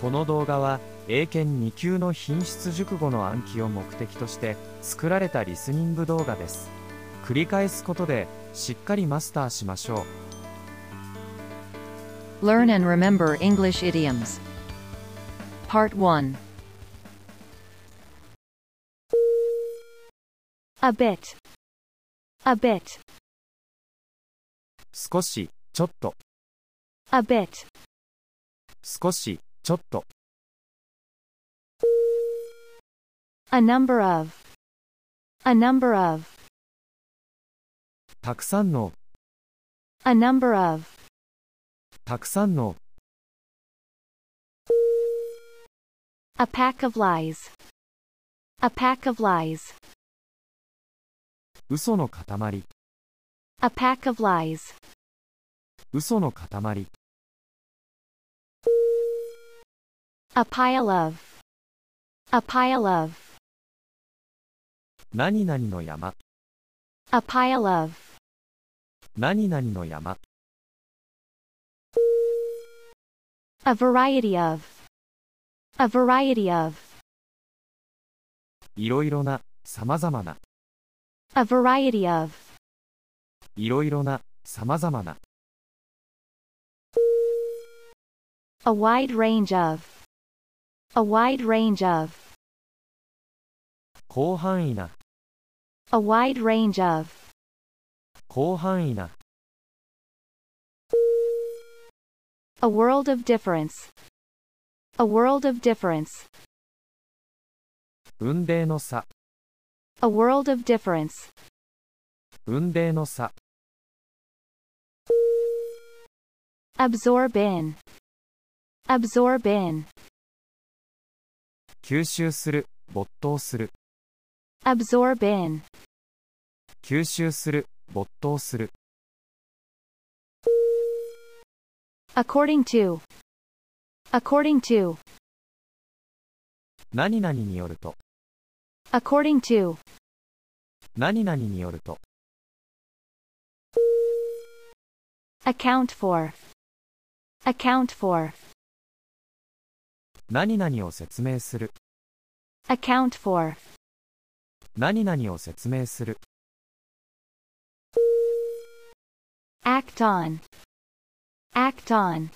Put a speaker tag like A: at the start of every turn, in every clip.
A: この動画は英検2級の品質熟語の暗記を目的として作られたリスニング動画です繰り返すことでしっかりマスターしましょ
B: Learn and remember English idioms. Part 1.
C: A bit. A bit.
A: う少しちょっと
C: A bit.
A: 少しちょっと
C: A number of. A number of.
A: たくさんの
C: A number of.
A: たくさんの
C: A pack of lies. A pack of lies.
A: 嘘の塊
C: A pack of lies.
A: 嘘の塊
C: A pile of. A pile of.
A: 何々の山
C: A pile of.
A: 何々の山
C: A variety of. A variety of.
A: いろいろな様々な
C: A variety of.
A: いろいろな様々な
C: A wide range of. A wide range of.
A: 広範囲な
C: A wide range of.
A: 広範囲な
C: A world of difference. A world of difference.
A: 雲泥の差
C: A world of difference.
A: 雲泥の差
C: Absorb in. Absorb in.
A: 吸収する没頭する
C: Absorb in.
A: 吸収する没頭する
C: According to. According to.
A: 何々によると
C: According to.
A: 何々によると
C: Account for. Account for.
A: 何々を説明する
C: Account for.
A: 何々を説明する
C: Act on. Act on.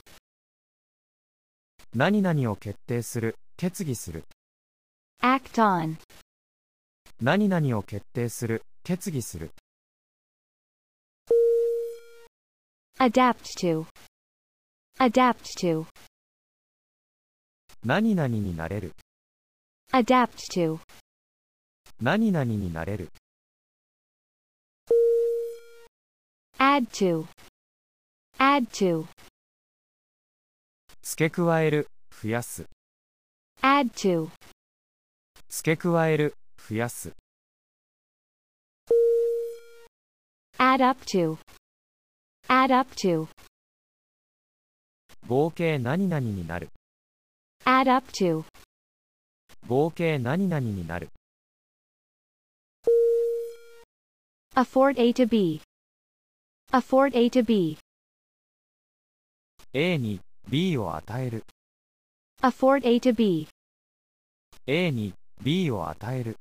A: 何々を決定する決議する
C: Act on.
A: 何々を決定する決議する
C: Adapt to. Adapt to.
A: 何々になれる
C: Adapt to.
A: 何々になれる
C: Add to. Add to.
A: 付け加える増やす
C: Add to.
A: 付け加える増やす
C: Add up to. Add up to.
A: 合計何々になる
C: Add up to.
A: 合計何々になる
C: Afford A to B. Afford A to B.
A: A に B を与える
C: Afford A to B.
A: A に B を与える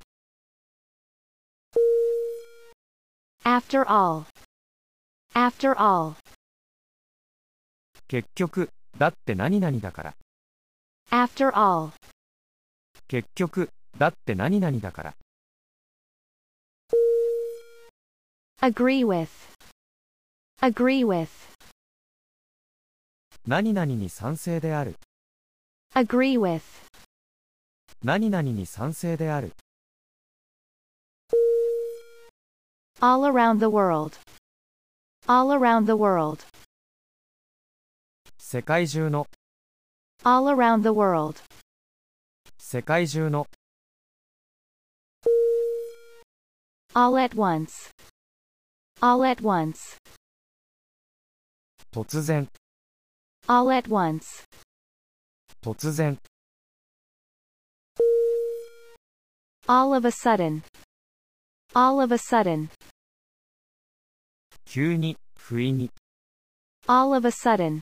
C: After all. After all.
A: 結局だって何々だから
C: After all.
A: 結局だって何々だから
C: Agree with. Agree with.
A: 何々に賛成である
C: Agree with.
A: 何々に賛成である
C: All around the world. All around the world.
A: 世界中の
C: All around the world.
A: 世界中の
C: All at once. All at once.
A: 突然
C: All at once.
A: 突然
C: All of a sudden. All of a sudden.
A: 急に不意に
C: All of a sudden.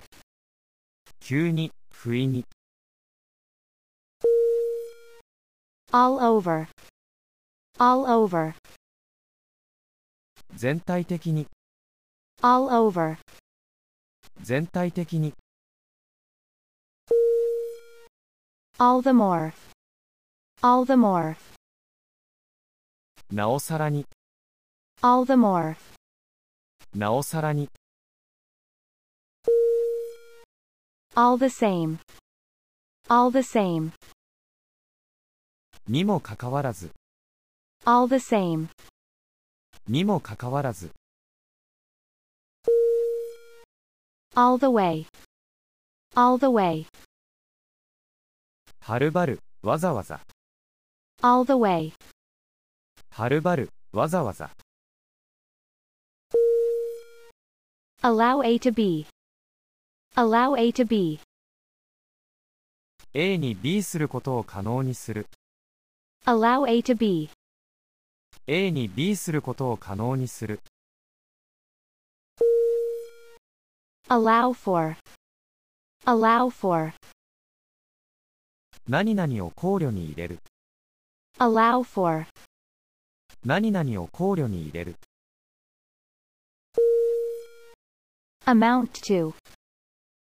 A: 急に不意に
C: all over, all over,
A: 全体的に
C: all over,
A: 全体的に
C: all the more, all the more,
A: なおさらに
C: all the more,
A: なおさらに
C: all the same, all the same,
A: にもかかわらず
C: all the same,
A: にもかかわらず
C: all the way, all the way,
A: はるばるわざわざ
C: all the way,
A: はるばるわざわざ
C: allow A to B, allow A to B,
A: A に B することを可能にする
C: allow A to B,
A: A に B することを可能にする
C: allow for, allow for,
A: 何々を考慮に入れる
C: allow for,
A: 何々を考慮に入れる
C: amount to,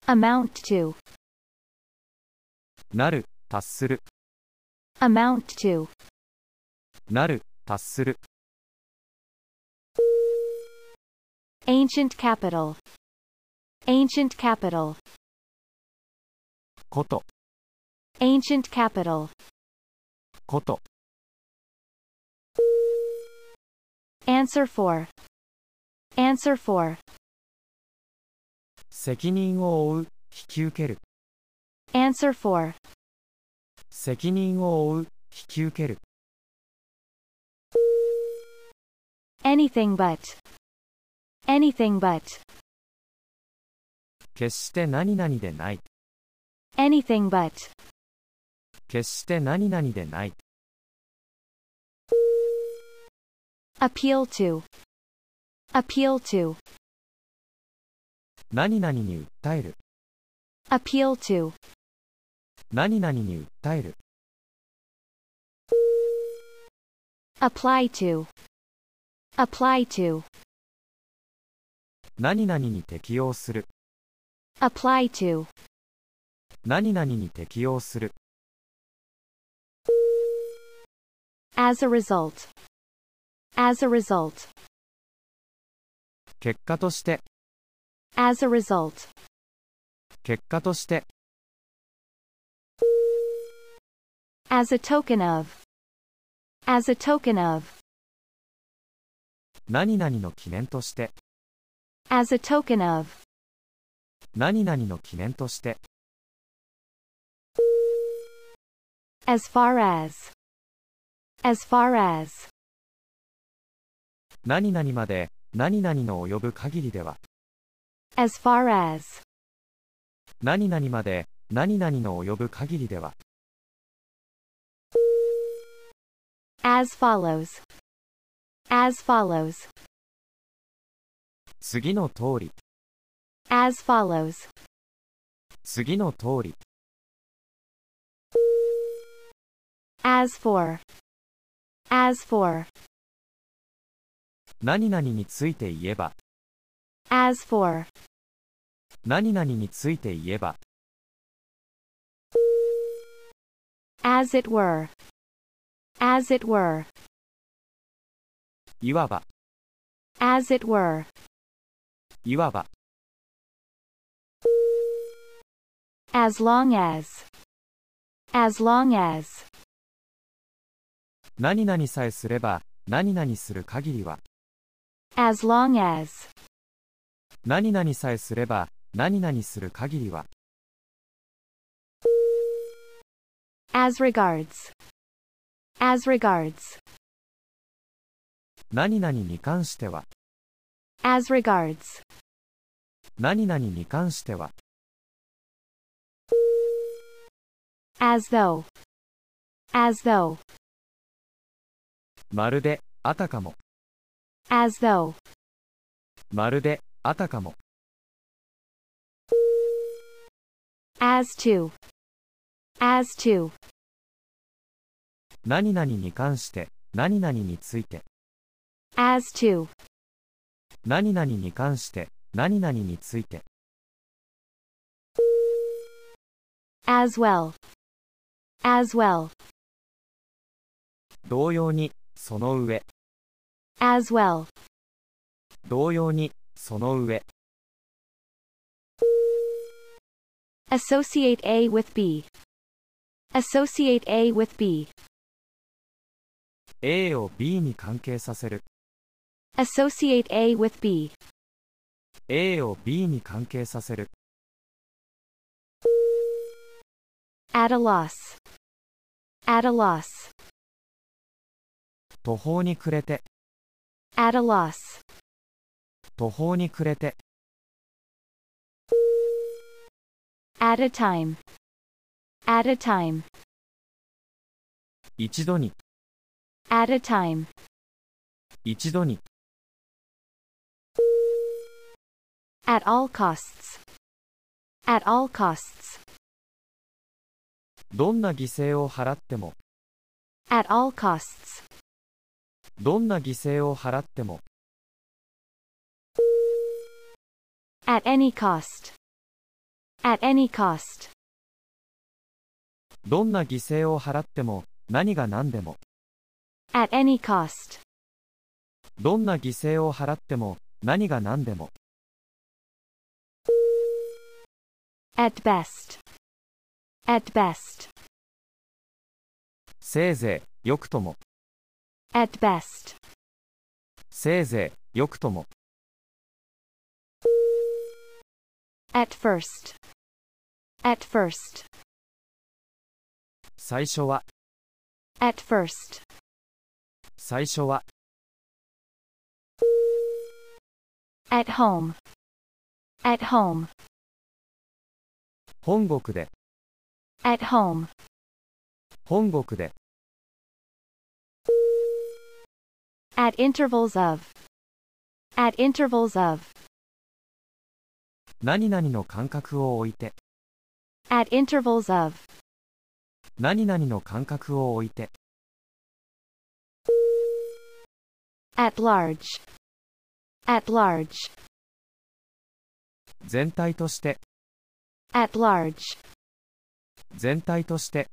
C: amount to,
A: なる達する
C: amount to,
A: なる達する
C: ancient capital, ancient capital,
A: こと
C: ancient capital,
A: こと
C: answer for, answer for,
A: 責任を負う引き受ける
C: answer for,
A: 責任を負う引き受ける
C: anything but, anything but,
A: 決して何々でない
C: anything but,
A: 決して何々でない
C: appeal to, appeal to,
A: 何々に訴える
C: appeal to,
A: 何々に訴える
C: apply to, apply to,
A: 何々に適用する
C: apply to,
A: 何々に適用する
C: as a result, as a result,
A: 結果として
C: as a result,
A: 結果として
C: as a token of, as a token of,
A: 何々の記念として
C: as a token of,
A: 何々の記念として
C: as far as, as far as,
A: 何々まで何々の及ぶ限りでは
C: as far as,
A: 何々まで何々の及ぶ限りでは
C: as follows, as follows,
A: 次の通り
C: as follows,
A: 次の通り
C: as for, as for,
A: 何々について言えば
C: as for,
A: 何々について言えば
C: as it were, as it were,
A: いわば
C: as it were,
A: いわば
C: as long as, as long as,
A: 何々さえすれば何々する限りは
C: as long as,
A: 何々さえすれば何々する限りは
C: as regards, as regards,
A: 何々に関しては
C: as regards.
A: 何々に関しては
C: as though, as though,
A: まるであたかも
C: as though,
A: まるであたかも
C: as to, as to,
A: 何々に関して、何々について、
C: as to,
A: 何々に関して、何々について、
C: as well, as well,
A: 同様に、その上、
C: as well,
A: 同様に、その上、
C: associate A with B, associate A with B,
A: A を B に関係させる、
C: associate A with B,
A: A を B に関係させる、
C: at a loss, at a loss,
A: 途方に暮れて、
C: at a loss,
A: 途方に暮れて、
C: at a time, at a time,
A: 一度に、
C: at a time,
A: 一度に、
C: at all costs, at all costs,
A: どんな犠牲を払っても、
C: at all costs,
A: どんな犠牲を払っても、
C: at any cost, at any cost,
A: どんな犠牲を払っても、何が何でも、
C: at any cost,
A: どんな犠牲を払っても、何が何でも、
C: at best, at best,
A: せいぜい、よくとも、
C: at best,
A: せいぜい、よくとも、
C: at first, at first,
A: 最初は、
C: at first,
A: 最初は、
C: at home, at home,
A: 本国で、
C: at home,
A: 本国で、
C: at intervals of, at intervals of,
A: 何々の感覚を置いて、
C: at intervals of,
A: 何々の感覚を置いて、
C: at large, at large,
A: 全体として、
C: at large,
A: 全体として、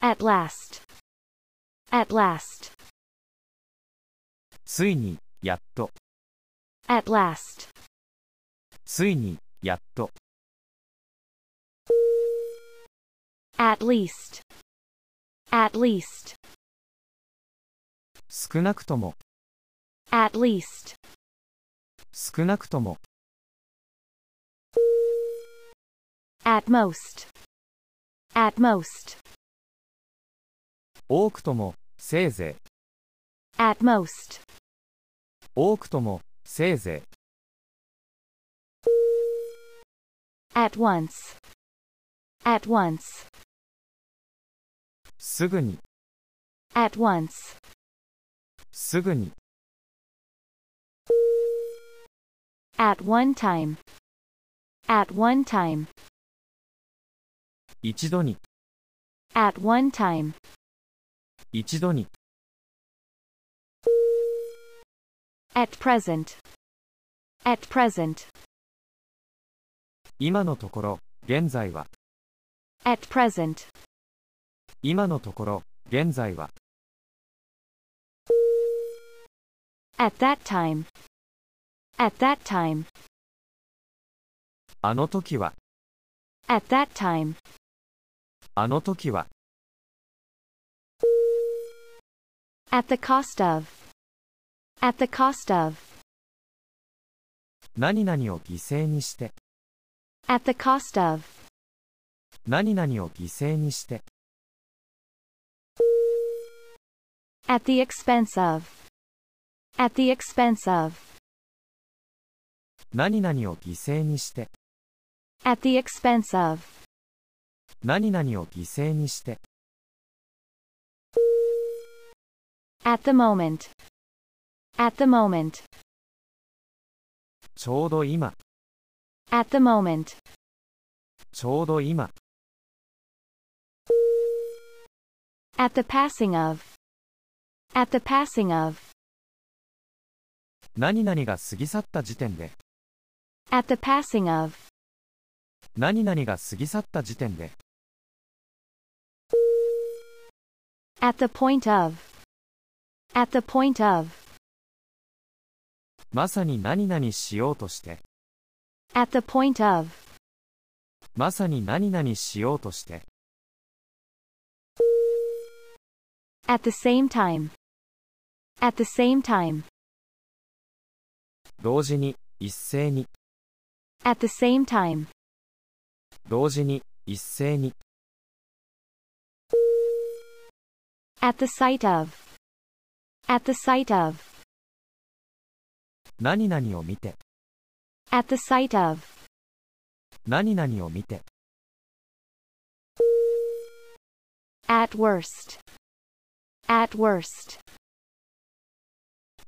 C: at last, at last,
A: ついに、やっと、
C: at last,
A: ついに、やっと、
C: at least, at least,
A: 少なくとも、
C: at least,
A: 少なくとも、
C: at most, at most,
A: 多くとも、せいぜい、
C: at most,
A: 多くとも、せいぜい、
C: at once, at once,
A: すぐに、
C: at once,
A: すぐに、
C: at one time, at one time,
A: 一度に、
C: at one time,
A: 一度に、
C: at present, at present,
A: 今のところ、現在は、
C: at present,
A: 今のところ、現在は、
C: At that time. At that time.
A: あの時は、
C: At that time.
A: あの時は、
C: At the cost of. At the cost of.
A: 何々を犠牲にして、
C: At the cost of.
A: 何々を犠牲にして、
C: At the expense of. At the expense of.
A: 何々を犠牲にして、
C: At the expense of.
A: 何々を犠牲にして、
C: At the moment. At the moment.
A: ちょうど今、
C: At the moment.
A: ちょうど今、
C: At the passing of. At the passing of.
A: 何々が過ぎ去った時点で
C: At the passing of.
A: 何々が過ぎ去った時点で
C: At the point of. At the point of.
A: まさに何々しようとして
C: At the point of.
A: まさに何々しようとして
C: At the same time. At the same time.
A: 同時に一斉に
C: At the same time.
A: 同時に一斉に
C: At the sight of. At the sight of.
A: 何々を見て
C: At the sight of.
A: 何々を見て
C: At worst. At worst.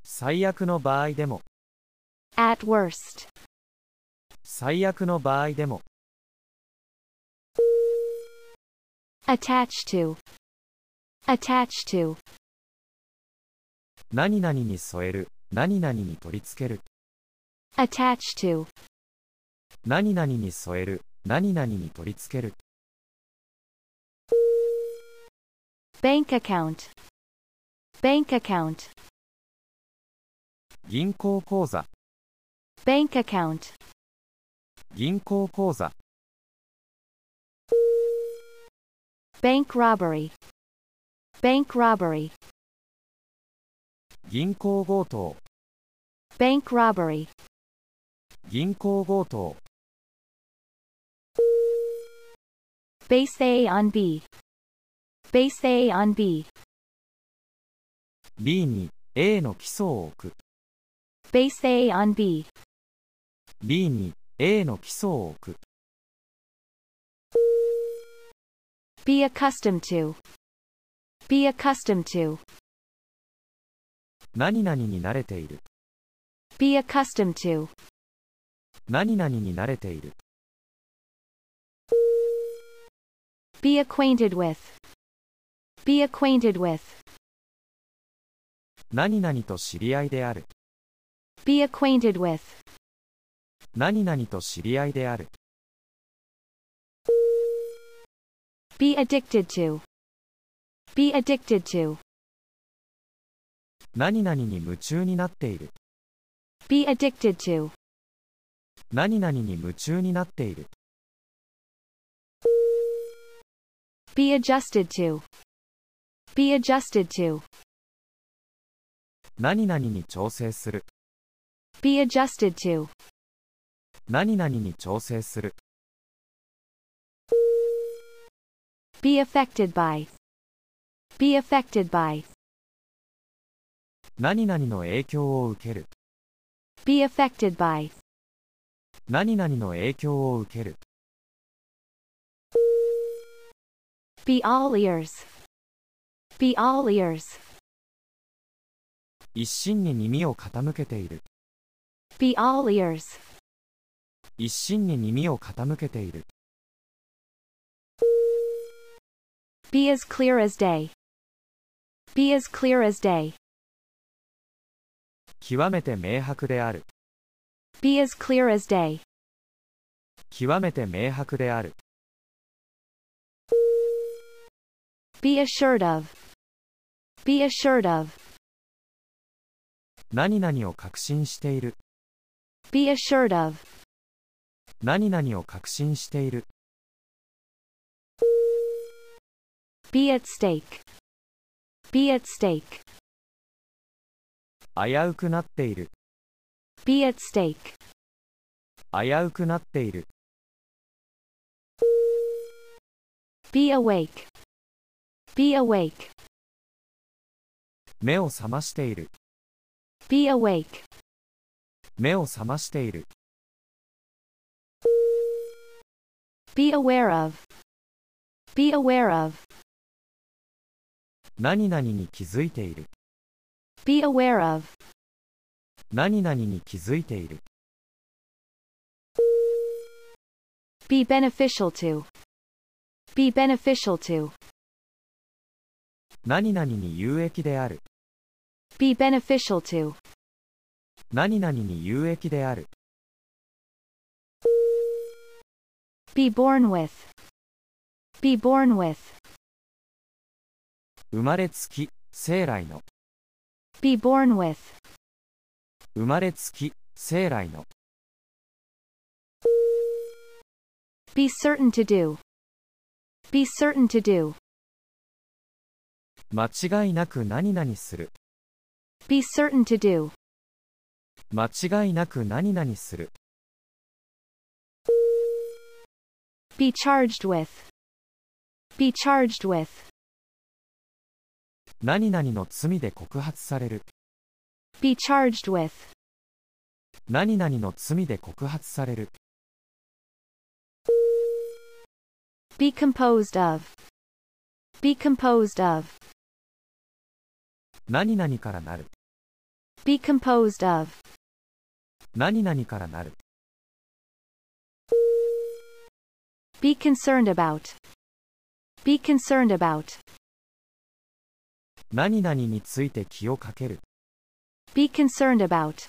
A: 最悪の場合でも
C: At worst.
A: 最悪の場合でも
C: Attach to. Attach to.
A: 何々に添える何々に取り付ける
C: Attach to.
A: 何々に添える何々に取り付ける
C: Bank account. Bank account.
A: 銀行口座
C: Bank account.
A: 銀行口座
C: Bank robbery. Bank robbery.
A: 銀行強盗
C: Bank robbery.
A: 銀行強盗
C: Base A on B. Base A on B.
A: B に A の基礎を置く
C: Base A on B.
A: B に A の基礎を置く
C: Be accustomed to. Be accustomed to.
A: 何々に慣れている
C: Be accustomed to.
A: 何々に慣れている
C: Be acquainted with. Be acquainted with.
A: 何々と知り合いである
C: Be acquainted with.
A: 何々と知り合いである
C: Be addicted to. Be addicted to.
A: 何々に夢中になっている
C: Be addicted to.
A: 何々に夢中になっている
C: Be adjusted to. Be adjusted to.
A: 何々に調整する
C: Be adjusted to.
A: 何々に調整する
C: Be affected by. Be affected by.
A: 何々の影響を受ける
C: Be affected by.
A: 何々の影響を受ける
C: Be all ears. Be all ears.
A: 一心に耳を傾けている
C: Be all ears.
A: 一心に耳を傾けている
C: Be as clear as day. Be as clear as day.
A: 極めて明白である
C: Be as clear as day.
A: 極めて明白である
C: Be assured of. Be assured of.
A: 何々を確信している
C: Be assured of.
A: 何々を確信している
C: Be at stake. Be at stake.
A: 危うくなっている
C: Be at stake.
A: 危うくなっている
C: Be awake. Be awake.
A: 目を覚ましている
C: Be awake.
A: 目を覚ましている
C: Be aware of. Be aware of.
A: 何々に気づいている
C: Be aware of.
A: 何々に気づいている
C: Be beneficial to. Be beneficial to.
A: 何々に有益である
C: Be beneficial to.
A: 何々に有益である
C: Be born with. Be born with.
A: 生まれつき生来の
C: Be born with.
A: 生まれつき生来の
C: Be certain to do. Be certain to do.
A: 間違いなく何々する
C: Be certain to do.
A: 間違いなく何々する
C: Be charged with. Be charged with.
A: 何々の罪で告発される
C: Be charged with.
A: 何々の罪で告発される
C: Be composed of. Be composed of.
A: 何々からなる
C: Be composed of.
A: 何々からなる
C: Be concerned about. Be concerned about.
A: 何々について気をかける
C: Be concerned about.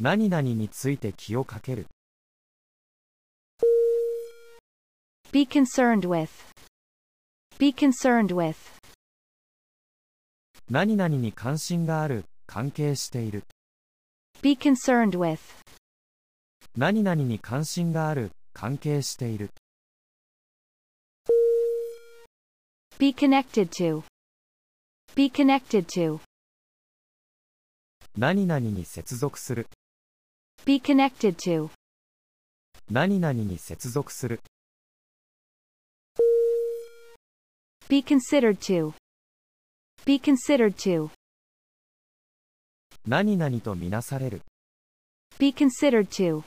A: 何々について気をかける
C: Be concerned with. Be concerned with.
A: 何々に関心がある関係している
C: Be concerned with.
A: 何々に関心がある関係している
C: Be connected to. Be connected to.
A: 何々に接続する
C: Be connected to.
A: 何々に接続する
C: Be considered to. Be considered to.
A: 何々とみなされる
C: Be considered to.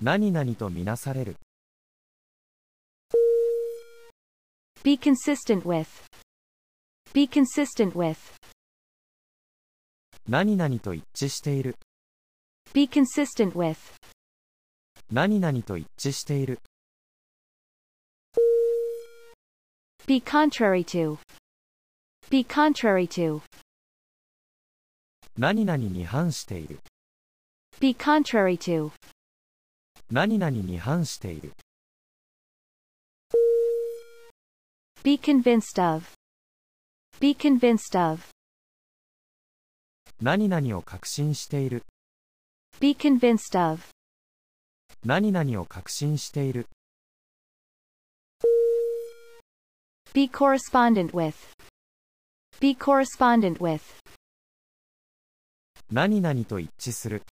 A: 何々とみなされる
C: Be consistent with. Be consistent with.
A: 何々と一致している
C: Be consistent with.
A: 何々と一致している
C: Be contrary to. Be contrary to.
A: 何々に反している
C: Be contrary to.
A: 何々に反している
C: Be convinced of. Be convinced of.
A: 何々を確信している
C: Be convinced of.
A: 何々を確信している
C: Be correspondent with. Be correspondent with.
A: 何々と一致する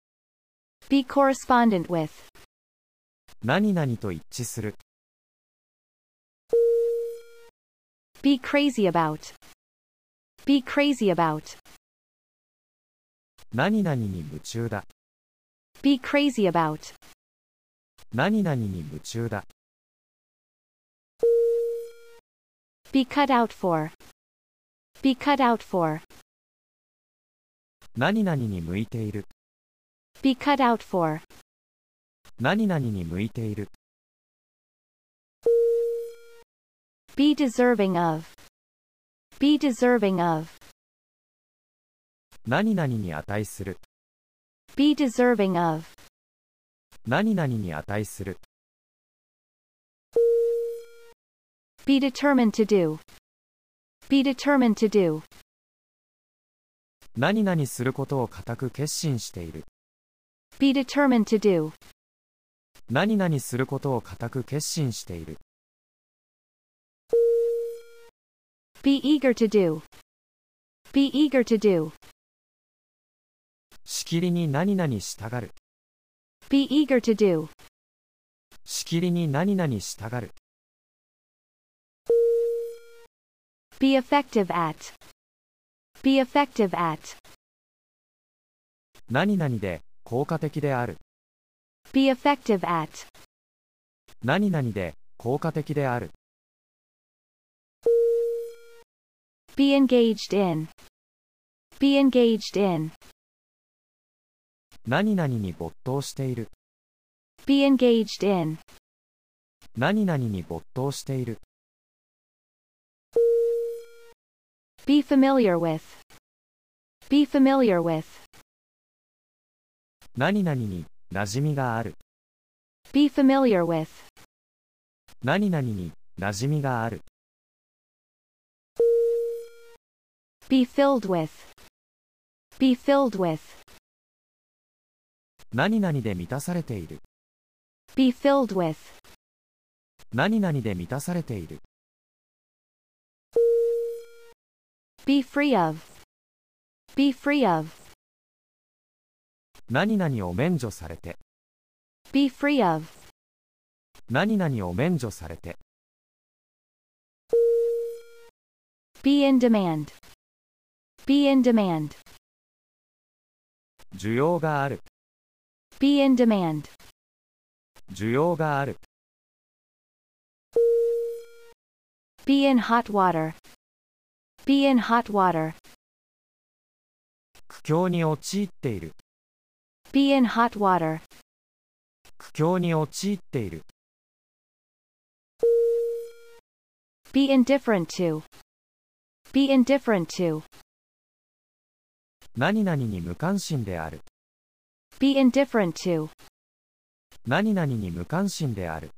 C: Be correspondent with.
A: 何々と一致する
C: Be crazy about. Be crazy about.
A: 何々に夢中だ
C: Be crazy about.
A: 何々に夢中だ
C: Be cut out for. Be cut out for.
A: 何々に向いている
C: Be cut out for.
A: 何々に向いている
C: Be deserving of. Be deserving of.
A: 何々に値する
C: Be deserving of.
A: 何々に値する
C: Be determined to do. Be determined to do.
A: 何々することを固く決心している
C: Be determined to do.
A: 何々することを固く決心している
C: Be eager to do. Be eager to do.
A: しきりに何々従る
C: Be eager to do.
A: しきりに何々従る
C: Be effective at. Be effective at.
A: 何々で効果的である
C: Be effective at.
A: 何々で効果的である
C: Be engaged in. Be engaged in.
A: 何々に没頭している
C: Be engaged in.
A: 何々に没頭している
C: Be familiar with. Be familiar with.
A: 何々に馴染みがある
C: Be familiar with.
A: 何々に馴染みがある
C: Be filled with. Be filled with.
A: 何々で満たされている
C: Be filled with.
A: 何々で満たされている
C: Be free of. Be free of.
A: 何々を免除されて
C: Be free of.
A: 何々を免除されて
C: Be in demand. Be in demand.
A: 需要がある
C: Be in demand.
A: 需要がある
C: Be in hot water. Be in hot water.
A: 苦境に陥っている
C: Be in hot water.
A: 苦境に陥っている
C: Be indifferent to. Be indifferent to.
A: 何々に無関心である
C: Be indifferent to.
A: 何々に無関心である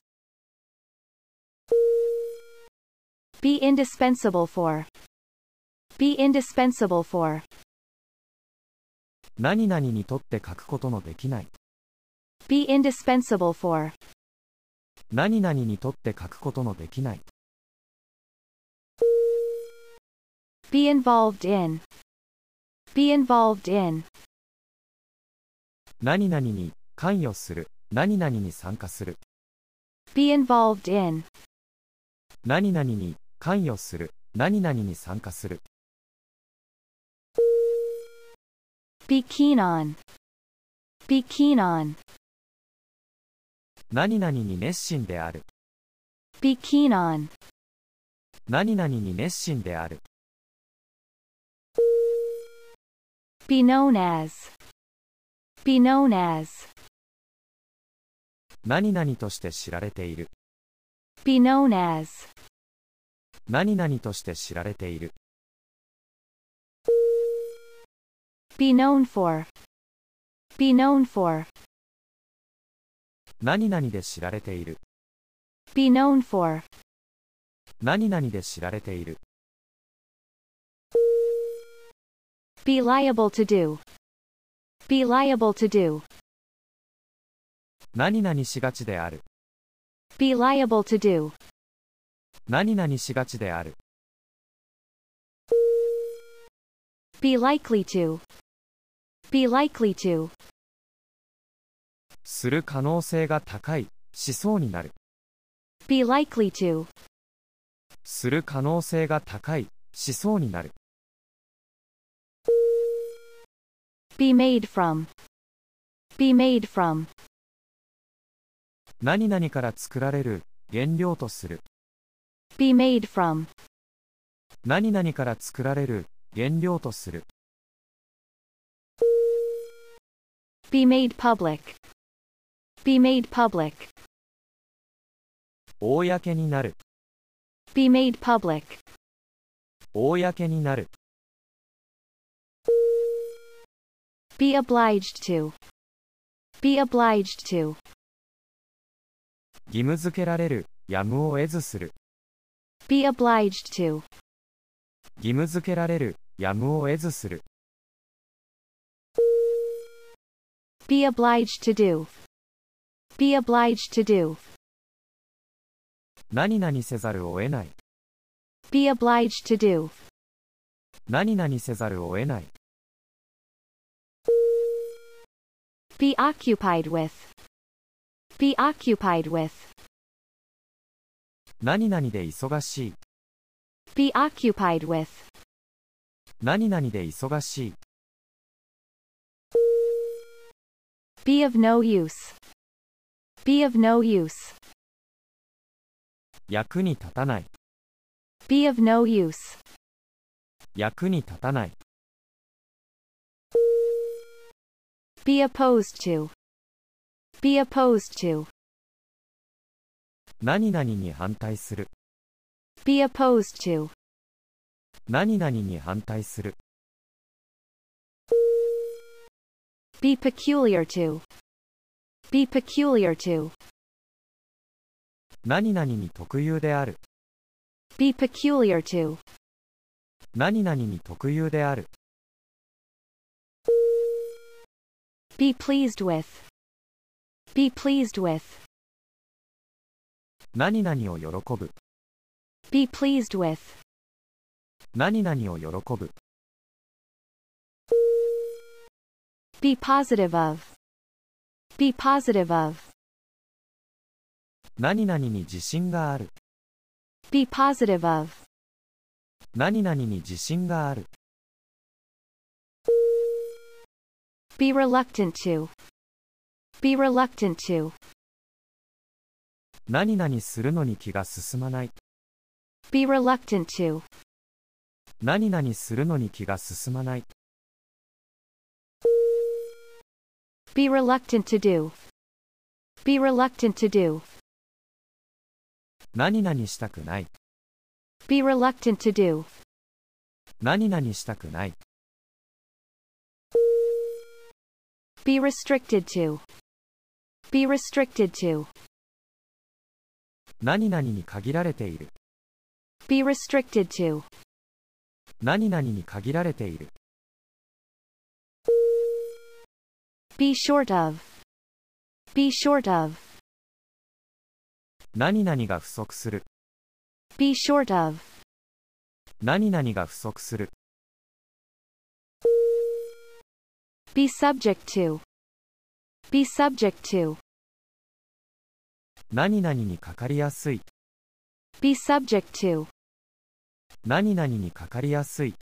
C: Be indispensable for. Be indispensable for.
A: 何々にとって書くことのできない
C: Be indispensable for.
A: 何々にとって書くことのできない
C: Be involved in. Be involved in.
A: 何々に関与する何々に参加する
C: Be involved in.
A: 何々に関与する何々に参加する
C: Be keen on. Be keen on.
A: 何々に熱心である
C: Be keen on.
A: 何々に熱心である
C: Be known as. Be known as.
A: 何々として知られている
C: Be known as.
A: 何々として知られている
C: Be known for. Be known for.
A: 何々で知られている
C: Be known for.
A: 何々で知られている
C: Be liable to do. Be liable to do.
A: 何々しがちである
C: Be liable to do.
A: 何々しがちである
C: Be likely to. Be likely to.
A: する可能性が高いしそうになる
C: Be likely to.
A: する可能性が高いしそうになる
C: Be made from. Be made from.
A: 何々から作られる原料とする
C: Be made from.
A: 何々から作られる原料とする
C: Be made public. Be made public.
A: 公になる
C: Be made public.
A: 公になる
C: Be obliged to. Be obliged to.
A: 義務付けられるやむを得ずする
C: Be obliged to.
A: 義務付けられるやむを得ずする
C: Be obliged to do. Be obliged to do.
A: 何々せざるを得ない
C: Be obliged to do.
A: 何々せざるを得ない
C: Be occupied with. Be occupied with.
A: 何々で忙しい
C: Be occupied with.
A: 何々で忙しい
C: Be of no use. Be of no use.
A: 役に立たない
C: Be of no use.
A: 役に立たない
C: Be opposed to. Be opposed to.
A: 何々に反対する
C: Be opposed to.
A: 何々に反対する
C: Be peculiar to. Be peculiar to.
A: 何々に特有である
C: Be peculiar to.
A: 何々に特有である
C: Be pleased with. Be pleased with.
A: 何々を喜ぶ
C: Be pleased with.
A: 何々を喜ぶ
C: Be positive of. Be positive of.
A: 何々に自信がある
C: Be positive of.
A: 何々に自信がある
C: Be reluctant to. Be reluctant to.
A: 何々するのに気が進まない
C: Be reluctant to.
A: 何々するのに気が進まない
C: Be reluctant to do. Be reluctant to do.
A: 何々したくない
C: Be reluctant to do.
A: 何々したくない
C: Be restricted to. Be restricted to.
A: 何々に限られている
C: Be restricted to.
A: 何々に限られている
C: Be short of. Be short of.
A: 何々が不足する
C: Be short of.
A: 何々が不足する
C: Be subject to. Be subject to.
A: 何々にかかりやすい
C: Be subject to.
A: 何々にかかりやすい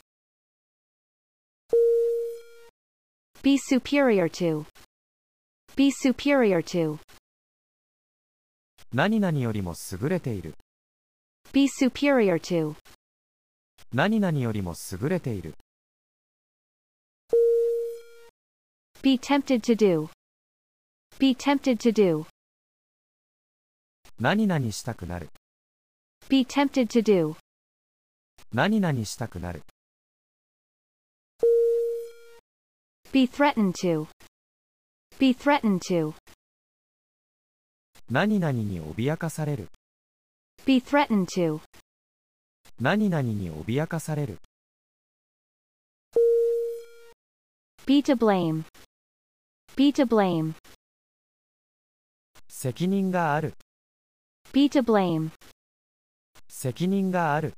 C: Be superior to. Be superior to.
A: 何々よりも優れている
C: Be superior to.
A: 何々よりも優れている
C: Be tempted to do. Be tempted to do.
A: 何々したくなる
C: Be tempted to do.
A: 何々したくなる
C: Be threatened to. Be threatened to.
A: 何々に脅かされる
C: Be threatened to.
A: 何々に脅かされる
C: Be to blame. Be to blame.
A: 責任がある
C: Be to blame.
A: 責任がある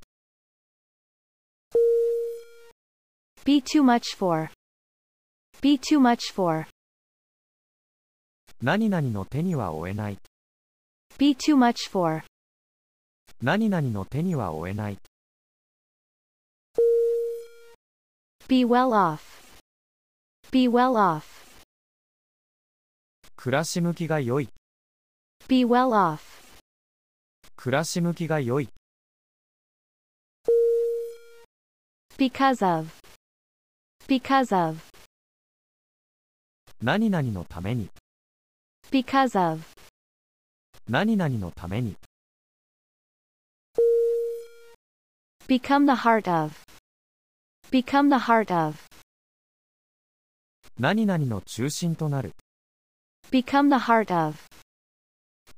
C: Be too much for. Be too much for.
A: 何々の手には負えない
C: Be too much for.
A: 何々の手には負えない
C: Be well off. Be well off.
A: 暮らし向きが良い
C: Be well off.
A: 暮らし向きが良い
C: Because of. Because of.
A: 何々のために
C: Because of.
A: 何々のために
C: Become the heart of. Become the heart of.
A: 何々の中心となる
C: Become the heart of.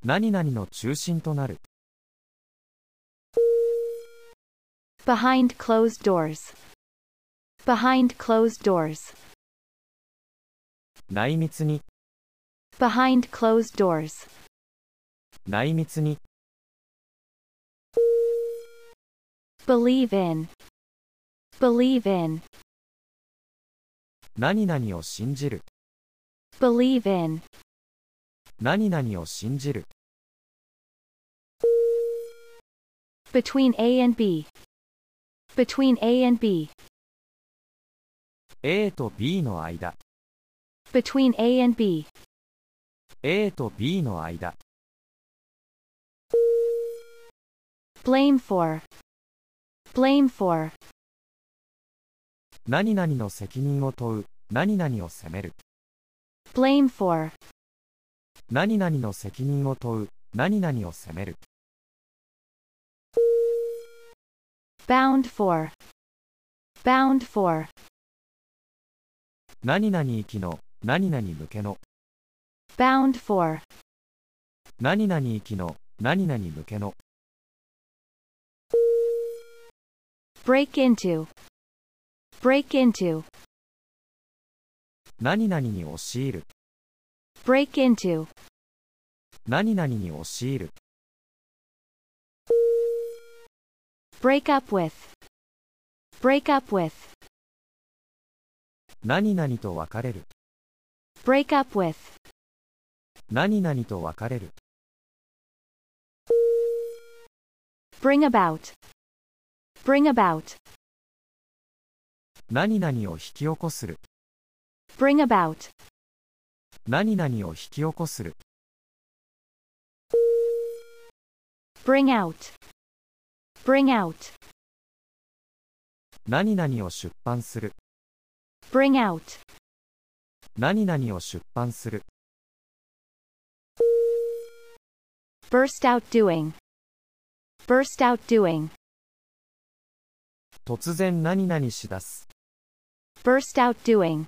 A: 何々の中心となる
C: Behind closed doors. Behind closed doors.
A: 内密に
C: Behind closed doors.
A: 内密に
C: Believe in. Believe in.
A: 何々を信じる
C: Believe in.
A: 何々を信じる
C: Between A and B. Between A and B.
A: A と B の間
C: Between A and B.
A: A と B の間
C: Blame for. Blame for.
A: 何々の責任を問う何々を責める
C: Blame for.
A: 何々の責任を問う何々を責める
C: Bound for. bound for,
A: 何々行きの、何々向けの、
C: bound for,
A: 何々行きの、何々向けの、
C: break into, break into,
A: 何々に押し入る、
C: break into,
A: 何々に押し入る、
C: break up with, break up with,
A: 何々と別れる、
C: break up with,
A: 何々と別れる、
C: bring about, bring about,
A: 何々を引き起こする、
C: bring about,
A: 何々を引き起こする、
C: bring out, bring out,
A: 何々を出版する、
C: bring out,
A: 何々を出版する、
C: burst out doing, burst out doing,
A: 突然何々しだす、
C: burst out doing,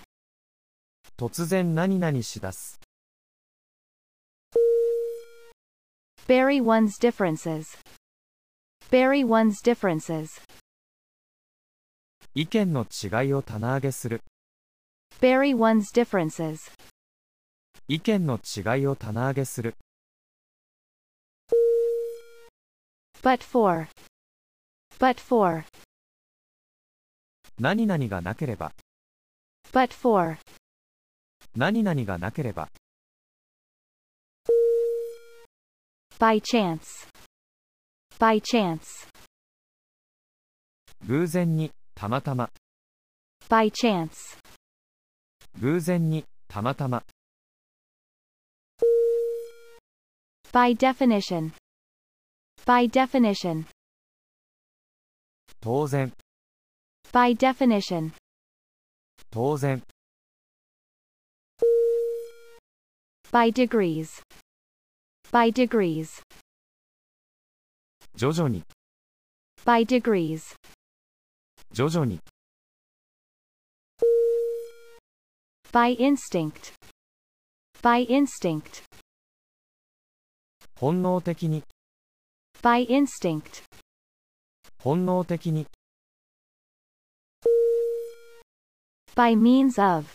A: 突然何々しだす、
C: bury one's differences, bury one's differences,
A: 意見の違いを棚上げする、
C: bury one's differences,
A: 意見の違いを棚上げする、
C: but for, but for,
A: 何々がなければ、
C: but for,
A: 何々がなければ、
C: by chance, by chance,
A: 偶然に、たまたま、
C: by chance,
A: 偶然に、たまたま、
C: by definition, by definition,
A: 当然、
C: by definition,
A: 当然、
C: by degrees, by degrees,
A: 徐々に、
C: by degrees,
A: 徐々に、
C: by instinct, by instinct,
A: 本能的に、
C: by instinct,
A: 本能的に、
C: by means of,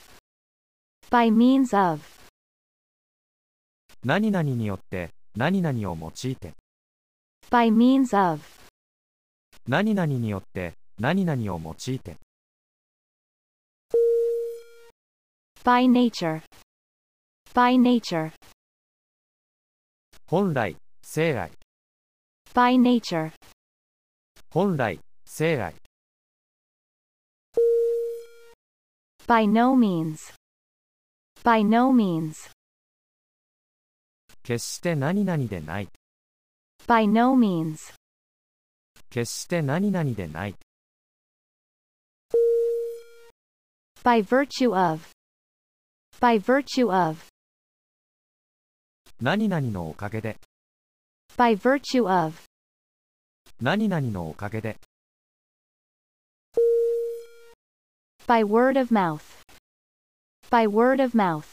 C: by means of,
A: 何々によって、何々を用いて、
C: by means of,
A: 何々によって、何々を用いて、
C: by nature, by nature,
A: 本来、生来、
C: by nature,
A: 本来、生来、
C: by no means, by no means,
A: 決して何々でない、
C: by no means,
A: 決して何々でない、
C: by virtue of, by virtue of,
A: 何々のおかげで、
C: by virtue of,
A: 何々のおかげで、
C: by word of mouth, by word of mouth,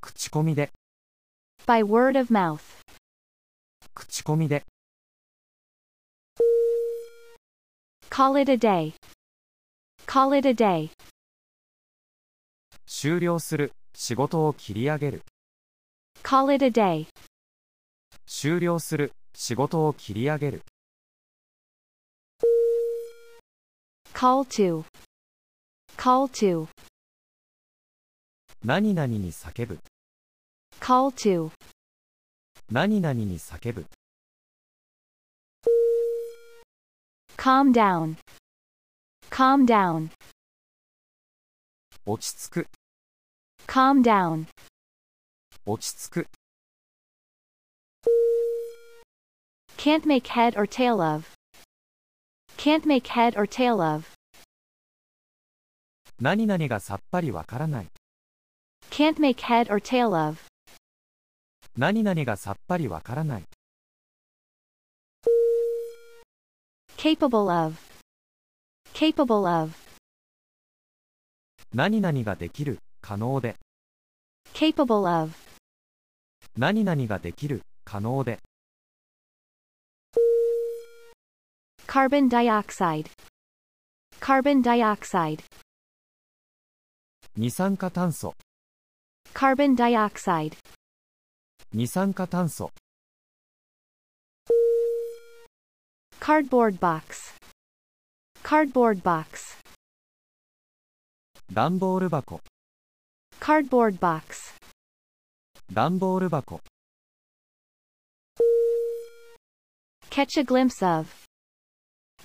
A: 口コミで、
C: by word of mouth,
A: 口コミで、
C: call it a day, call it a day,
A: 終了する、仕事を切り上げる、
C: call it a day,
A: 終了する、仕事を切り上げる、
C: call to, call to,
A: 何々に叫ぶ、
C: call to,
A: 何々に叫ぶ、
C: calm down, calm down,
A: 落ち着く、
C: calm down,
A: 落ち着く、
C: can't make head or tail of, can't make head or tail of,
A: 何々がさっぱりわからない、
C: can't make head or tail of,
A: 何々がさっぱりわからない、
C: capable of, capable of,
A: 何々ができる、可能で、
C: capable of,
A: 何々ができる、可能で、
C: carbon dioxide, carbon dioxide,
A: 二酸化炭素、
C: carbon dioxide,
A: 二酸化炭素、
C: cardboard box, cardboard box,
A: 段ボール箱、
C: cardboard box,
A: 段ボール箱、
C: catch a glimpse of,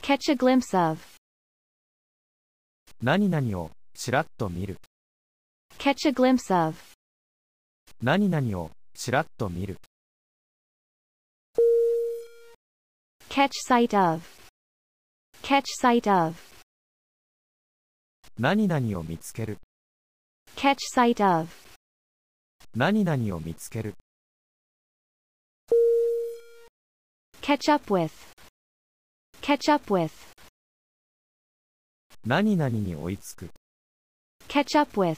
C: catch a glimpse of,
A: 何々を、ちらっと見る、
C: catch a glimpse of,
A: 何々を、ちらっと見る、
C: catch sight of, catch sight of,
A: 何々を見つける、
C: catch sight of,
A: 何々を見つける、
C: catch up with, catch up with,
A: 何々に追いつく、
C: catch up with,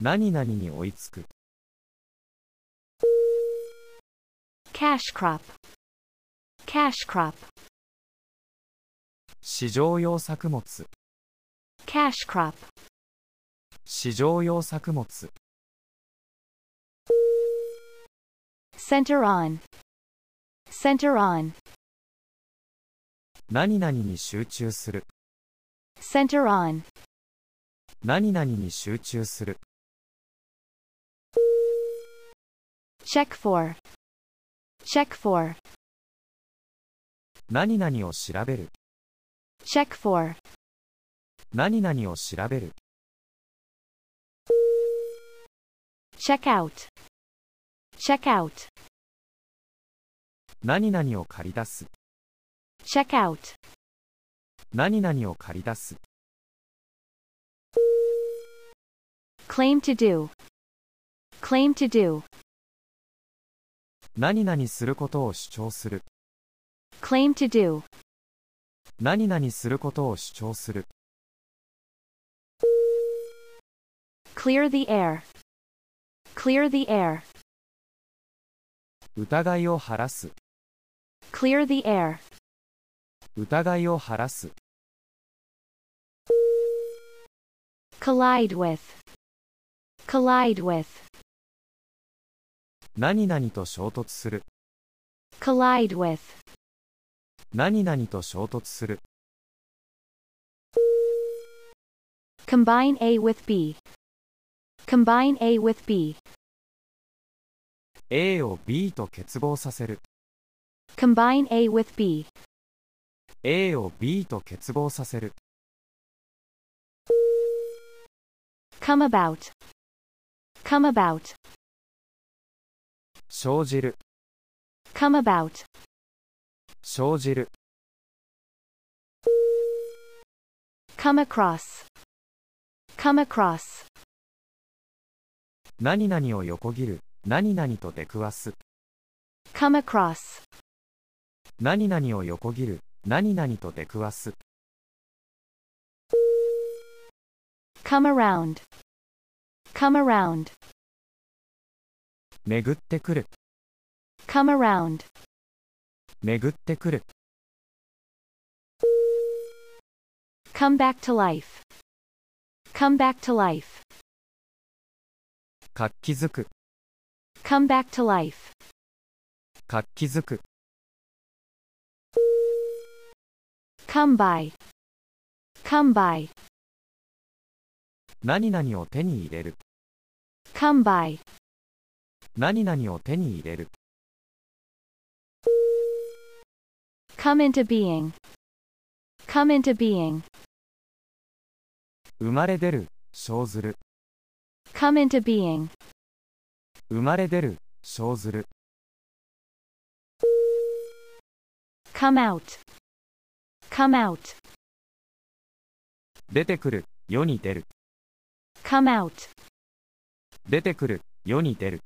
A: 何々に追いつく、
C: cash crop, cash crop,
A: 市場用作物、
C: cash crop,
A: 市場用作物、
C: center on, center on,
A: 何々に集中する、
C: center on,
A: 何々に集中する、
C: check for, check for,
A: 何々を調べる、
C: check for,
A: 何々を調べる、
C: check out, check out,
A: 何々を借り出す、
C: check out,
A: 何々を借り出す、
C: claim to do, claim to do,
A: 何々することを主張する、
C: claim to do,
A: 何々することを主張する、
C: clear the air, clear the air,
A: 疑いを晴らす、
C: clear the air,
A: 疑いを晴らす、
C: collide with, collide with,
A: 何々と衝突する、
C: collide with,
A: 何々と衝突する、
C: combine A with B, combine A with B,
A: A を B と結合させる、
C: combine A with B,
A: A を B と結合させる、
C: come about, come about,
A: 生じる、
C: come about,
A: 生じる、
C: come across, come across,
A: 何々を横切る、何々と出くわす、
C: come across,
A: 何々を横切る、何々と出くわす、
C: come around, come around,
A: 巡ってくる、
C: come around,
A: 巡ってくる、
C: come back to life, come back to life,
A: 活気づく、
C: come back to life,
A: 活気づく、
C: come by, come by,
A: 何々を手に入れる、
C: come by,
A: 何々を手に入れる、
C: come into being, come into being,
A: 生まれ出る、生ずる、
C: come into being,
A: 生まれ出る、生ずる、
C: come out, come out,
A: 出てくる、世に出る、
C: come out,
A: 出てくる、世に出る、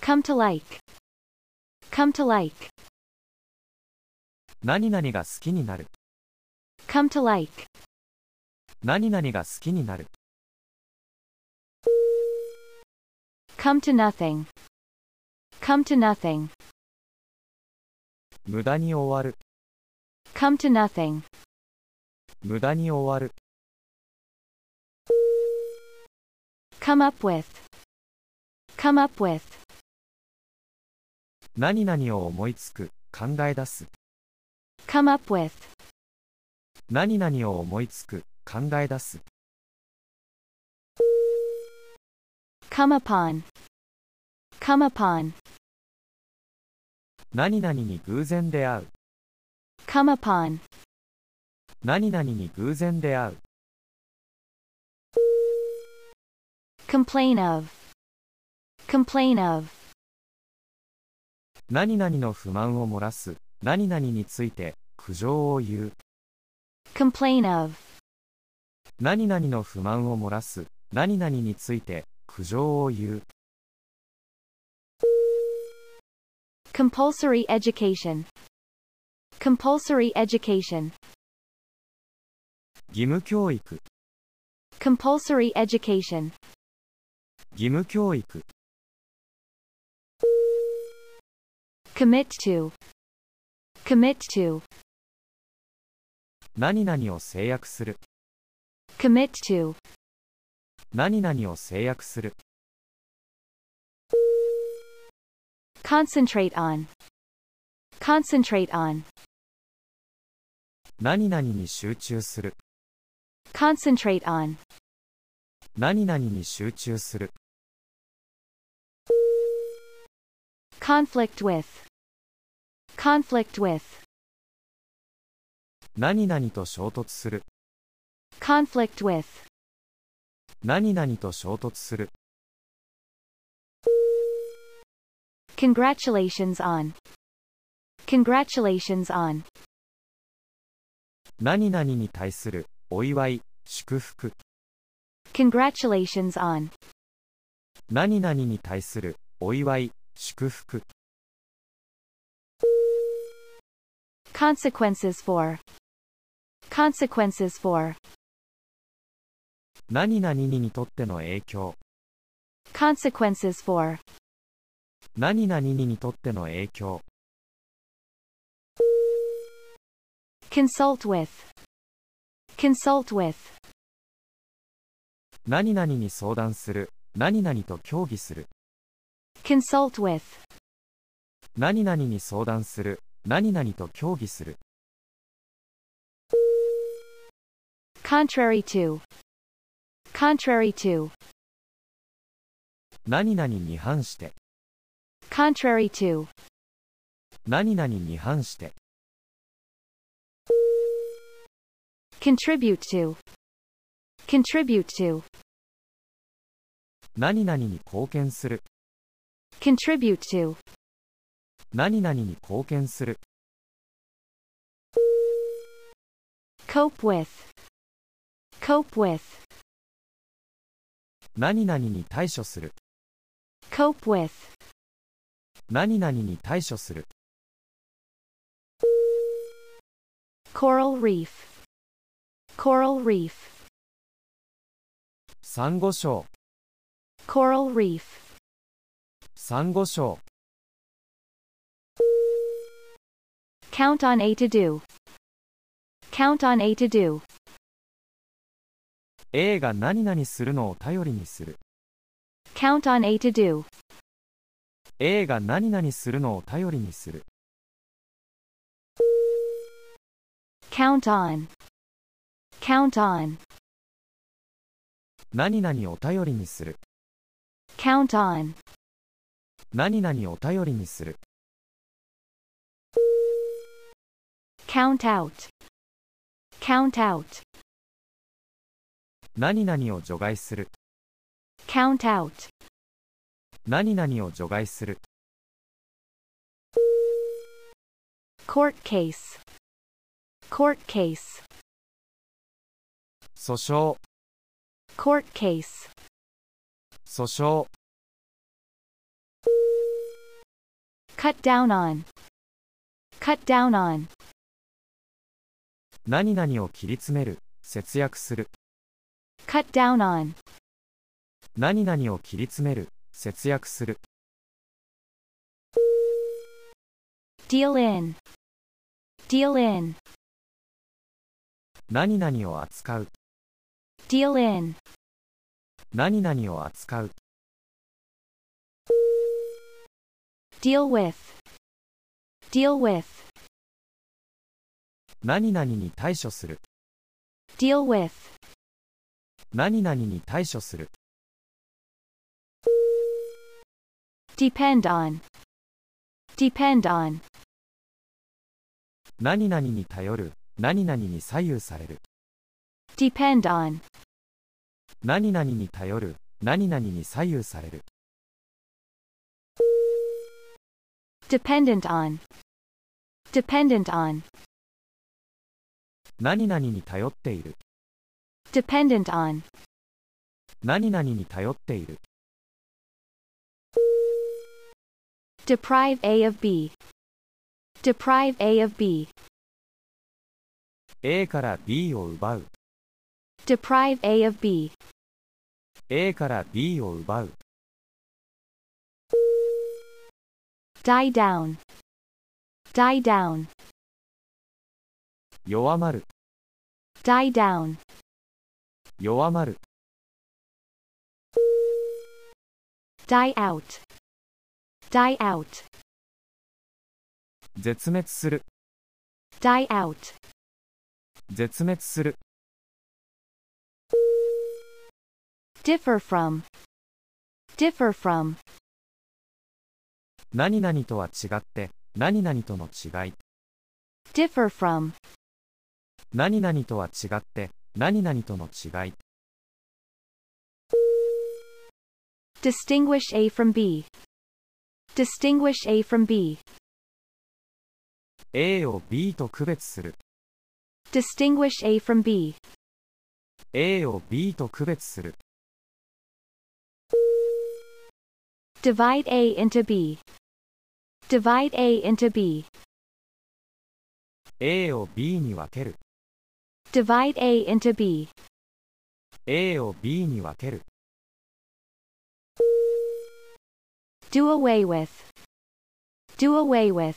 C: come to like, come to like,
A: 何々が好きになる
C: come to like,
A: 何々が好きになる
C: come to nothing, come to nothing,
A: 無駄に終わる
C: come to nothing,
A: 無駄に終わる
C: come up with, come up with,
A: 何々を思いつく考え出す
C: come up with,
A: 何々を思いつく考え出す
C: come upon, come upon,
A: 何々に偶然出会う
C: come upon,
A: 何々に偶然出会う
C: complain of, complain of,
A: 何々の不満を漏らす何々について苦情を言う
C: complain of,
A: 何々の不満を漏らす何々について苦情を言う
C: compulsory education, compulsory education,
A: 義務教育
C: compulsory education,
A: 義務教育
C: commit to, commit to,
A: 何々を制約する
C: commit to,
A: 何々を制約する
C: concentrate on, concentrate on,
A: 何々に集中する
C: concentrate on,
A: 何々に集中する
C: conflict with, conflict with,
A: 何々と衝突する
C: conflict with,
A: 何々と衝突する
C: congratulations on, congratulations on,
A: 何々に対するお祝い祝福
C: congratulations on,
A: 何々に対するお祝い祝福
C: consequences for, consequences for,
A: 何々ににとっての影響
C: consequences for,
A: 何々ににとっての影響
C: consult with, consult with,
A: 何々に相談する何々と協議する
C: consult with,
A: 何々に相談する何々と協議する
C: contrary to, contrary to,
A: 何々に反して
C: contrary to,
A: 何々に反して
C: contribute to, contribute to,
A: 何々に貢献する
C: contribute to,
A: 何々に貢献する
C: cope with, cope with,
A: 何々に対処する
C: cope with,
A: 何々に対処する
C: coral reef, coral reef,
A: サンゴ礁
C: coral reef,
A: サンゴ礁
C: count on A to do, count on A to do,
A: A が何々するのを頼りにする
C: count on A to do,
A: A が何々するのを頼りにする
C: count on, count on,
A: 何々を頼りにする
C: count on,
A: 何々を頼りにする
C: count out, count out,
A: 何々を除外する
C: count out,
A: 何々を除外する
C: court case, court case,
A: 訴訟
C: court case,
A: 訴訟
C: cut down on, cut down on,
A: 何々を切り詰める、節約する、
C: cut down on,
A: 何々を切り詰める、節約する、
C: deal in, deal in,
A: 何々を扱う、
C: deal in,
A: 何々を扱う、
C: deal with, deal with,
A: 何々に対処する、
C: deal with,
A: 何々に対処する、
C: depend on, depend on,
A: 何々に頼る、何々に左右される、
C: depend on,
A: 何々に頼る、何々に左右される、
C: dependent on, dependent on,
A: 何々に頼っている、
C: dependent on,
A: 何々に頼っている、
C: deprive A of B, deprive A of B,
A: A から B を奪う、
C: deprive A of B,
A: A から B を奪う、
C: die down, die down,
A: 弱まる、
C: die down,
A: 弱まる、
C: die out, die out,
A: 絶滅する、
C: die out,
A: 絶滅する、
C: differ from, differ from,
A: 何々とは違って、何々との違い、
C: differ from,
A: 何々とは違って、何々との違い、
C: distinguish A from B, distinguish A from B,
A: A を B と区別する、
C: distinguish A from B,
A: A を B と区別する、
C: divide A into B, divide A into B,
A: A を B に分ける、
C: divide A into B,
A: A を B に分ける、
C: do away with, do away with,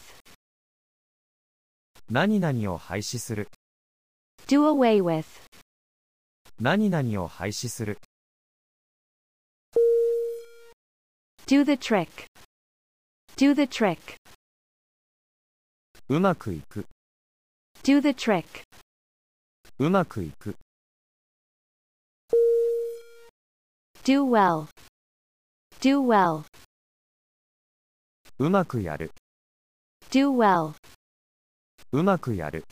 A: 何々を廃止する、
C: do away with,
A: 何々を廃止する、
C: do the trick, do the trick,
A: うまくいく、
C: do the trick,
A: うまくいく、
C: do well, do well,
A: うまくやる、
C: do well,
A: うまくやる、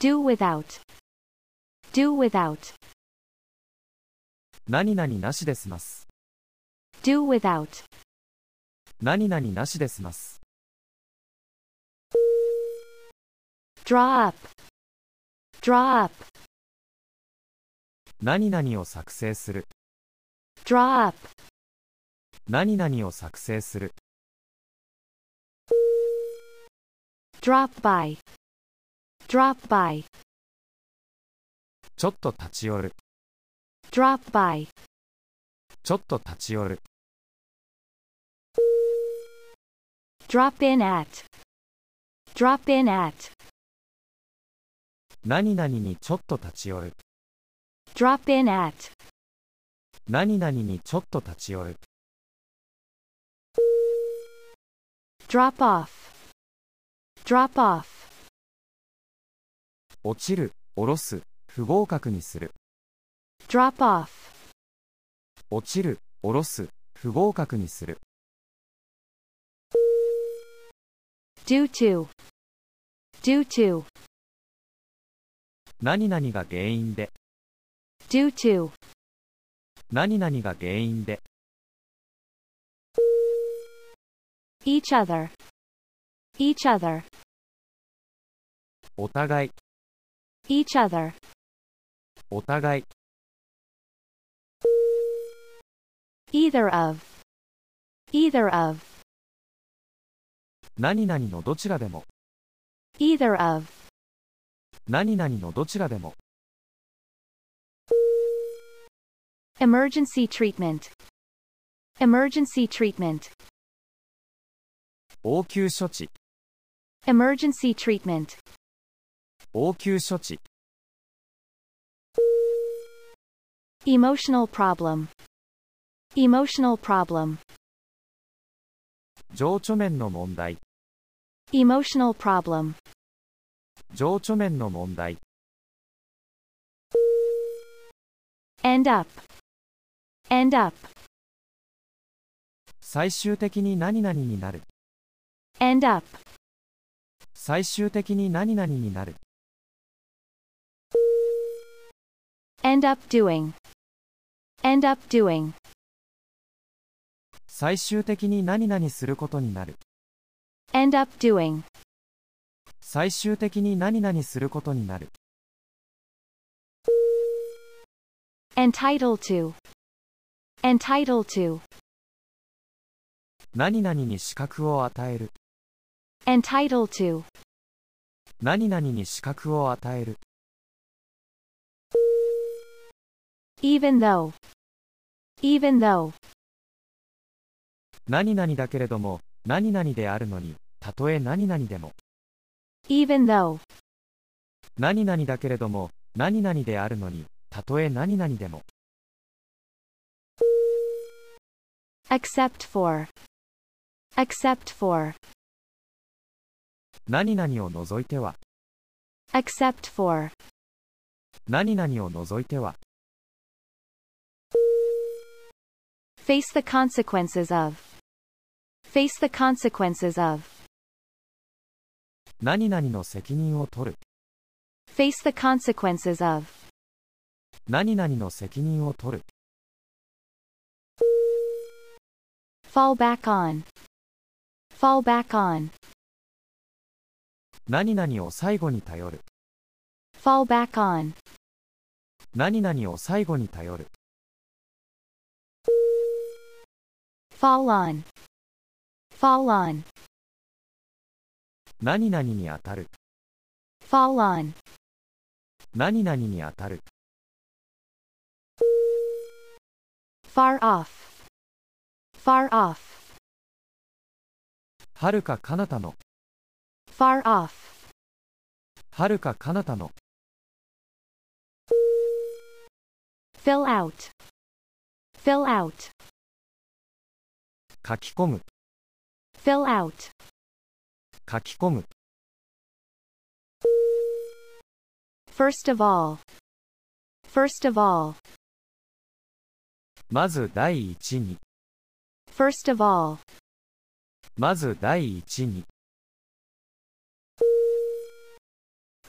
C: do without, do without,
A: 何々なしで済ます、
C: do without,
A: 何々なしで済ます、
C: draw up, draw up,
A: 何々を作成する、
C: draw up,
A: 何々を作成する、
C: drop by, drop by,
A: ちょっと立ち寄る、
C: drop by,
A: ちょっと立ち寄る、
C: drop in at, drop in at,
A: 何々にちょっと立ち寄る、
C: drop in at,
A: 何々にちょっと立ち寄る、
C: drop off, drop off,
A: 落ちる、下ろす、不合格にする、
C: drop off,
A: 落ちる、下ろす、不合格にする、
C: due to, due to,
A: 何々が原因で、
C: due to,
A: 何々が原因で、
C: each other, each other,
A: お互い、
C: each other,
A: お互い、
C: either of, either of,
A: 何々のどちらでも、
C: either of,
A: 何々のどちらでも
C: emergency treatment, emergency treatment,
A: 応急処置
C: emergency treatment,
A: 応急処置
C: emotional problem, emotional problem,
A: 情緒面の問題
C: emotional problem,
A: 情緒面の問題
C: end up, end up,
A: 最終的に何々になる
C: end up,
A: 最終的に何々になる
C: end up doing, end up doing,
A: 最終的に何々することになる
C: end up doing,
A: 最終的に何々することになる
C: entitle to, entitle to,
A: 何々に資格を与える
C: entitle to,
A: 何々に資格を与える
C: even though, even though,
A: 何々だけれども何々であるのにたとえ何々でも
C: even though,
A: 何々だけれども何々であるのにたとえ何々でも
C: except for, except for,
A: 何々を除いては
C: except for,
A: 何々を除いては
C: face the consequences of, face the consequences of,
A: 何々の責任を取る
C: face the consequences of,
A: 何々の責任を取る
C: fall back on, fall back on,
A: 何々を最後に頼る
C: fall back on,
A: 何々を最後に頼る
C: fall on, fall on,
A: 何々に当たる
C: fall on,
A: 何々に当たる
C: far off, far off,
A: はるか彼方の
C: far off,
A: はるか彼方の
C: fill out, fill out,
A: 書き込む
C: fill out,
A: 書き込む
C: first of all, first of all,
A: まず第一に
C: First of all,
A: まず第一に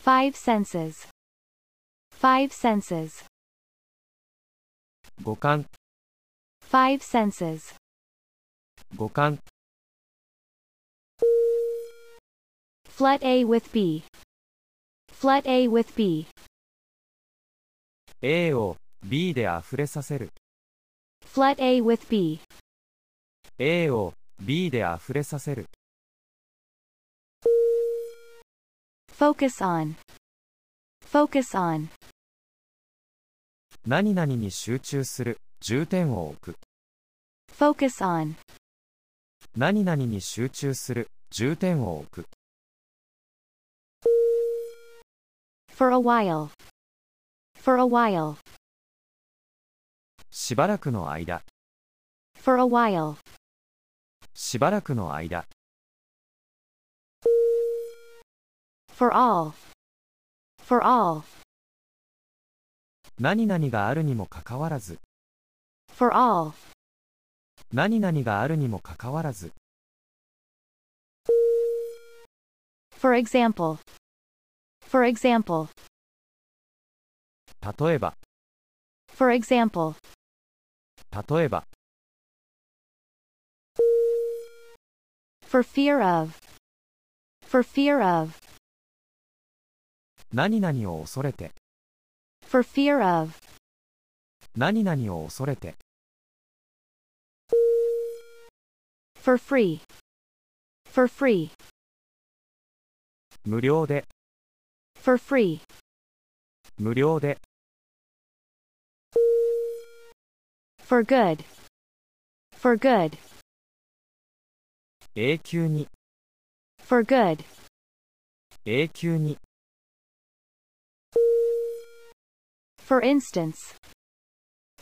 C: five senses. Five senses.
A: 五感
C: Five senses.
A: 五感
C: Flood A with B. Flood A with B.
A: A を B で溢れさせる
C: Flood A with B.
A: A を B で溢れさせる
C: Focus on. Focus on.
A: 何々に集中する重点を置く
C: Focus on.
A: 何々に集中する重点を置く
C: For a while. For a while.
A: しばらくの間
C: For a while.
A: しばらくの間
C: For all. For all.
A: 何々があるにもかかわらず
C: For all.
A: 何々があるにもかかわらず
C: For example. For example.
A: 例えば
C: For example.
A: 例えば
C: For fear of. For fear of.
A: 何々を恐れて
C: For fear of.
A: 何々を恐れて
C: For free. For free.
A: 無料で
C: for free,
A: 無料で
C: for good, for good,
A: 永久に
C: for good,
A: 永久に
C: for instance,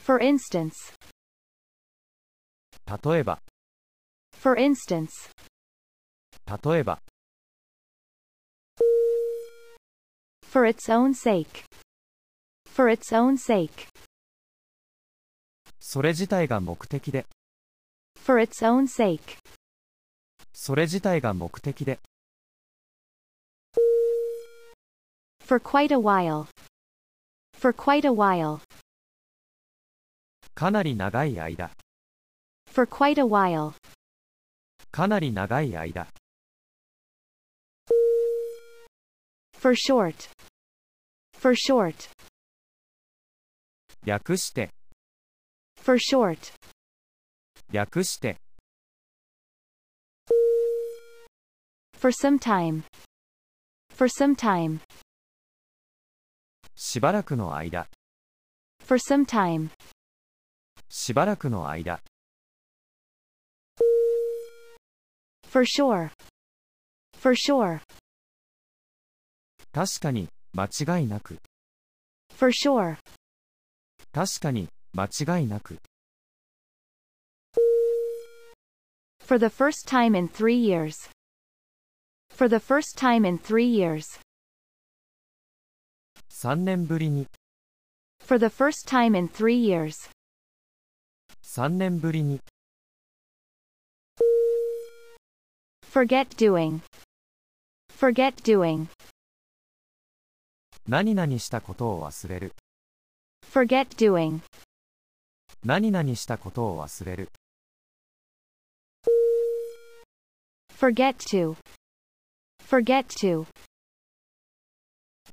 C: for instance,
A: 例えば
C: for instance,
A: 例えば
C: for its own sake, for its own sake,
A: それ自体が目的で
C: for its own sake,
A: それ自体が目的で
C: for quite a while, for quite a while,
A: かなり長い間
C: for quite a while,
A: かなり長い間
C: for short, for short,
A: 略して
C: for short,
A: 略して
C: for some time, for some time,
A: しばらくの間
C: for some time,
A: しばらくの間
C: for sure, for sure,
A: 確かに間違いなく
C: for sure,
A: 確かに間違いなく
C: for the first time in three years, for the first time in three years,
A: 3年ぶりに
C: for the first time in three years,
A: 3年ぶりに
C: forget doing, forget doing,
A: 何々したことを忘れる
C: forget doing,
A: 何々したことを忘れる
C: forget to, forget to,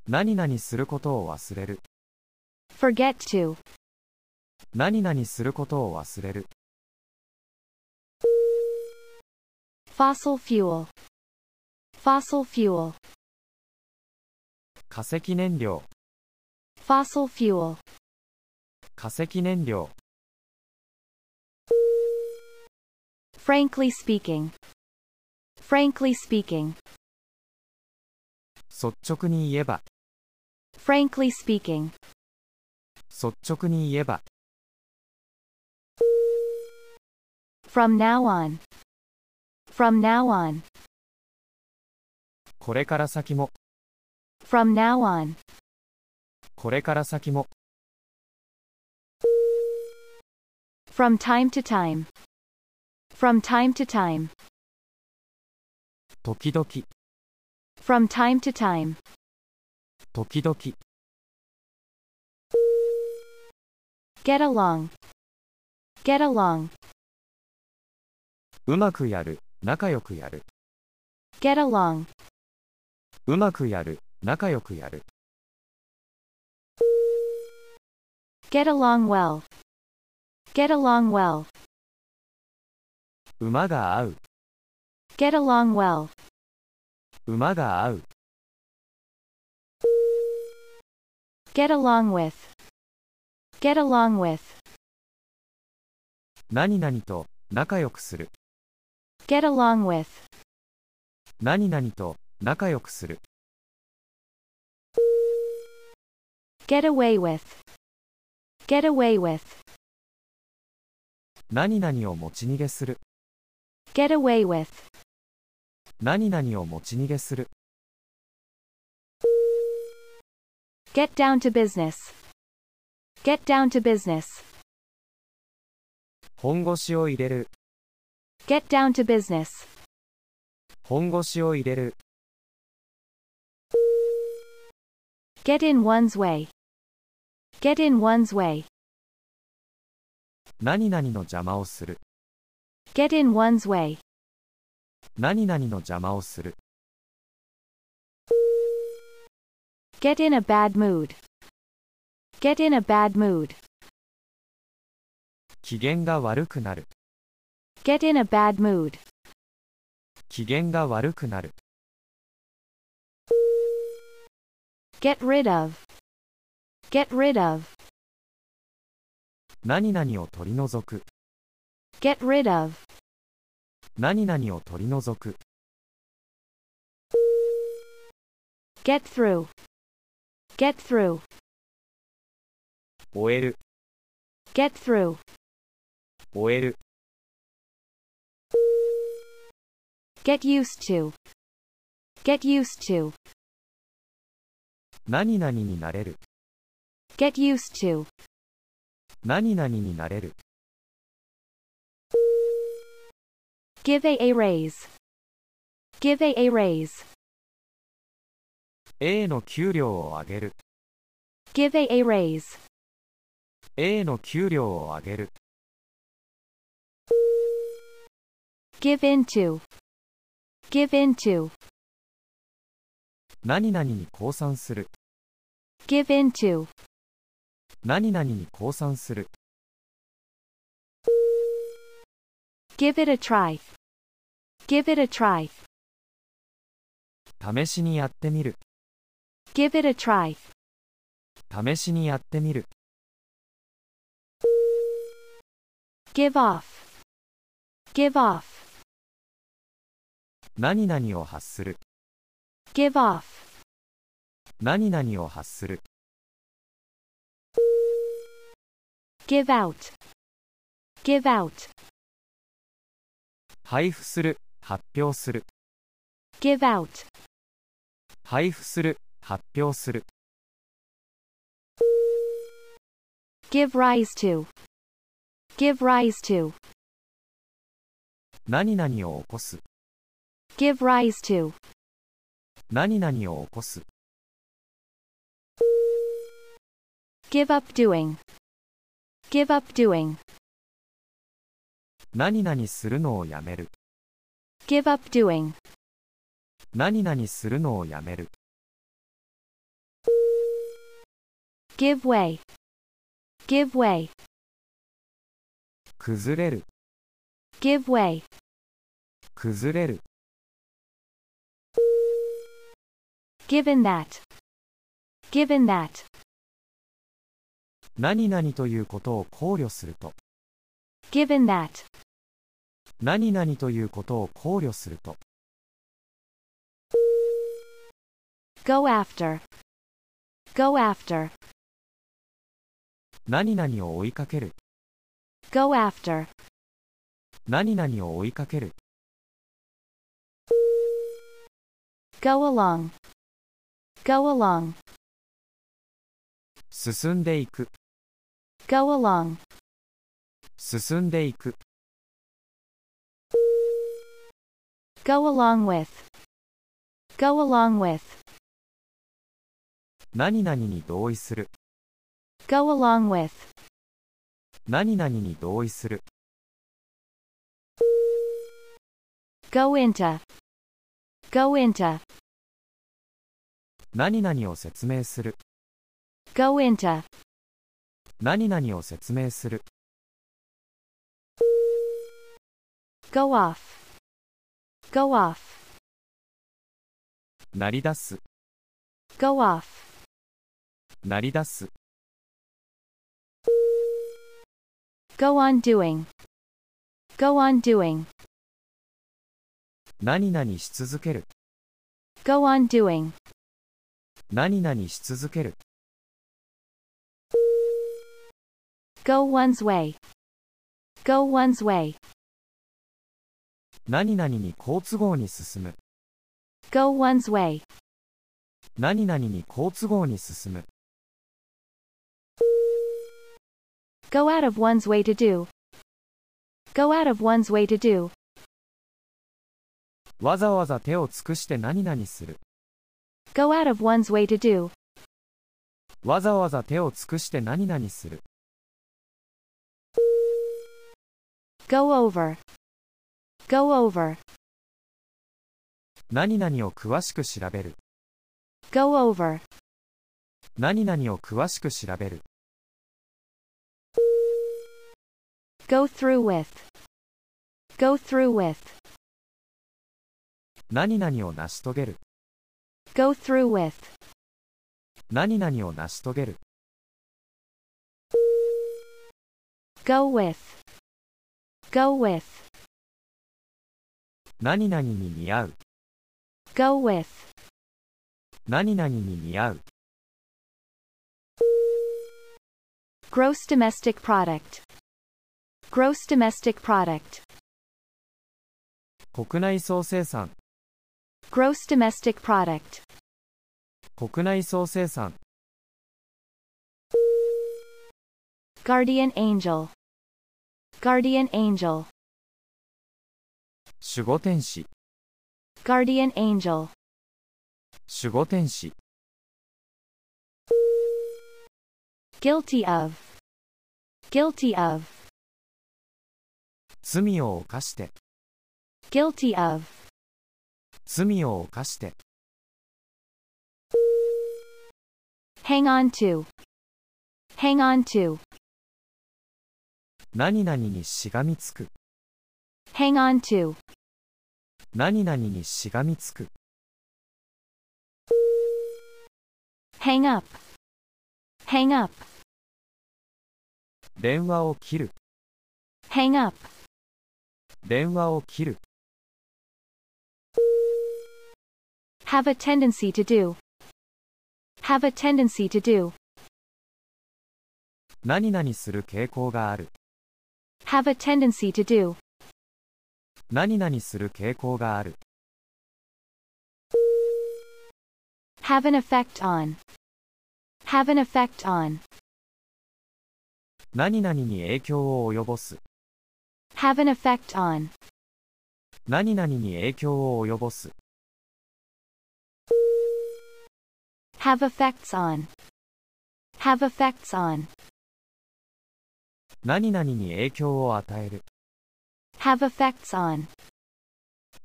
A: 何々することを忘れる
C: forget to,
A: 何々することを忘れる
C: fossil fuel, fossil fuel,
A: 化石燃料
C: fossil fuel,
A: 化石燃料
C: frankly speaking, frankly speaking,
A: 率直に言えば
C: frankly speaking,
A: 率直に言えば
C: from now on, from now on,
A: これから先も
C: from now on,
A: これから先も
C: from time to time, from time to time,
A: 時々
C: from time to time,
A: 時々
C: get along, get along,
A: うまくやる仲良くやる
C: get along,
A: うまくやる仲良くやる
C: get along well, get along well,
A: 馬が合う
C: get along well,
A: 馬が合う
C: get along with, get along with,
A: 何々と仲良くする
C: get along with.
A: 何々と仲良くする
C: Get away with. Get away with.
A: 何々を持ち逃げする
C: Get away with.
A: 何々を持ち逃げする
C: Get down to business. Get down to business.
A: 本腰を入れる
C: Get down to business.
A: 本腰を入れる
C: Get in one's way. Get in one's way.
A: 何々の邪魔をする
C: Get in one's way.
A: 何々の邪魔をする
C: Get in a bad mood. Get in a bad mood.
A: 機嫌が悪くなる
C: Get in a bad mood.
A: 機嫌が悪くなる
C: Get rid of. Get rid of.
A: 何々を取り除く
C: Get rid of.
A: 何々を取り除く
C: Get through. Get through.
A: 終える
C: Get through.
A: 終える
C: Get used to. Get used to.
A: 何々になれる
C: Get used to.
A: 何々になれる
C: Give a, a raise. Give a, a raise.
A: A の給料を上げる
C: Give a, a raise.
A: A の給料を上げる
C: Give into. Give into.
A: 何々に降参する
C: Give into.
A: 何々に降参する
C: Give it a try. Give it a try.
A: 試しにやってみる
C: Give it a try.
A: 試しにやってみる
C: Give off. Give off.
A: 何々を発する
C: Give off.
A: 何々を発する
C: Give out. Give out.
A: 配布する発表する
C: Give out.
A: 配布する発表する
C: Give rise to. Give rise to.
A: 何々を起こす
C: Give rise to.
A: 何々を起こす
C: Give up doing. Give up doing.
A: 何々するのをやめる
C: Give up doing.
A: 何々するのをやめる
C: Give way. Give way.
A: 崩れる
C: Give way.
A: 崩れる
C: Given that. Given that.
A: 何々ということを考慮すると
C: Given that.
A: 何々ということを考慮すると
C: Go after. Go after.
A: 何々を追いかける
C: Go after.
A: 何々を追いかける
C: Go along. Go along.
A: 進んでいく
C: Go along.
A: 進んでいく
C: Go along with. Go along with.
A: 何々に同意する
C: Go along with.
A: 何々に同意する
C: Go into. Go into.
A: 何々を説明する
C: Go into.
A: 何々を説明する
C: Go off. Go off.
A: 成り出す
C: Go off.
A: 成り出す
C: Go on doing. Go on doing.
A: 何々し続ける
C: Go on doing.
A: 何々し続ける
C: Go one's way. Go one's way.
A: 何々に好都合に進む
C: Go one's way.
A: 何々に好都合に進む
C: Go out of one's way to do. Go out of one's way to do.
A: わざわざ手を尽くして何々する
C: Go out of one's way to do.
A: わざわざ手を尽くして何々する
C: Go over. Go over.
A: 何々を詳しく調べる
C: Go over.
A: 何々を詳しく調べる
C: Go through with. Go through with.
A: 何々を成し遂げる
C: Go through with.
A: 何々を成し遂げる
C: Go with. Go with.
A: 何々に似合う
C: Go with.
A: 何々に似合う
C: Gross domestic product. Gross domestic product.
A: 国内総生産
C: Gross domestic product.
A: 国内総生産
C: Guardian angel. Guardian angel.
A: 守護天使
C: Guardian angel.
A: 守護天使
C: Guilty of. Guilty of.
A: 罪を犯して
C: Guilty of.
A: 罪を犯して
C: Hang on to. Hang on to.
A: 何々にしがみつく
C: Hang on to.
A: 何々にしがみつく
C: Hang up. Hang up.
A: 電話を切る
C: Hang up.
A: 電話を切る
C: Have a tendency to do. Have a tendency to do.
A: 何々する傾向がある
C: Have a tendency to do.
A: 何々する傾向がある
C: Have an effect on. Have an effect on.
A: 何々に影響を及ぼす
C: Have an effect on.
A: 何々に影響を及ぼす
C: Have effects on. Have effects on.
A: 何々に影響を与える
C: Have effects on.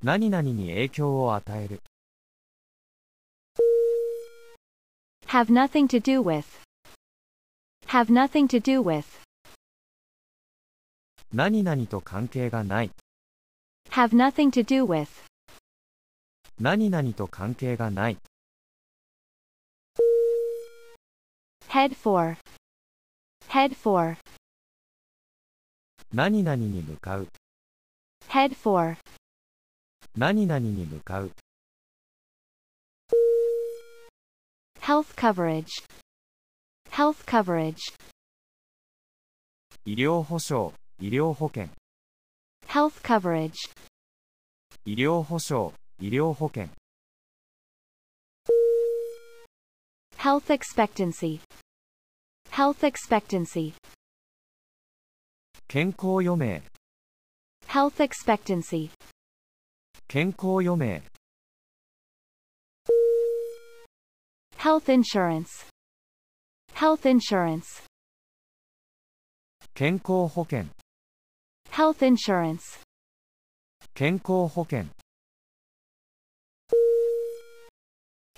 A: 何々に影響を与える
C: Have nothing to do with. Have nothing to do with.
A: 何々と関係がない
C: Have nothing to do with.
A: 何々と関係がない
C: Head for. Head for.
A: 何々に向かう
C: Head for.
A: 何々に向かう
C: Health coverage. Health coverage.
A: 医療保障医療保険
C: Health coverage.
A: 医療保障医療保険
C: Health expectancy. Health expectancy.
A: 健康余命
C: Health expectancy.
A: 健康余命
C: Health insurance. Health insurance.
A: 健康保険
C: Health insurance.
A: 健康保険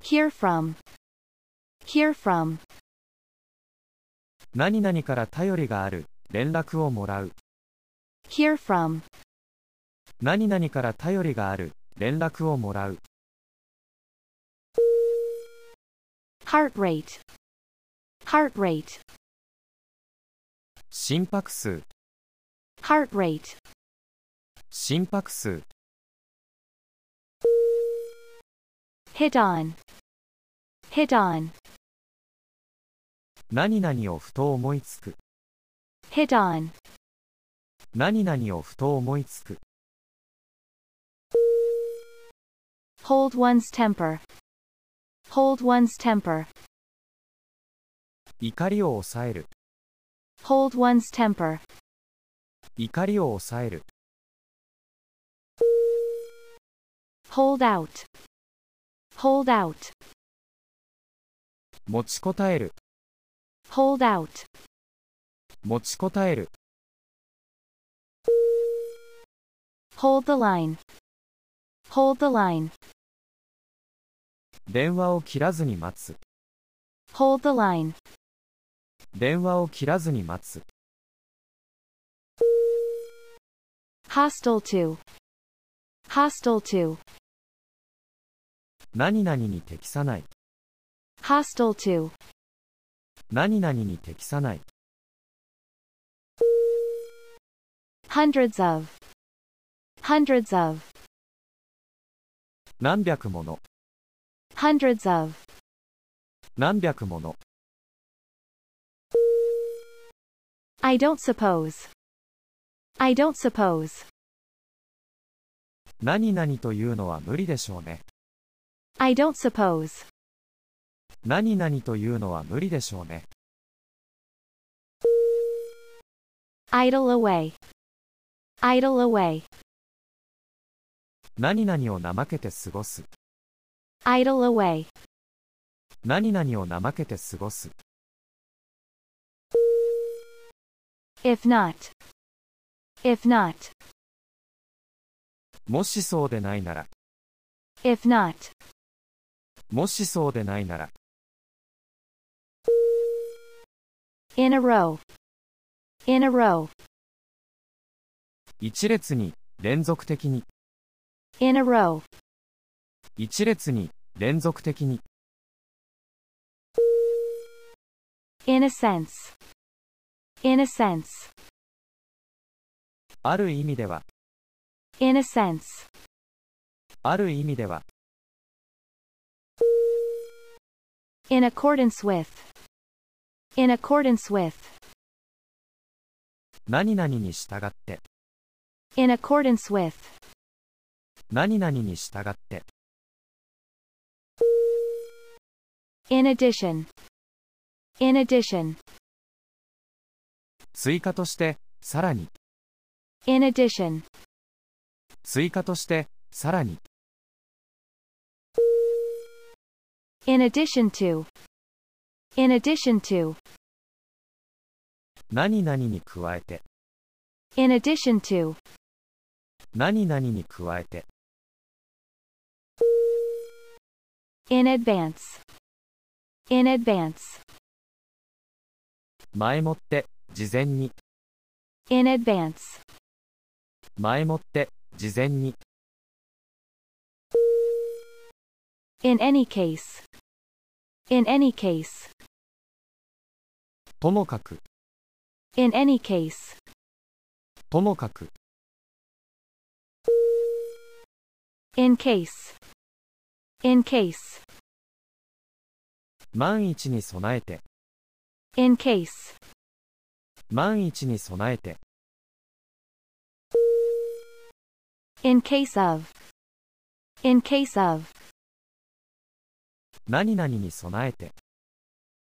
C: Hear from. Hear from.
A: 何々から頼りがある連絡をもらう
C: Hear from.
A: 何々から頼りがある連絡をもらう
C: Heart rate. Heart rate.
A: 心拍数
C: Heart rate.
A: 心拍数
C: Hit on. Hit on.
A: 何々をふと思いつく
C: Hit on.
A: 何々をふと思いつく
C: Hold one's temper. Hold one's temper.
A: 怒りを抑える
C: Hold one's temper.
A: 怒りを抑える
C: Hold out. Hold out.
A: 持ちこたえる
C: Hold out.
A: 持ちこたえる
C: Hold the line. Hold the line.
A: 電話を切らずに待つ
C: Hold the line.
A: 電話を切らずに待つ
C: Hostile to. Hostile to.
A: 何々に適さない
C: Hostile to.
A: 何々に適さない
C: Hundreds of. Hundreds of.
A: 何百もの
C: Hundreds of.
A: 何百もの
C: I don't suppose. I don't suppose.
A: 何々というのは無理でしょうね
C: I don't suppose.
A: 何々というのは無理でしょうね
C: Idle away. Idle away.
A: 何々を怠けて過ごす
C: Idle away.
A: 何々を怠けて過ごす
C: If not. If not.
A: もしそうでないなら
C: If not.
A: もしそうでないなら
C: In a row. In a row.
A: 一列に連続的に
C: In a row.
A: 一列に連続的に
C: In a sense. In a sense.
A: ある意味では
C: In a sense.
A: ある意味では
C: In accordance with. In accordance with.
A: 何々に従って
C: In accordance with.
A: 何々に従って
C: In addition. In addition.
A: 追加としてさらに
C: In addition.
A: 追加としてさらに
C: In addition to. In addition to.
A: 何々に加えて
C: In addition to.
A: 何々に加えて
C: In advance. In advance.
A: 前もって事前に
C: In advance.
A: 前もって事前に
C: In any case. In any case.
A: ともかく
C: In any case.
A: ともかく
C: In case. In case.
A: 万一に備えて
C: In case.
A: 万一に備えて
C: In case of. In case of.
A: 何々に備えて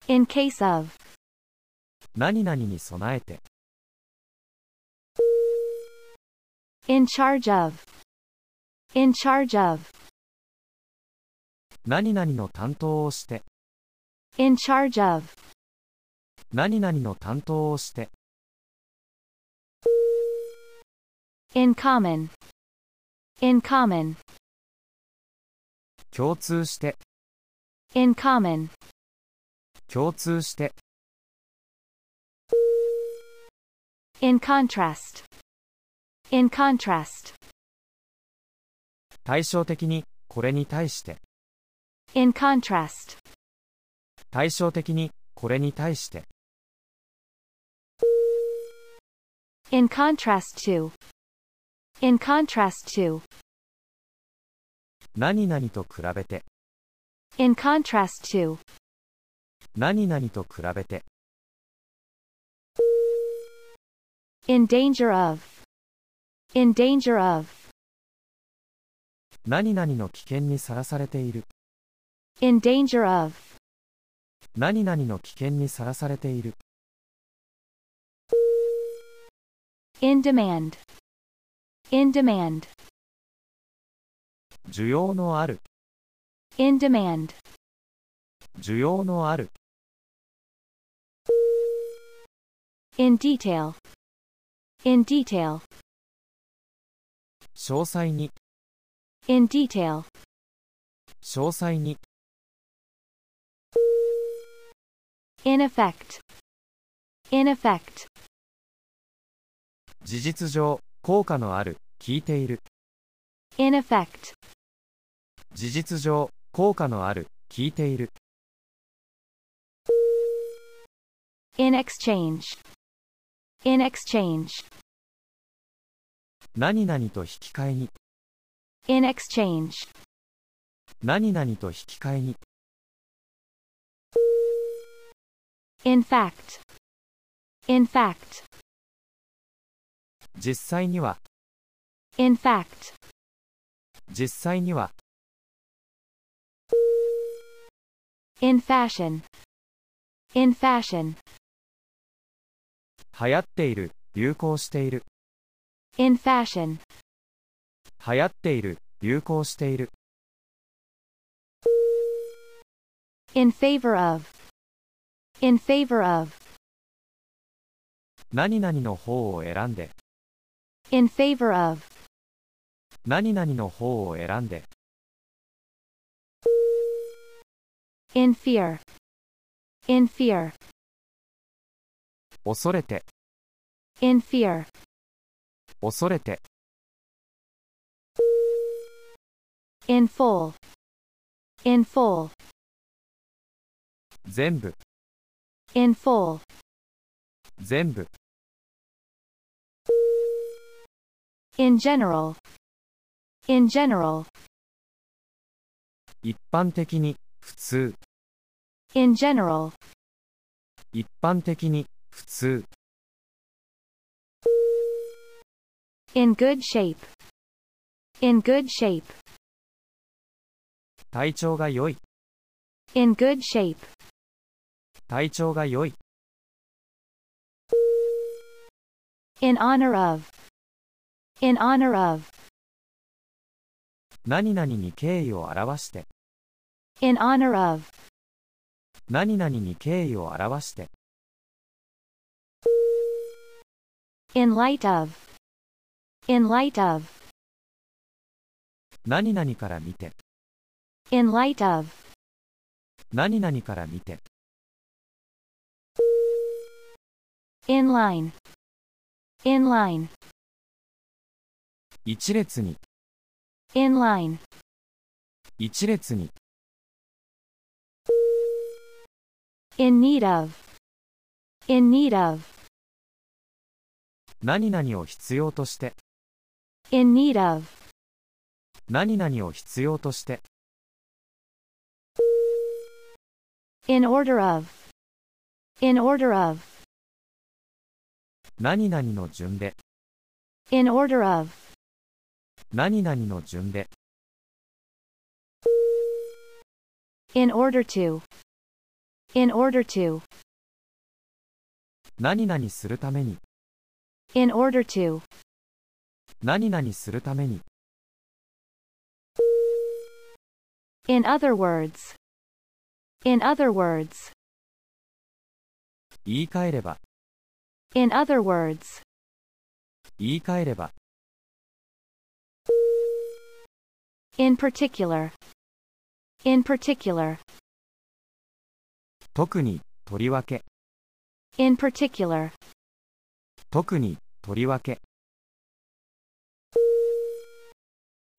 C: In case of.
A: 何々に備えて
C: In charge of. In charge of.
A: 何々の担当をして
C: In charge of.
A: 何々の担当をして
C: In common. In common.
A: 共通して
C: In common.
A: 共通して
C: In contrast. In contrast.
A: 対照的にこれに対して
C: In contrast.
A: 対照的にこれに対して
C: In contrast to. In contrast to.
A: 何々と比べて
C: In contrast to.
A: 何々と比べて
C: In danger of. In danger of.
A: 何々の危険にさらされている
C: In danger of.
A: 何々の危険にさらされている
C: In demand. In demand.
A: 需要のある
C: In demand.
A: 需要のある
C: In detail. In detail.
A: 詳細に
C: In detail.
A: 詳細に
C: In effect. In effect.
A: 事実上効果のある聞いている
C: In effect.
A: 事実上効果のある聞いている
C: In exchange. In exchange.
A: 何々と引き換えに
C: In exchange.
A: 何々と引き換えに
C: In fact. In fact.
A: 実際には
C: In fact.
A: 実際には
C: In fashion. In fashion.
A: 流行っている流行している
C: In fashion.
A: 流行っている流行している
C: In favor of. In favor of.
A: 何々の方を選んで
C: In favor of.
A: 何々の方を選んで
C: In fear. In fear.
A: 恐れて
C: In fear.
A: 恐れて
C: In full. In full.
A: 全部
C: In full.
A: 全部
C: In general. In general.
A: 一般的に普通
C: In general.
A: 一般的に普通
C: In good shape. In good shape.
A: 体調が良い
C: In good shape.
A: 体調が良い
C: In honor of. In honor of.
A: 何々に敬意を表して
C: In honor of.
A: 何々に敬意を表して
C: In light of. In light of.
A: 何々から見て
C: In light of.
A: 何々から見て
C: In line. In line.
A: 一列に
C: In line.
A: 一列に
C: In need of. In need of.
A: 何々を必要として
C: In need of.
A: 何々を必要として
C: In order of. In order of.
A: 何々の順で
C: In order of.
A: 何々の順で
C: In order to. In order to.
A: 何々するために
C: In order to.
A: 何々するために
C: In other words. In other words.
A: 言い換えれば
C: In other words.
A: 言い換えれば
C: In particular. In particular.
A: 特にとりわけ
C: In particular.
A: 特にとりわけ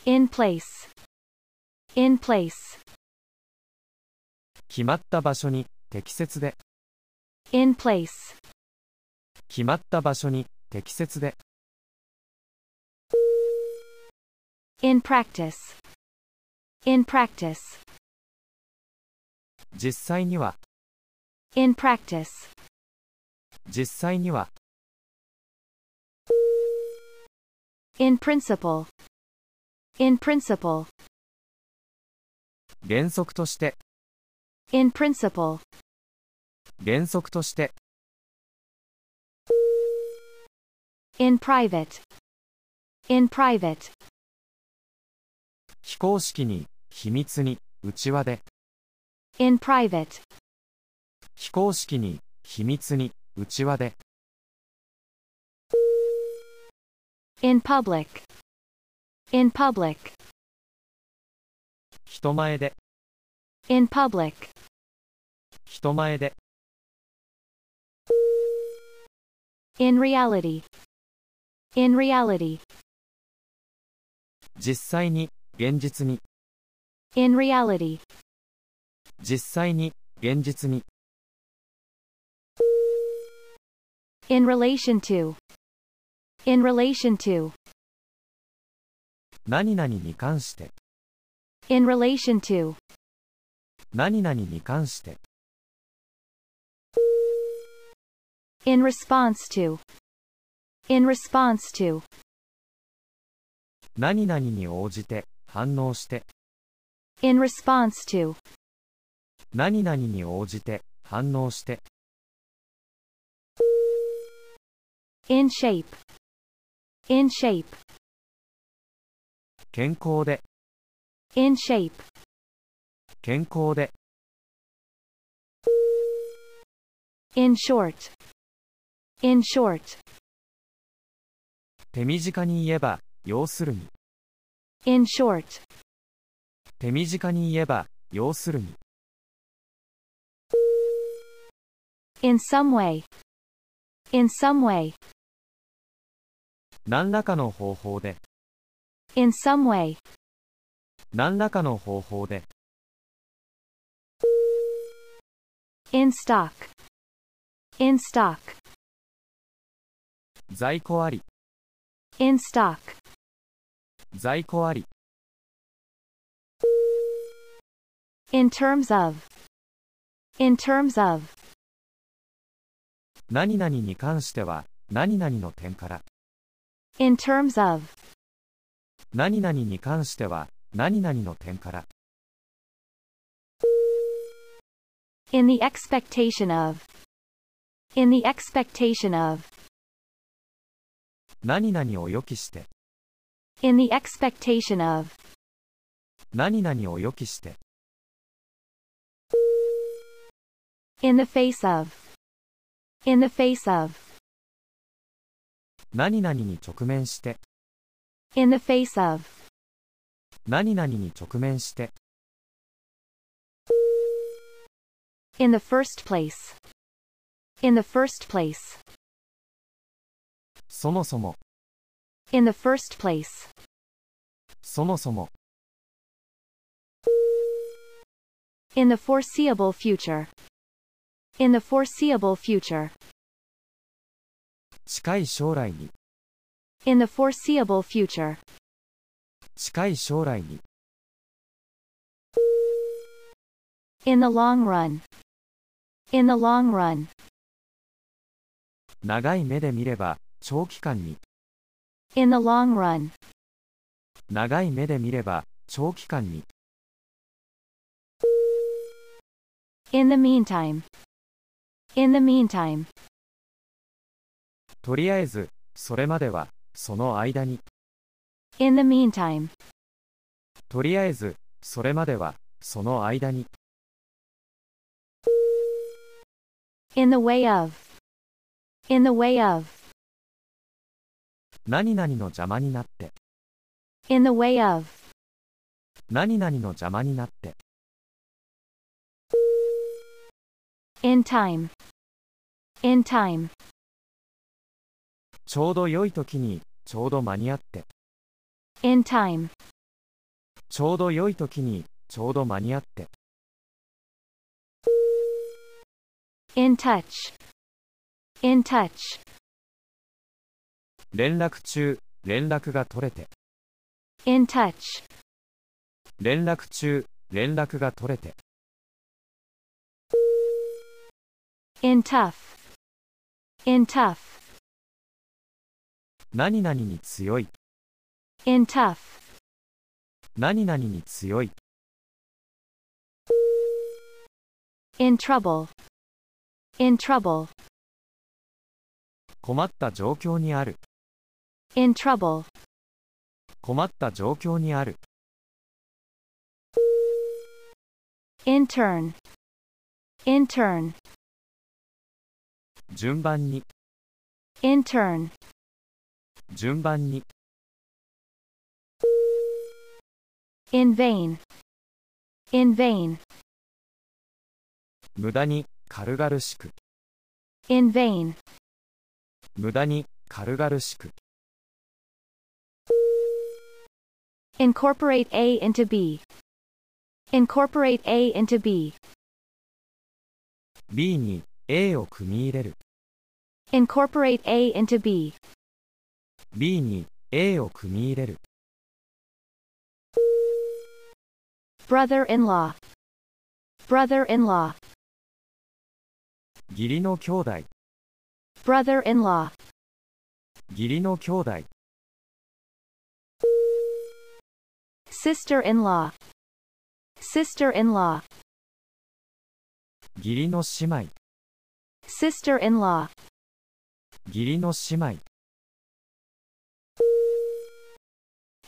C: In place. In place.
A: 決まった場所に適切で
C: In place.
A: 決まった場所に適切で
C: In practice. In practice.
A: 実際には
C: In practice.
A: 実際には
C: In principle. In principle.
A: 原則として
C: In principle.
A: 原則として
C: In private. In private.
A: 非公式に秘密に内輪で
C: In private.
A: 非公式に秘密に内輪で
C: In public. In public.
A: 人前で
C: In public.
A: 人前で
C: In reality. In reality.
A: 実際に現実に
C: In reality.
A: 実際に現実に
C: In relation to. In relation to.
A: 何々に関して
C: In relation to.
A: 何々に関して
C: In response to. In response to.
A: 何々に応じて反応して
C: In response to.
A: 何々に応じて反応して
C: In shape. In shape.
A: 健康で
C: In shape.
A: 健康で
C: In short. In short.
A: 手短に言えば要するに
C: In short.
A: 手短に言えば要するに
C: In some way. In some way.
A: 何らかの方法で
C: In some way.
A: 何らかの方法で
C: In stock. In stock.
A: 在庫あり
C: In stock.
A: 在庫あり
C: In terms of. In terms of.
A: 何々に関しては何々の点から
C: In terms of.
A: 何々に関しては何々の点から
C: In the expectation of. In the expectation of.
A: 何々を予期して
C: In the expectation of.
A: 何々を予期して
C: In the face of. In the face of.
A: 何々に直面して
C: In the face of.
A: 何々に直面して
C: In the first place. In the first place.
A: そもそも
C: In the first place.
A: そもそも
C: In the foreseeable future. In the foreseeable future.
A: 近い将来に
C: In the foreseeable future.
A: 近い将来に
C: In the long run. In the long run.
A: 長い目で見れば長期間に
C: In the long run.
A: 長い目で見れば長期間に
C: In the meantime. In the meantime.
A: とりあえずそれまではその間に
C: In the meantime.
A: とりあえずそれまではその間に
C: In the way of. In the way of.
A: 何々の邪魔になって
C: In the way of.
A: 何々の邪魔になって
C: In time. In time.
A: ちょうど良い時にちょうど間に合って
C: In time.
A: ちょうど良い時にちょうど間に合って
C: In touch. In touch.
A: 連絡中連絡が取れて
C: In touch.
A: 連絡中連絡が取れて
C: In tough. In tough.
A: 何々に強い
C: In tough.
A: 何々に強い
C: In trouble. In trouble.
A: 困った状況にある
C: In trouble.
A: 困った状況にある
C: In turn. In turn.
A: 順番に
C: In turn.
A: 順番に
C: In vain. In vain.
A: 無駄に軽々しく
C: In vain.
A: 無駄に軽々しく
C: Incorporate A into B. Incorporate A into B.
A: B に A を組み入れる
C: Incorporate A into B.
A: B に A を組み入れる
C: Brother-in-law. Brother-in-law.
A: 義理の兄弟
C: Brother-in-law.
A: 義理の兄弟
C: Sister-in-law. Sister-in-law.
A: 義理の姉妹
C: Sister-in-law.
A: 義理の姉妹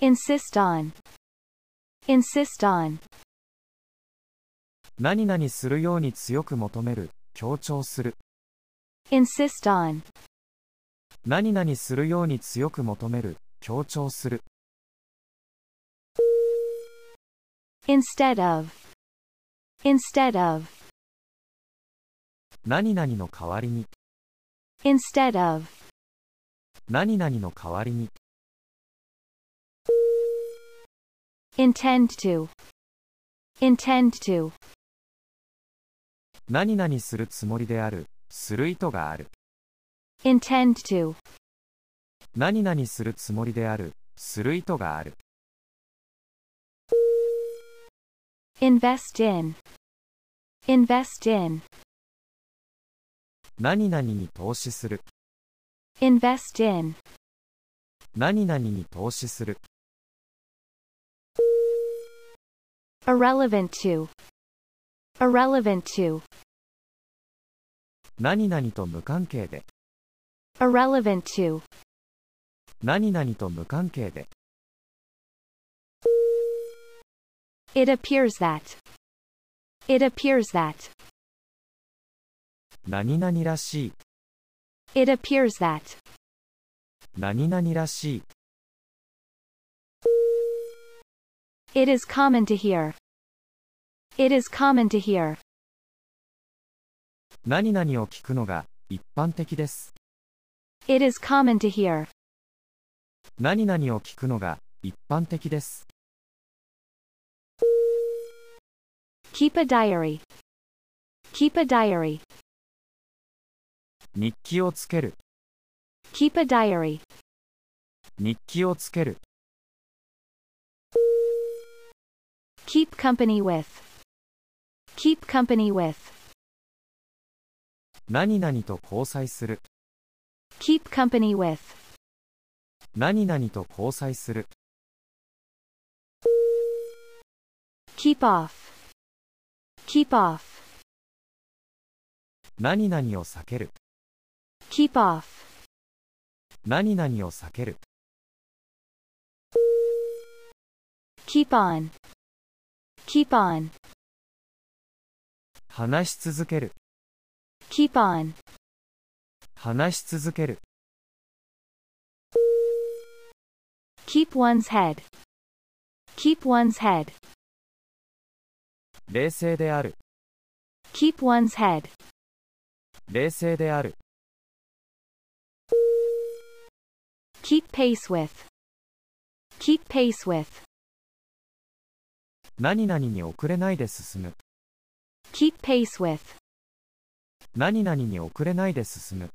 C: Insist on. Insist on.
A: 何々するように強く求める強調する
C: Insist on.
A: 何々するように強く求める強調する
C: Instead of. Instead of.
A: 何々の代わりに
C: Instead of.
A: 何々の代わりに
C: Intend to. Intend to.
A: 何々するつもりであるする意図がある
C: Intend to.
A: 何々するつもりであるする意図がある
C: Invest in. Invest in.
A: 何々に投資する
C: Invest in.
A: 何々に投資する
C: Irrelevant to. Irrelevant to.
A: 何々と無関係で
C: Irrelevant to.
A: 何々と無関係で
C: It appears that. It appears that.
A: 何々らしい
C: It appears that.
A: 何々らしい
C: It is common to hear. It is common to hear.
A: 何々を聞くのが一般的です
C: It is common to hear.
A: 何々を聞くのが一般的です。
C: Keep a diary. Keep a diary.
A: 日記をつける、
C: Keep a diary.
A: 日記をつける、
C: Keep company with. Keep company with.
A: 何々と交際する、
C: Keep company with.
A: 何々と交際する、
C: Keep off. Keep off.
A: 何々を避ける、
C: Keep off.
A: 何々を避ける、
C: Keep on. Keep on.
A: 話し続ける、
C: Keep on.
A: 話し続ける、
C: Keep one's head. Keep one's head.
A: 冷静である、
C: Keep one's head.
A: 冷静である、
C: Keep pace with. Keep pace with.
A: 何々に遅れないで進む、
C: Keep pace with.
A: 何々に遅れないで進む、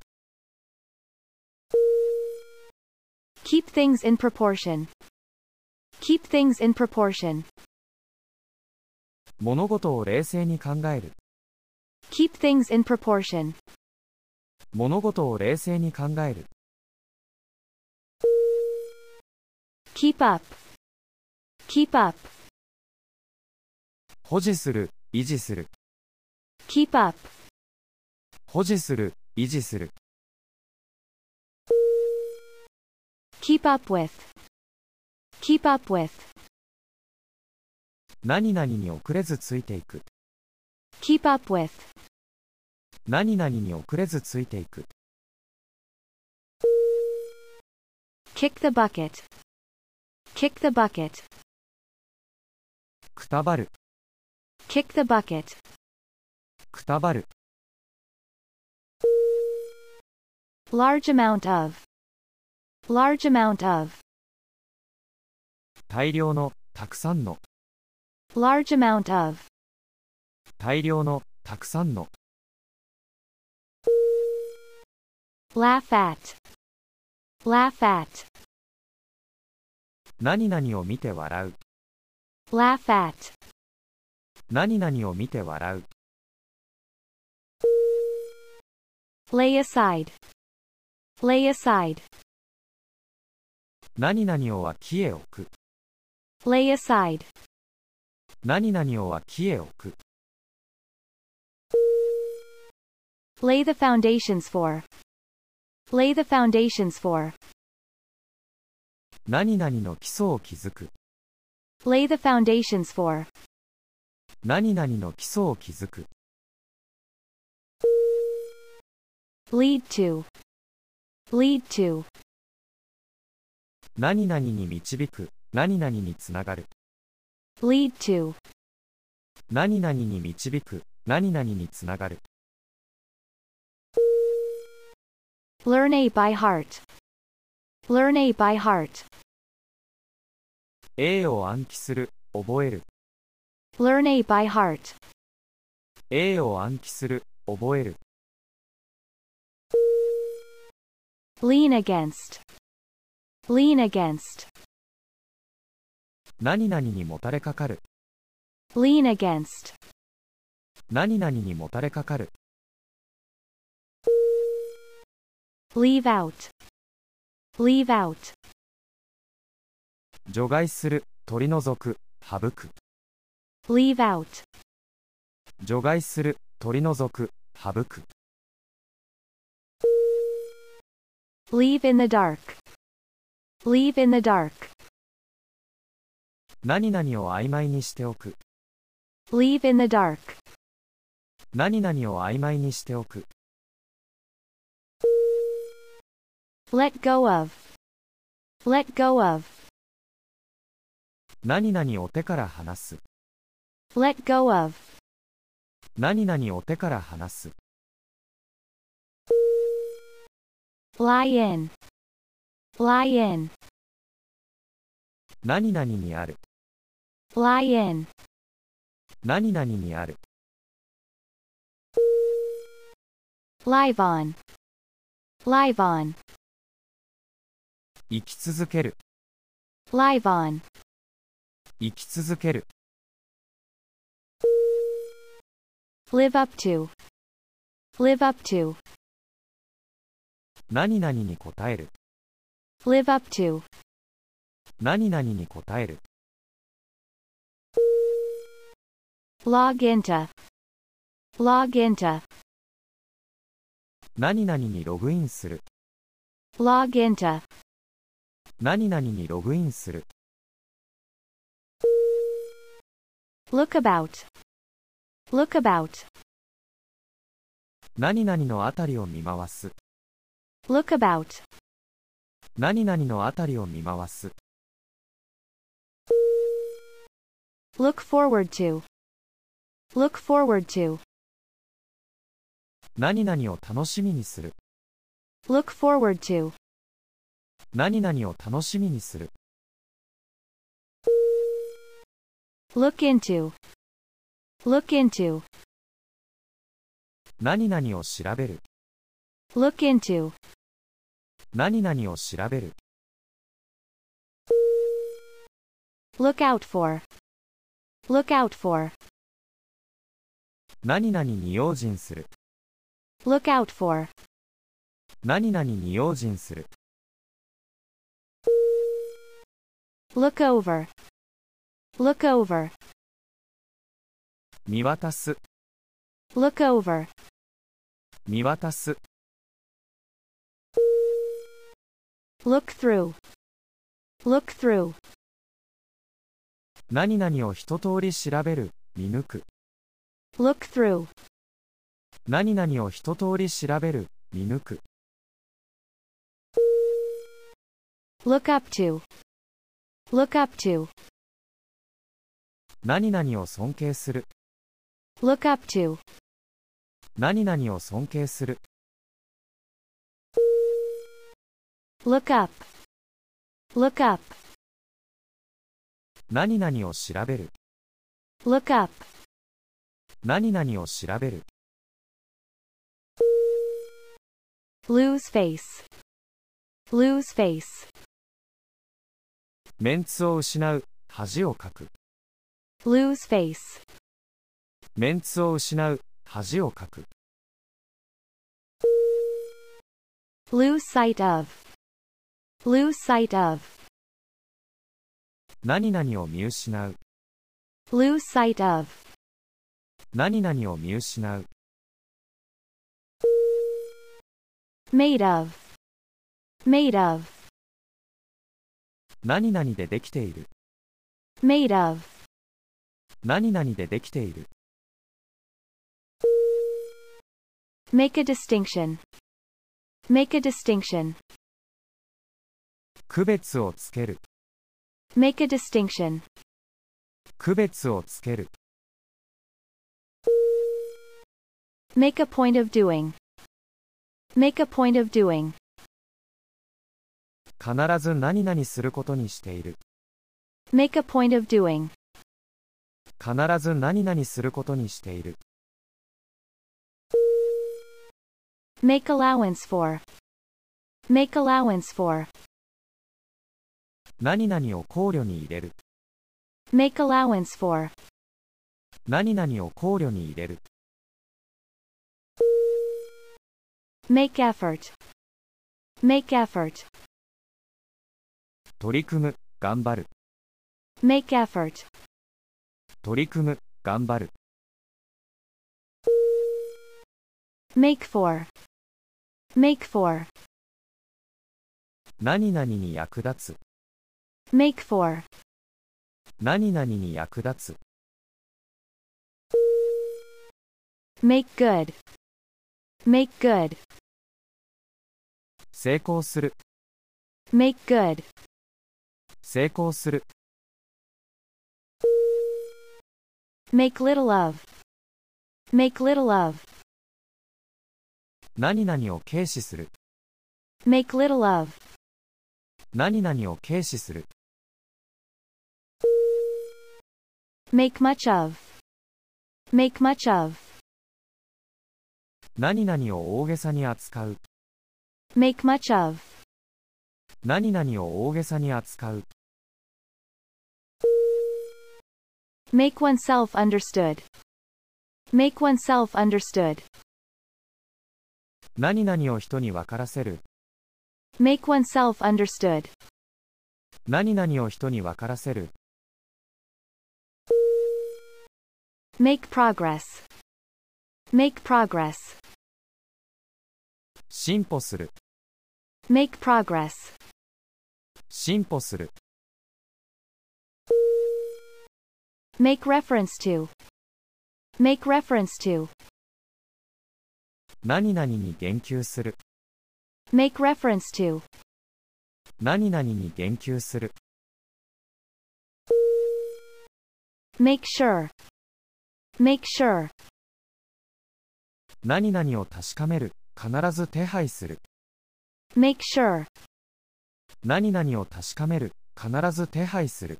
C: Keep things in proportion. Keep things in proportion.
A: 物事を冷静に考える、
C: Keep things in proportion.
A: 物事を冷静に考える、
C: Keep up. Keep up.
A: 保持する、維持する、
C: Keep up.
A: 保持する、維持する、
C: Keep up with. Keep up with.
A: 何々に遅れずついていく。
C: Keep up with.
A: 何々に遅れずついていく
C: Kick the bucket. Kick the bucket.
A: くたばる
C: Kick the bucket.
A: くたばる
C: Large amount of. Large amount of.
A: 大量のたくさんの
C: Large amount of.
A: 大量のたくさんの
C: laugh at, laugh at,
A: 何々を見て笑う
C: laugh at,
A: 何々を見て笑う
C: lay aside, lay aside,
A: 何々を脇へ置く
C: lay aside,
A: 何々を脇へ置く
C: lay the foundations for, lay the foundations for,
A: 何々の基礎を築く
C: lay the foundations for,
A: 何々の基礎を築く
C: lead to, lead to,
A: 何々に導く何々につながる
C: lead to,
A: 何々に導く何々につながる
C: learn a by heart, learn a by heart,
A: 英を暗記する覚える
C: learn a by heart,
A: 英を暗記する覚える
C: lean against, lean against,
A: 何々にもたれかかる
C: lean against,
A: 何々にもたれかかる
C: leave out, leave out,
A: 除外する取り除く省く
C: leave out,
A: 除外する取り除く省く
C: leave in the dark, leave in the dark,
A: 何々を曖昧にしておく
C: leave in the dark,
A: 何々を曖昧にしておく
C: let go of, let go of,
A: 何々を手から離す
C: let go of,
A: 何々を手から離す
C: lie in, lie in,
A: 何々にある
C: lie in,
A: 何々にある
C: live on, live on,
A: 生き続ける
C: live on,
A: 生き続ける
C: live up to, live up to,
A: 何々に応える
C: live up to,
A: 何々に応える
C: log into, log into,
A: 何々にログインする
C: log into,
A: 何々にログインする
C: look about, look about,
A: 何々のあたりを見回す
C: look about,
A: 何々のあたりを見回す
C: look forward to, look forward to,
A: 何々を楽しみにする
C: look forward to,
A: 何々を楽しみにする
C: look into, look into,
A: 何々を調べる
C: look into,
A: 何々を調べる
C: look out for, look out for,
A: 何々に用心する
C: look out for,
A: 何々に用心する
C: look over, look over,
A: 見渡す
C: look over,
A: 見渡す
C: look through, look through,
A: 何々を一通り調べる見抜く
C: look through,
A: 何々を一通り調べる見抜く
C: look up to, look up to,
A: 何々を尊敬する
C: look up to,
A: 何々を尊敬する
C: look up, look up,
A: 何々を調べる
C: look up,
A: 何々を調べる
C: Lose face. Lose face.
A: メンツを失う恥をかく
C: Lose face.
A: メンツを失う恥をかく
C: Lose sight of. Lose sight of.
A: 何々を見失う
C: Lose sight of.
A: 何々を見失う
C: Made of. Made of.
A: 何々でできている
C: Made of.
A: 何々でできている
C: Make a distinction. Make a distinction.
A: 区別をつける
C: Make a distinction.
A: 区別をつける
C: Make a point of doing. Make a point of doing.
A: 必ず何々することにしている
C: Make a point of doing.
A: 必ず何々することにしている
C: Make allowance for. Make allowance for.
A: 何々を考慮に入れる
C: Make allowance for.
A: 何々を考慮に入れる
C: Make effort. Make effort.
A: 取り組む頑張る
C: Make effort.
A: 取り組む頑張る
C: Make for. Make for.
A: 何々に役立つ
C: Make for.
A: 何々に役立つ
C: Make good. Make good.
A: 成功する
C: Make good.
A: 成功する
C: Make little of. Make little of.
A: 何々を軽視する
C: Make little of.
A: 何々を軽視する
C: Make much of. Make much of.
A: 何々を大げさに扱う
C: Make much of.
A: 何々を大げさに扱う
C: Make oneself understood. Make oneself understood.
A: 何々を人に分からせる
C: Make oneself understood.
A: 何々を人に分からせる
C: Make progress. Make progress.
A: 進歩する
C: Make progress.
A: 進歩する
C: Make reference to. Make reference to.
A: 何々に言及する
C: Make reference to.
A: 何々に言及する
C: Make sure. Make sure.
A: 何々を確かめる必ず手配する
C: Make sure.
A: 何々を確かめる必ず手配する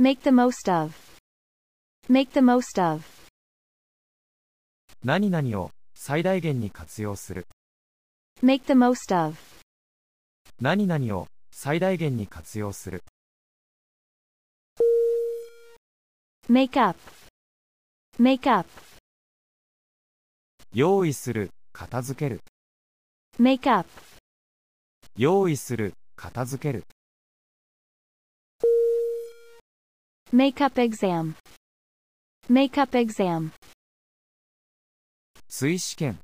C: Make the most of. Make the most of.
A: 何々を最大限に活用する
C: Make the most of.
A: 何々を最大限に活用する
C: Make up. Make up.
A: 用意する片付ける
C: Make up.
A: 用意する片付ける
C: Make up exam. Make up exam.
A: 追試験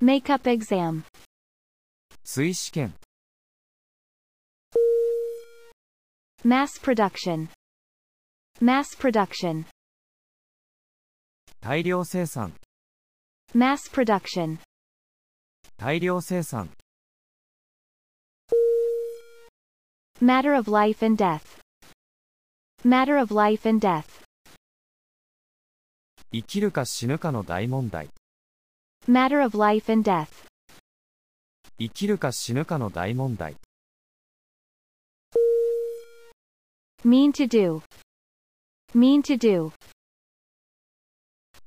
C: Make up exam.
A: 追試験
C: Mass production. Mass production.
A: 大量生産
C: Mass production.
A: 大量生産
C: Matter of life and death. Matter of life and death.
A: 生きるか死ぬかの大問題
C: Matter of life and death.
A: 生きるか死ぬかの大問題
C: Mean to do. Mean to do.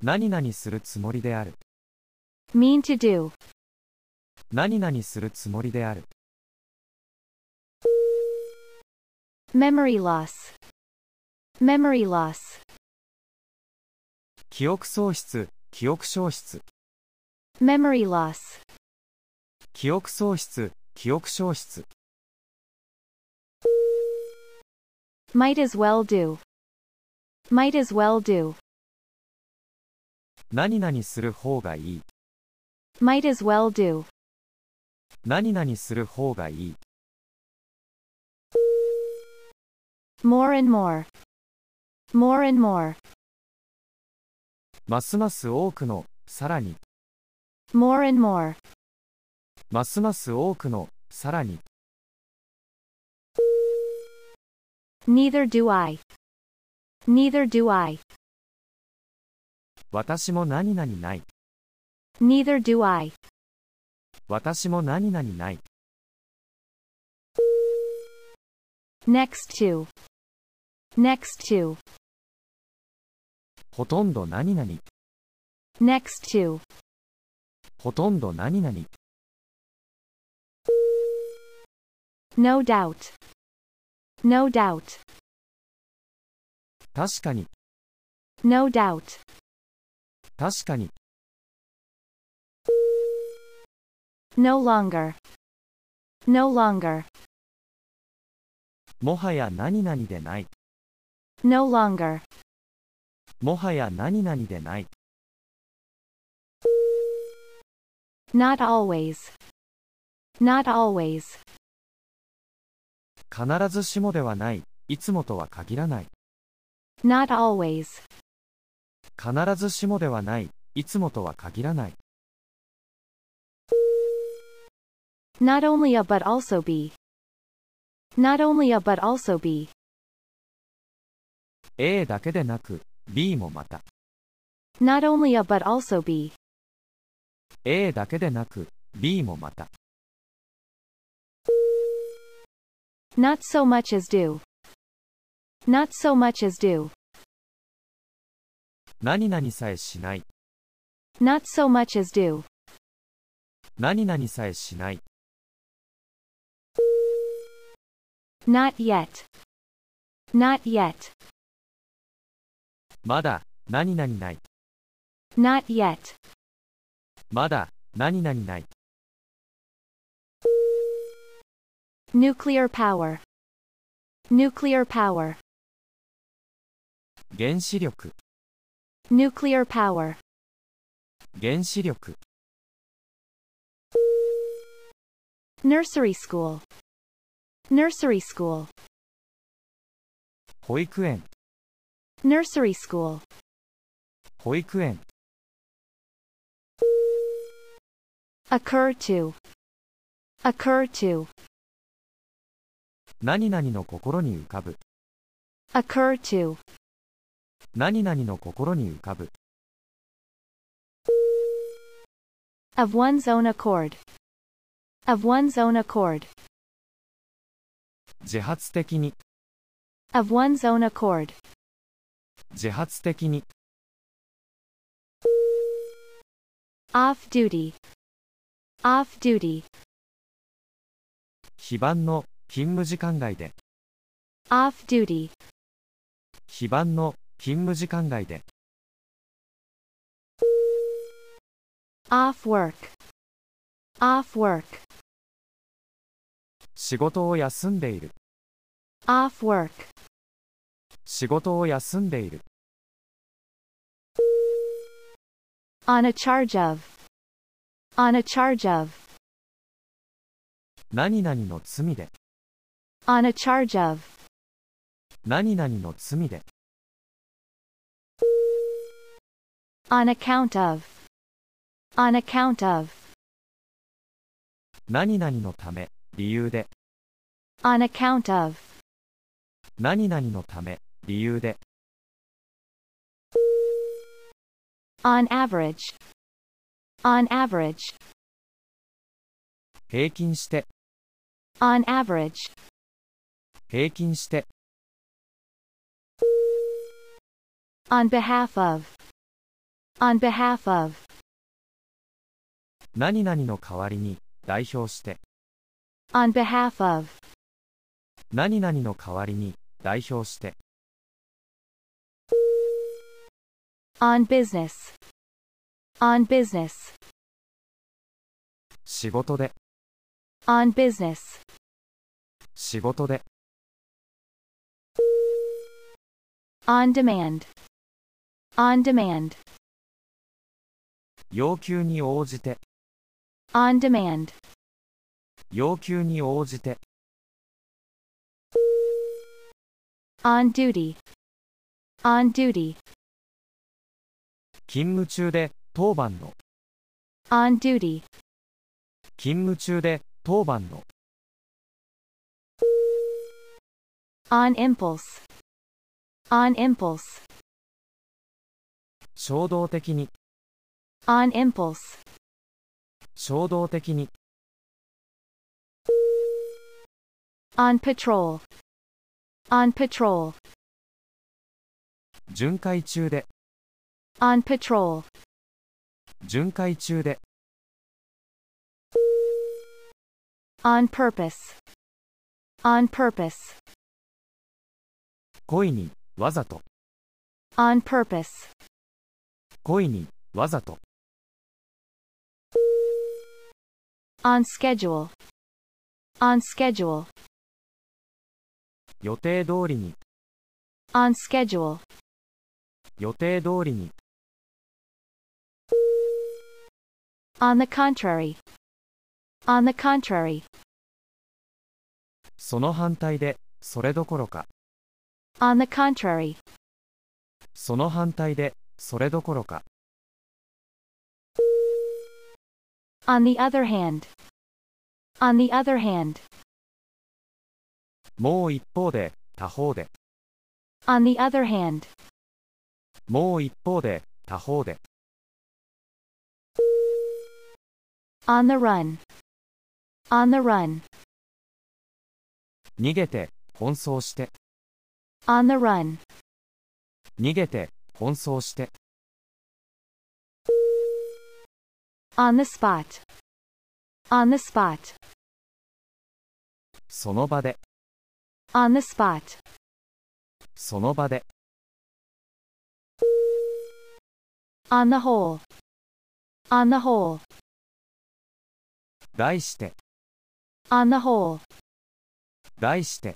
A: 何々するつもりである
C: mean to do,
A: 何々するつもりである
C: memory loss, memory loss,
A: 記憶喪失記憶消失
C: memory loss,
A: 記憶喪失記憶消失
C: might as well do, might as well do,
A: 何々する方がいい
C: might as well do,
A: 何々する方がいい
C: more and more, more and more,
A: ますます多くのさらに
C: more and more,
A: ますます多くのさらに
C: neither do I, neither do I,
A: 私も何々ない
C: neither do I,
A: 私も何々ない
C: next to, next to,
A: ほとんど何々
C: next to,
A: ほとんど何々
C: no doubt, no doubt,
A: 確かに
C: no doubt,
A: 確かに
C: no longer, no longer,
A: もはや何々でない
C: no longer,
A: もはや何々でない
C: not always, not always,
A: 必ずしもではないいつもとは限らない
C: not always,
A: 必ずしもではないいつもとは限らない
C: not only a but also be, not only a but also be,
A: A だけでなく B もまた
C: not only a but also be,
A: A だけでなく B もまた
C: not so much as do, not so much as do,
A: 何々さえしない
C: not so much as do,
A: 何々さえしない
C: not yet, not yet,
A: まだ何々ない
C: not yet,
A: まだ何々ない
C: nuclear power, nuclear power,
A: 原子力
C: nuclear power,
A: 原子力
C: nursery school, nursery school,
A: 保育園
C: nursery school,
A: 保育園
C: occur to, occur to,
A: 何々の心に浮かぶ
C: occur to,
A: 何々の心に浮かぶ
C: of one's own accord, of one's own accord,
A: 自発的に
C: of one's own accord,
A: 自発的に
C: off duty, off duty,
A: 非番の勤務時間外で
C: off duty,
A: 非番の勤務時間外で
C: off work, off work,
A: 仕事を休んでいる
C: off work,
A: 仕事を休んでいる
C: on a charge of, on a charge of,
A: 何々の罪で
C: on a charge of,
A: 何々の罪で
C: on account of, on account of,
A: 何々のため理由で
C: on account of,
A: 何々のため理由で
C: on average, on average,
A: 平均して
C: on average,
A: 平均して
C: on behalf of, on behalf of,
A: 何々の代わりに代表して
C: On behalf of.
A: 何々の代わりに代表して
C: On business. On business.
A: 仕事で
C: On business.
A: 仕事で
C: On demand. On demand.
A: 要求に応じて
C: On demand.
A: 要求に応じて
C: On duty. On duty.
A: 勤務中で当番の
C: On duty.
A: 勤務中で当番の
C: On impulse. On impulse.
A: 衝動的に
C: On impulse.
A: 衝動的に
C: On patrol. On patrol.
A: 巡回中で
C: On patrol.
A: 巡回中で
C: On purpose. On purpose.
A: 故意にわざと
C: On purpose.
A: 故意にわざと
C: On schedule. On schedule.
A: 予定通りに
C: On schedule.
A: 予定通りに
C: On the contrary. On the contrary.
A: その反対でそれどころか
C: On the contrary.
A: その反対でそれどころか
C: On the other hand. On the other hand.
A: もう一方で他方で
C: On the other hand.
A: もう一方で他方で
C: On the run. On the run.
A: 逃げて奔走して
C: On the run.
A: 逃げて奔走して
C: On the spot. On the spot.
A: その場で
C: On the spot.
A: その場で
C: On the whole. On the whole.
A: 題して
C: On the whole.
A: 題して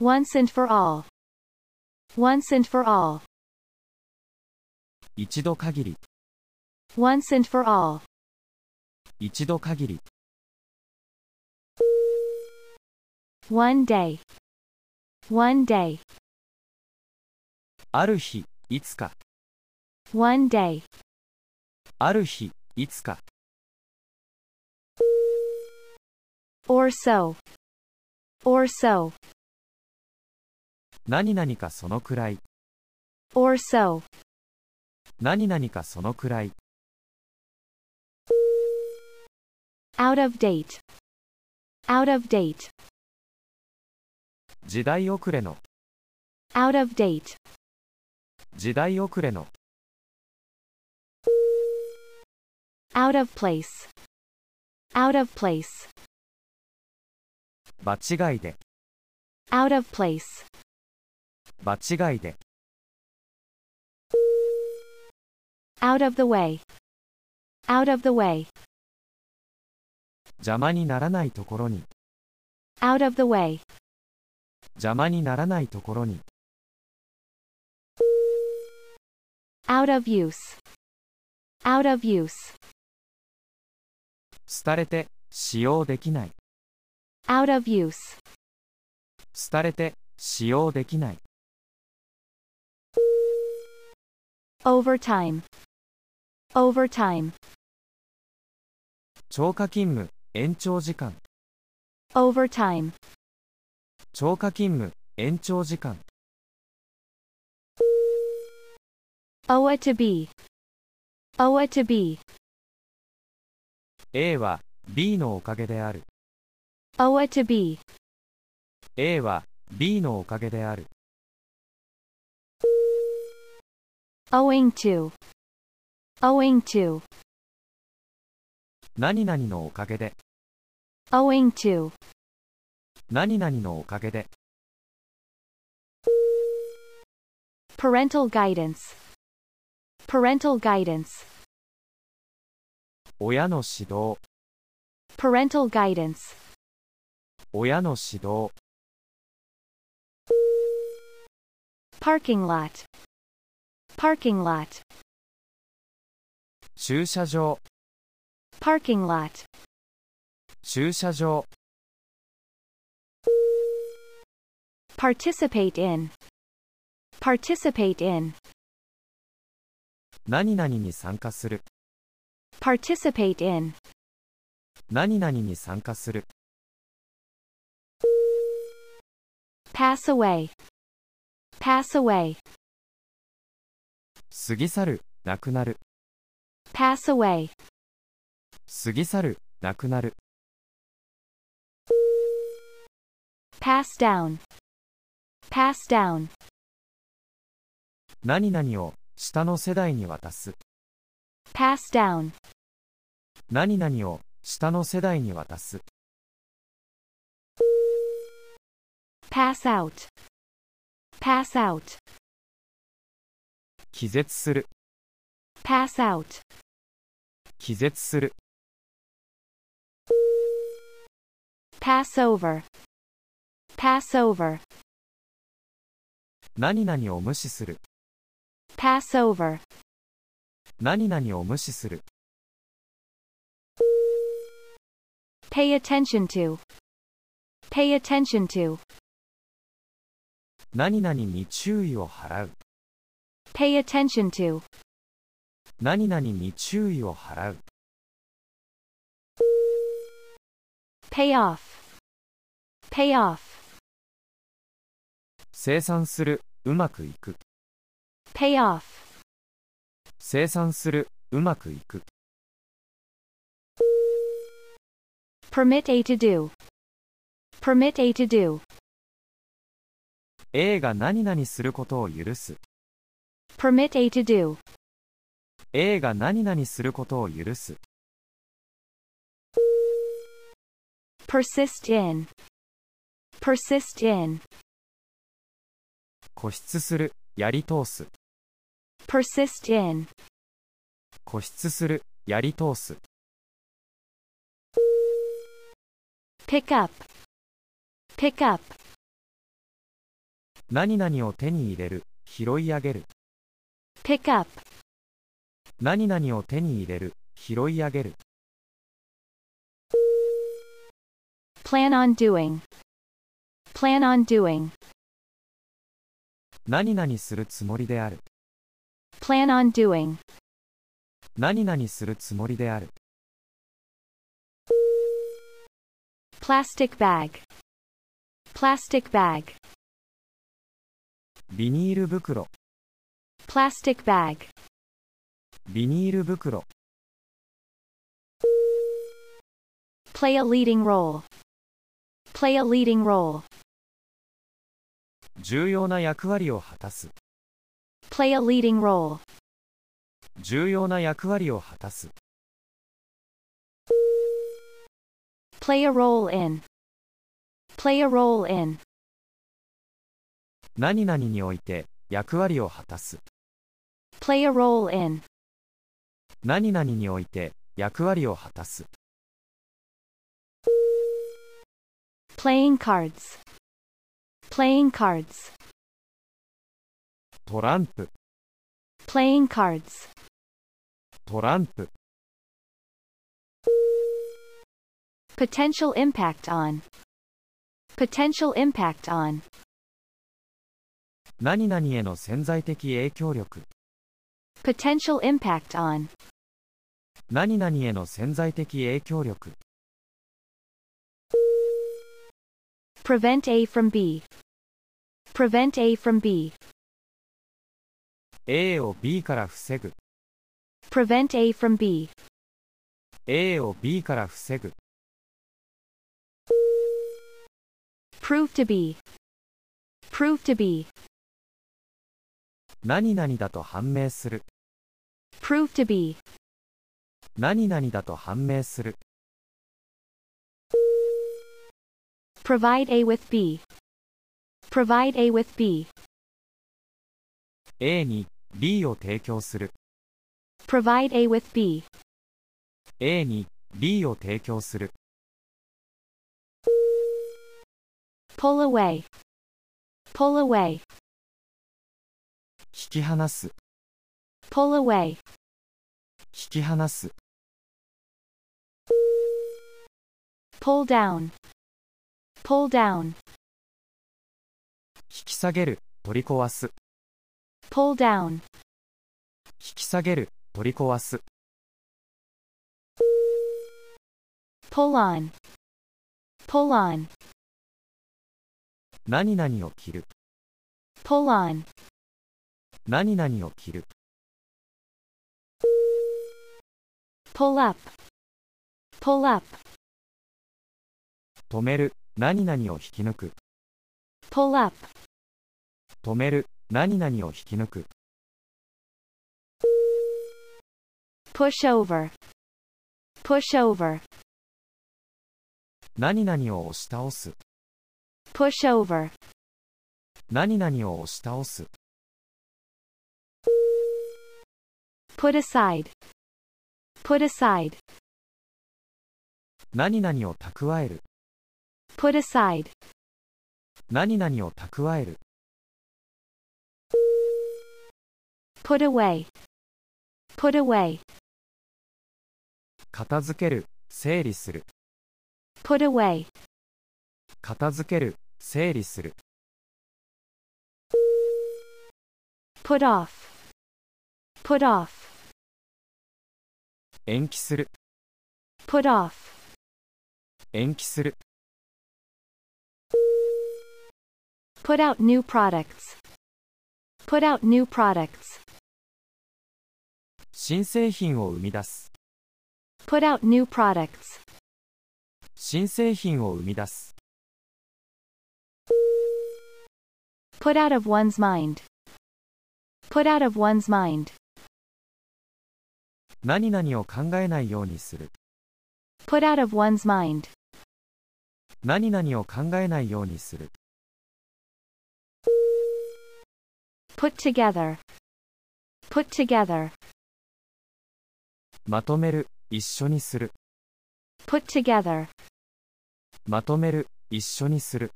C: Once and for all. Once and for all.
A: 一度限り
C: Once and for all.
A: 一度限り
C: One day. One day.
A: ある日いつか
C: One day.
A: ある日いつか
C: Or so. Or so.
A: 何々かそのくらい
C: Or so.
A: 何々かそのくらい
C: Out of date. Out of date.
A: 時代遅れの
C: Out of date.
A: 時代遅れの
C: Out of place. Out of place.
A: 場違いで
C: Out of place.
A: 場違いで
C: Out of the way. Out of the way.
A: 邪魔にならないところに
C: Out of the way.
A: 邪魔にならないところに
C: Out of use. Out of use.
A: 廃れて使用できない
C: Out of use.
A: 廃れて使用できない
C: Overtime. Overtime.
A: 超過勤務延長時間
C: Overtime.
A: 超過勤務延長時間
C: Oa to be. Oa to be.
A: A は B のおかげである
C: Oa to be.
A: A は B のおかげである
C: Owing to. owing to,
A: 何々のおかげで、
C: owing to,
A: 何々のおかげで、
C: parental guidance, parental guidance,
A: 親の指導、
C: parental guidance,
A: 親の指導、
C: parking lot, parking lot,
A: 駐車場、
C: parking lot,
A: 駐車場、
C: participate in, participate in,
A: 何々に参加する、
C: participate in,
A: 何々に参加する、
C: pass away, pass away,
A: 過ぎ去る、なくなる、
C: pass away,
A: 過ぎ去る、なくなる、
C: pass down, pass down,
A: 何々を、下の世代に渡す、
C: pass down,
A: 何々を、下の世代に渡す、
C: pass out, pass out,
A: 気絶する、
C: pass out,
A: 気絶する、
C: pass over, pass over,
A: 何々を無視する、
C: pass over,
A: 何々を無視する、
C: pay attention to, pay attention to,
A: 何々に注意を払う、
C: pay attention to,
A: 何々に注意を払う、
C: pay off, pay off,
A: 生産する、うまくいく、
C: pay off,
A: 生産する、うまくいく、
C: permit A to do, permit A to do,
A: A が何々することを許す、
C: permit A to do,
A: A が何々することを許す、
C: persist in, persist in,
A: 固執する、やり通す、
C: persist in,
A: 固執する、やり通す、
C: pick up, pick up,
A: 何々を手に入れる、拾い上げる、
C: pick up,
A: 何々を手に入れる、拾い上げる、
C: plan on doing, plan on doing,
A: 何々するつもりである、
C: plan on doing,
A: 何々するつもりである、
C: plastic bag, plastic bag,
A: ビニール袋、
C: plastic bag,
A: ビニール袋、
C: play a leading role, play a leading role,
A: 重要な役割を果たす、
C: play a leading role,
A: 重要な役割を果たす、
C: play a role in, play a role in,
A: 何々において、役割を果たす、
C: play a role in,
A: 何々において、役割を果たす、
C: playing cards, playing cards,
A: トランプ、
C: playing cards,
A: トランプ、
C: potential impact on, potential impact on,
A: 何々への潜在的影響力、
C: potential impact on,
A: 何々への潜在的影響力、
C: prevent A from B, prevent A from B,
A: A を B から防ぐ、
C: prevent A from B,
A: A を B から防ぐ、
C: prove to be, prove to be,
A: 何々だと判明する、
C: Prove to be.
A: 何々だと判明する
C: Provide A with B. Provide A with B.
A: A に B を提供する
C: Provide A with B.
A: A に B を提供する
C: Pull away. Pull away.
A: 引き離す
C: Pull away.
A: 引き離す
C: Pull down. Pull down.
A: 引き下げる取り壊す
C: Pull down.
A: 引き下げる取り壊す
C: Pull on. Pull on.
A: 何々を着る
C: Pull on.
A: 何々を着る
C: Pull up. Pull up.
A: 止める何々を引き抜く
C: Pull up.
A: 止める何々を引き抜く
C: Push over. Push over.
A: 何々を押し倒す
C: Push over.
A: 何々を押し倒す
C: Put aside. Put aside.
A: 何々を蓄える
C: Put aside.
A: 何々を蓄える
C: Put away. Put away.
A: 片付ける整理する
C: Put away.
A: 片付ける整理する
C: Put off. Put off.
A: 延期する
C: Put off.
A: 延期する
C: Put out new products. Put out new products.
A: 新製品を生み出す
C: Put out new products.
A: 新製品を生み出す
C: Put out of one's mind. Put out of one's mind.
A: 何々を考えないようにする
C: Put out of one's mind.
A: 何々を考えないようにする
C: Put together. Put together.
A: まとめる一緒にする
C: Put together.
A: まとめる一緒にする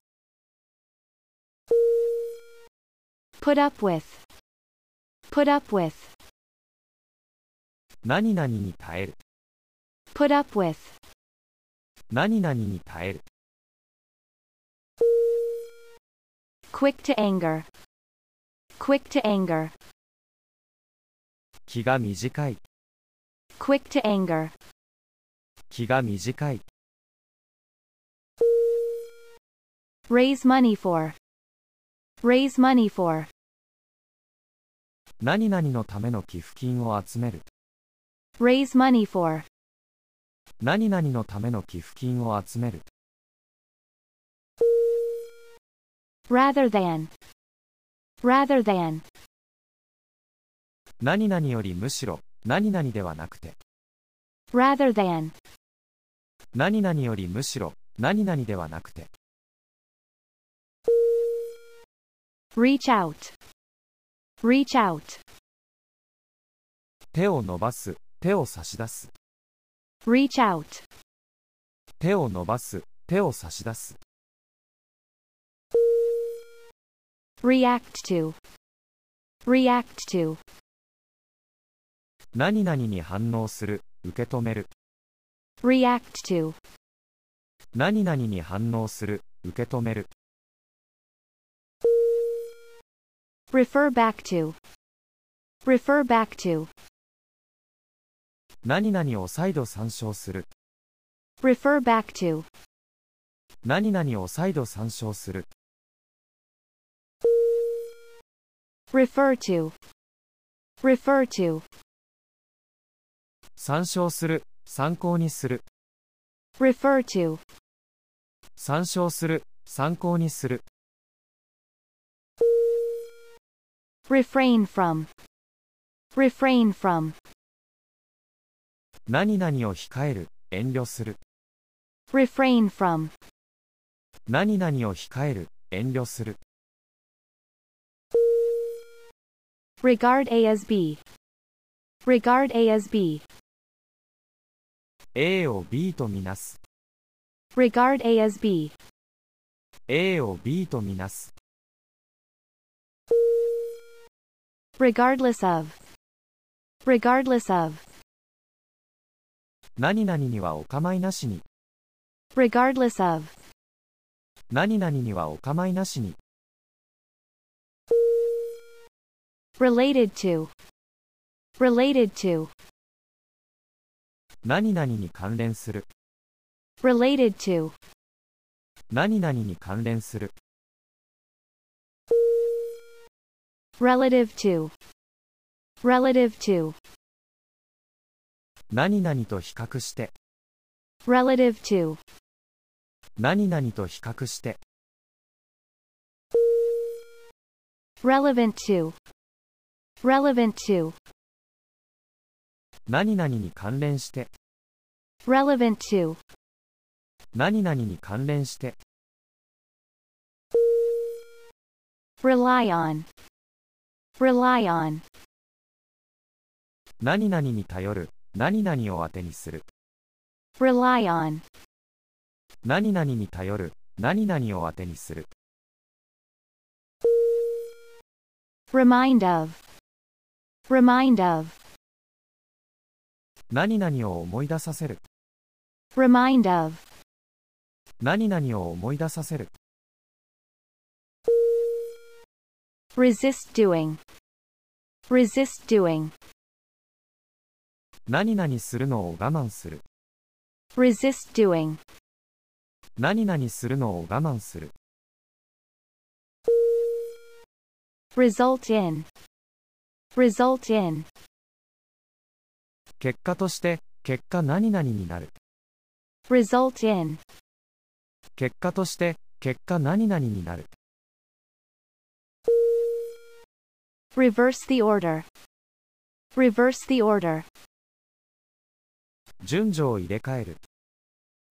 C: Put up with. Put up with.
A: 何々に耐える
C: Put up with.
A: 何々に耐える
C: Quick to anger. Quick to anger.
A: 気が短い
C: Quick to anger.
A: 気が短い
C: Raise money for. Raise money for.
A: 何々のための寄付金を集める
C: Raise money for.
A: 何々のための寄付金を集める
C: Rather than. Rather than.
A: 何々よりむしろ何々ではなくて
C: Rather than.
A: 何々よりむしろ何々ではなくて
C: Reach out. Reach out.
A: 手を伸ばす手を差し出す
C: Reach out.
A: 手を伸ばす手を差し出す
C: React to. React to.
A: 何々に反応する受け止める
C: React to.
A: 何々に反応する受け止める
C: Refer back to. Refer back to.
A: 何々を再度参照する
C: Refer back to.
A: 何々を再度参照する
C: Refer to. Refer to.
A: 参照する参考にする
C: Refer to.
A: 参照する参考にする
C: Refrain from. refrain from,
A: 何々を控える、遠慮する。
C: refrain from,
A: 何々を控える、遠慮する。
C: regard A as B, regard A as B,
A: A を B とみなす。
C: regard A as B,
A: A を B とみなす。
C: regardless of, regardless of,
A: 何々にはお構いなしに。
C: regardless of,
A: 何々にはお構いなしに。
C: related to, related to,
A: 何々に関連する。
C: related to,
A: 何々に関連する。
C: relative to, relative to,
A: 何々と比較して。
C: relative to,
A: 何々と比較して。
C: relevant to, relevant to,
A: 何々に関連して。
C: relevant to,
A: 何々に関連して。
C: rely on, rely on,
A: 何々に頼る。何々を当てにする。
C: rely on,
A: 何々に頼る。何々を当てにする。
C: remind of, remind of,
A: 何々を思い出させる。
C: remind of,
A: 何々を思い出させる。
C: resist doing, resist doing,
A: 何々するのを我慢する。
C: resist doing,
A: 何々するのを我慢する。
C: result in, result in,
A: 結果として、結果何々になる。
C: result in,
A: 結果として、結果何々になる。
C: reverse the order, reverse the order,
A: 順序を入れ替える。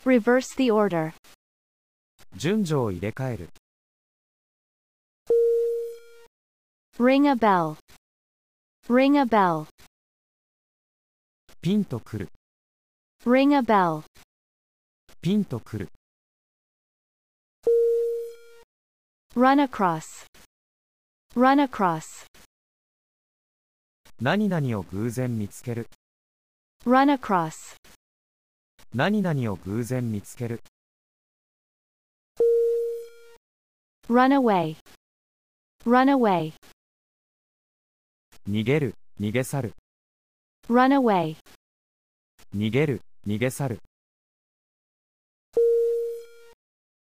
C: reverse the order,
A: 順序を入れ替える。
C: ring a bell, ring a bell,
A: ピンとくる。
C: ring a bell,
A: ピンとくる。
C: run across, run across,
A: 何々を偶然見つける。
C: run across,
A: 何々を偶然見つける。
C: run away, run away,
A: 逃げる、逃げ去る。
C: run away,
A: 逃げる、逃げ去る。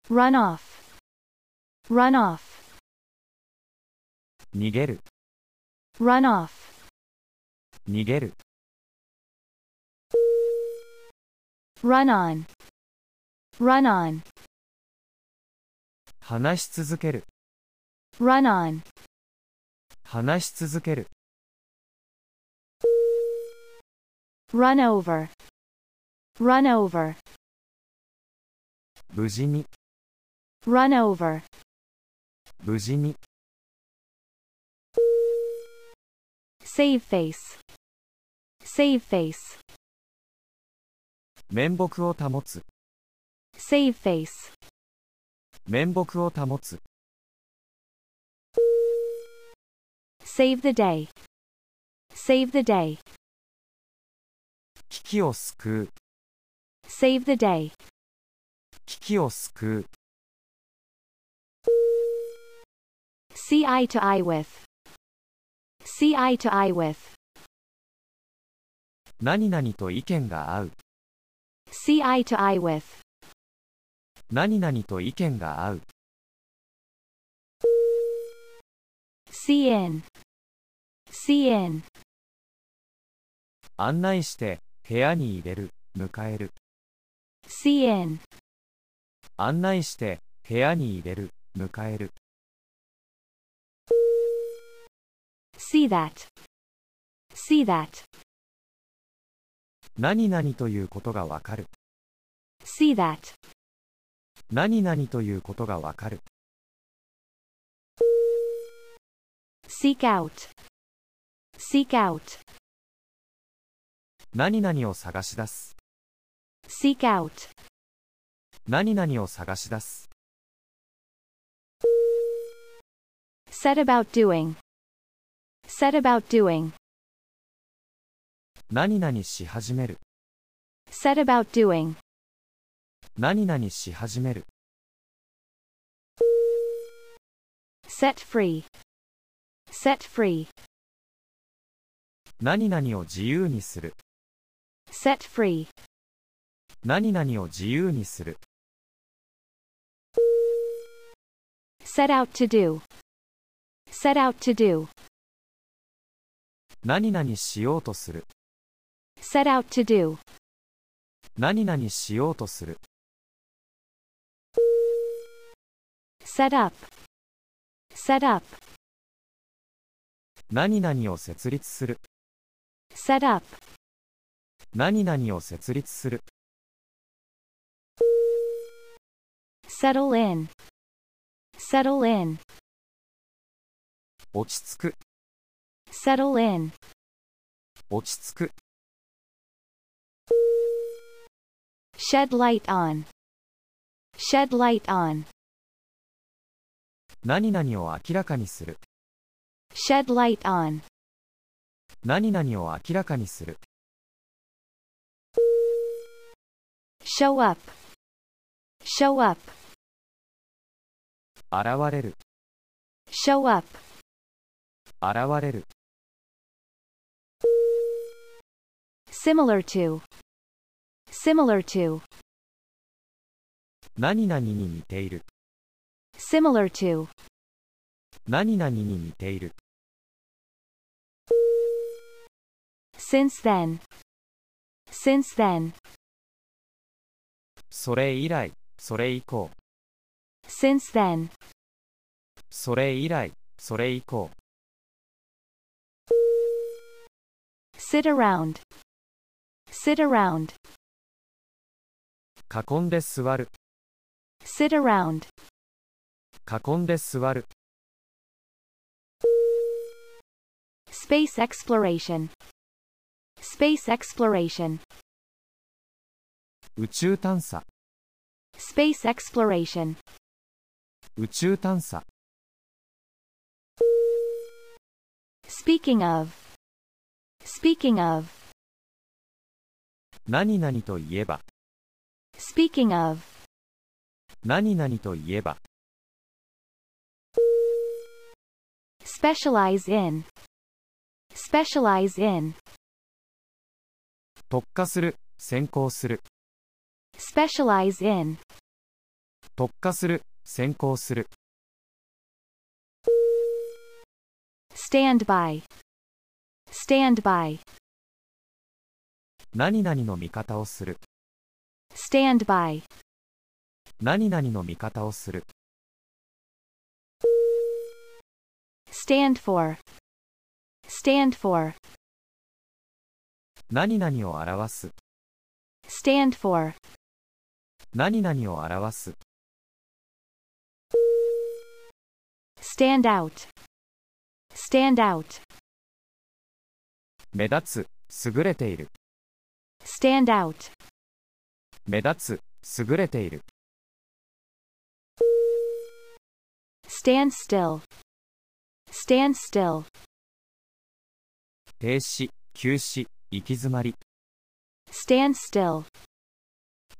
C: run off, run off,
A: 逃げる、
C: run off,
A: 逃げる。
C: run on, run on,
A: 話し続ける、
C: run on,
A: 話し続ける。
C: run over, run over,
A: 無事に、
C: run over,
A: 無事に。
C: save face, save face,
A: 面目を保つ、
C: save face,
A: 面目を保つ。
C: save the day, save the day,
A: 危機を救う、
C: save the day,
A: 危機を救う。
C: see eye to eye with, see eye to eye with,
A: 何々と意見が合う。
C: see eye to eye with,
A: 何々と意見が合う。
C: see in, see in,
A: 案内して、部屋に入れる、迎える。
C: see in,
A: 案内して、部屋に入れる、迎える。
C: see that, See that.
A: 何々ということがわかる。
C: See that.
A: 何々ということがわかる。
C: Seek out. Seek out.
A: 何々を探し出す。
C: Seek out.
A: 何々を探し出す。
C: Set about doing. Set about doing.
A: 何々し始める。
C: Set about doing.
A: 何々し始める。
C: Set free. Set free.
A: 何々を自由にする。
C: Set free.
A: 何々を自由にする。
C: Set out to do. Set out to do.
A: 何々しようとする。
C: Set out to do.
A: 何々しようとする。
C: Set up. Set up.
A: 何々を設立する。
C: Set up.
A: 何々を設立する。
C: Settle in. Settle in.
A: 落ち着く。
C: Settle in.
A: 落ち着く。
C: Shed light on. Shed light on.
A: 何々を明らかにする。
C: Shed light on.
A: 何々を明らかにする。
C: Show up. Show up.
A: 現れる。
C: Show up.
A: 現れる。
C: Similar to. Similar to.
A: 何々に似ている。
C: Similar to.
A: 何々に似ている。
C: Since then. Since then.
A: それ以来、それ以降。
C: Since then.
A: それ以来、それ以降。
C: Sit around. Sit around.
A: 囲んで座る。
C: Sit around.
A: 囲んで座る。
C: Space exploration. Space exploration.
A: 宇宙探査。
C: Space exploration.
A: 宇宙探査。
C: Speaking of. Speaking of.
A: 何々といえば。
C: Speaking of.
A: 何々といえば。
C: Specialize in. Specialize in.
A: 特化する。先行する。
C: Specialize in.
A: 特化する。先行する。
C: Stand by. Stand by.
A: 何々の味方をする。
C: Stand by.
A: 何々の味方をする。
C: Stand for. Stand for.
A: 何々を表す。
C: Stand for.
A: 何々を表す。
C: Stand out. Stand out.
A: 目立つ。優れている。
C: Stand out.
A: 目立つ。優れている。
C: Stand still. Stand still.
A: 停止。休止。行き詰まり。
C: Stand still.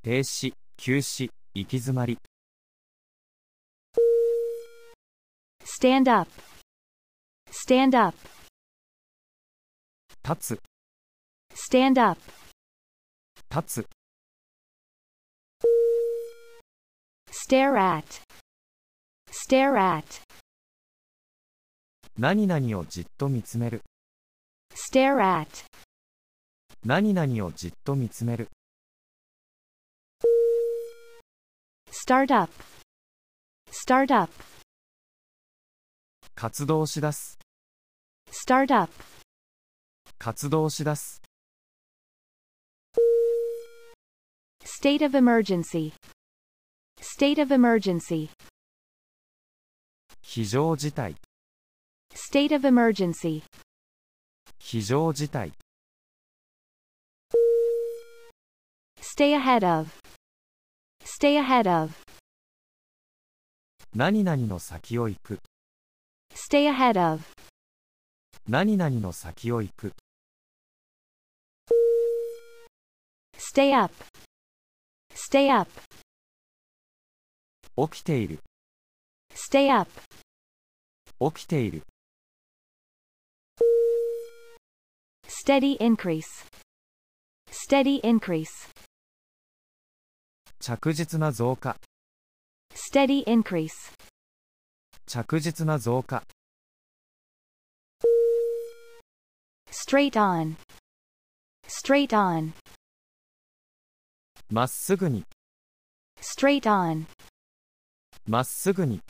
A: 停止。休止。行き詰まり。
C: Stand up. Stand up.
A: 立つ。
C: Stand up.
A: 立つ。
C: Stare at. Stare at.
A: 何々をじっと見つめる。
C: Stare at.
A: 何々をじっと見つめる。
C: Start up. Start up.
A: 活動しだす。
C: Start up.
A: 活動しだす
C: State of emergency. State of emergency.
A: 非常事態
C: State of emergency.
A: 非常事態
C: Stay ahead of. Stay ahead of.
A: 何々の先を行く
C: Stay ahead of.
A: 何々の先を行く
C: Stay up. Stay up.
A: 起きている
C: Stay up.
A: 起きている
C: Steady increase. Steady increase.
A: 着実な増加
C: Steady increase.
A: 着実な増加
C: Straight on. Straight on.
A: まっすぐに
C: Straight on.
A: まっすぐに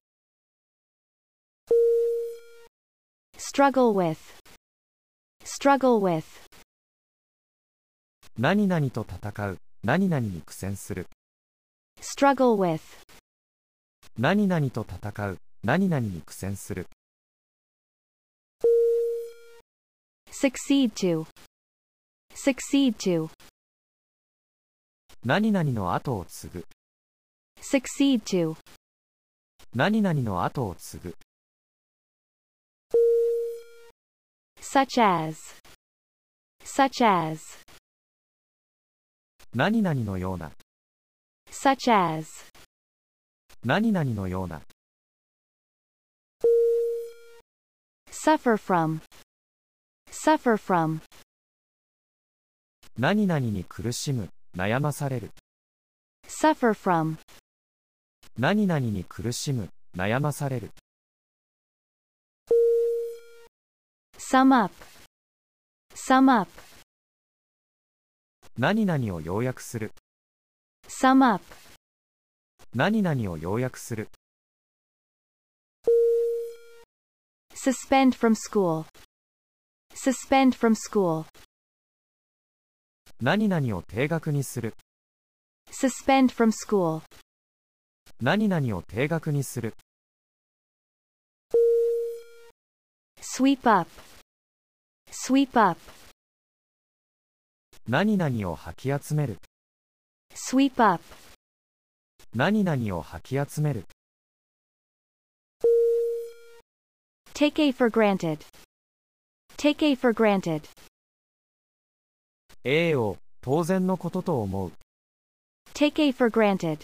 C: Struggle with. Struggle with.
A: 何々と戦う何々に苦戦する
C: Struggle with.
A: 何々と戦う何々に苦戦する
C: Succeed to. Succeed to.
A: 何々の後を継ぐ
C: Succeed to.
A: 何々の後を継ぐ
C: Such as. Such as.
A: 何々のような
C: Such as.
A: 何々のような
C: Suffer from. Suffer from.
A: 何々に苦しむ悩まされる
C: Suffer from.
A: 何々に苦しむ悩まされる
C: Sum up. Sum up.
A: 何々を要約する
C: Sum up.
A: 何々を要約する
C: Suspend from school. Suspend from school.
A: 何々を定額にする
C: Suspend from school.
A: 何々を定額にする
C: Sweep up. Sweep up.
A: 何々を吐き集める
C: Sweep up.
A: 何々を吐き集める
C: Take A for granted. Take A for granted.
A: A を当然のことと思う
C: Take A for granted.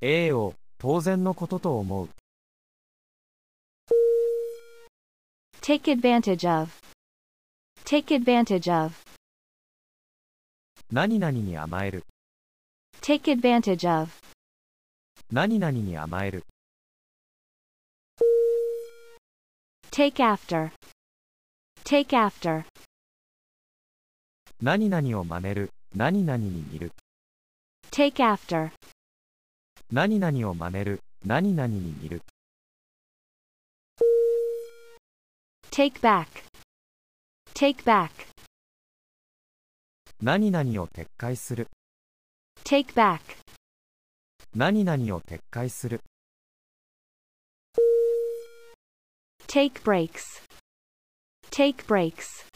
A: A を当然のことと思う
C: Take advantage of. Take advantage of.
A: 何々に甘える
C: Take advantage of.
A: 何々に甘える
C: Take after. Take after.
A: 何々を真似る何々に似る
C: Take after.
A: 何々を真似る何々に似る
C: Take back. Take back.
A: 何々を撤回する
C: Take back.
A: 何々を撤回する
C: Take breaks. Take breaks.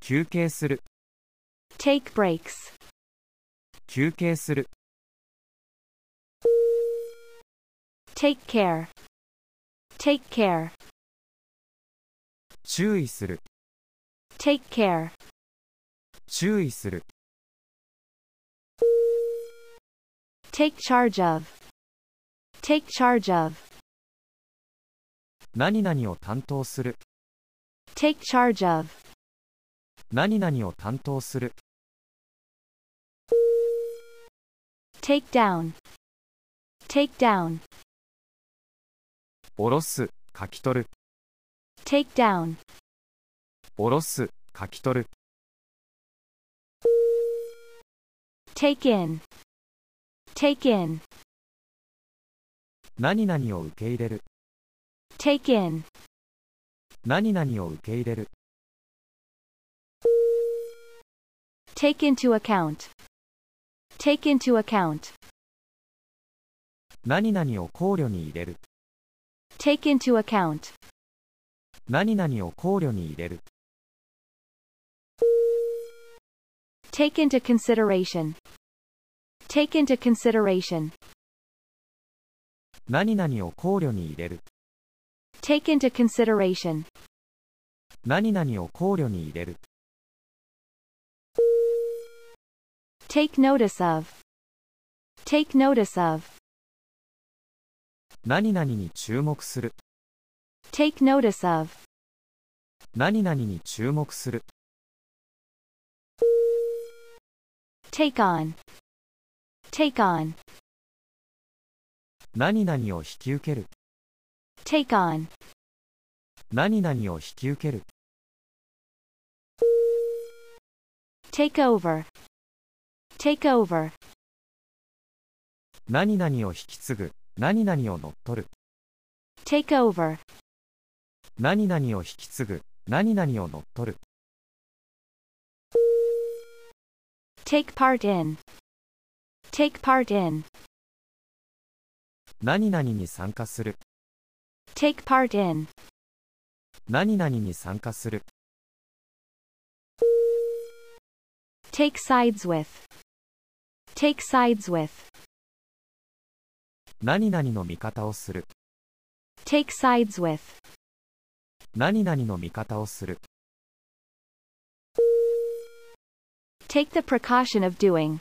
A: 休憩する
C: Take breaks.
A: 休憩する
C: Take care. Take care.
A: 注意する
C: Take care.
A: 注意する
C: Take charge of. Take charge of.
A: 何々を担当する
C: Take charge of.
A: 何々を担当する
C: Take down. Take down.
A: 下ろす書き取る
C: Take down.
A: 下ろす書き取る
C: Take in. Take in.
A: 何々を受け入れる
C: Take in.
A: 何々を受け入れる
C: Take into account. Take into account.
A: 何々を考慮に入れる
C: Take into account.
A: 何々を考慮に入れる
C: Take into consideration. Take into consideration.
A: 何々を考慮に入れる
C: Take into consideration.
A: 何々を考慮に入れる
C: Take notice of. Take notice of.
A: 何々に注目する
C: Take notice of.
A: 何々に注目する
C: Take on. Take on.
A: 何々を引き受ける
C: Take on.
A: 何々を引き受ける
C: Take over. Take over.
A: 何々を引き継ぐ何々を乗っ取る
C: Take over.
A: 何々を引き継ぐ何々を乗っ取る
C: Take part in. Take part in.
A: 何々に参加する
C: Take part in.
A: 何々に参加する
C: Take sides with. Take sides with.
A: 何々の味方をする
C: Take sides with.
A: 何々の味方をする
C: Take the precaution of doing.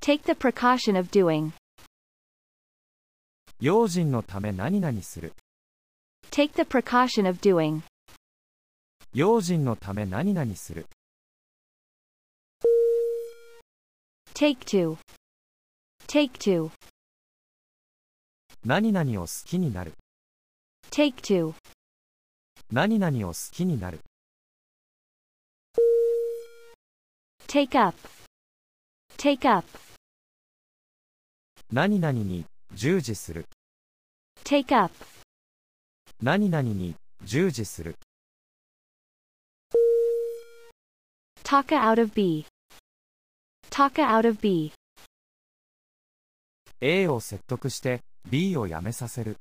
C: Take the precaution of doing.
A: 用心のため何々する
C: Take the precaution of doing.
A: 用心のため何々する
C: Take two. Take two.
A: 何々を好きになる
C: Take two.
A: 何々を好きになる
C: Take up. Take up.
A: 何々に従事する
C: Take up.
A: 何々に従事する
C: Taka out of B. Taka out of B.
A: A を説得して B を辞めさせる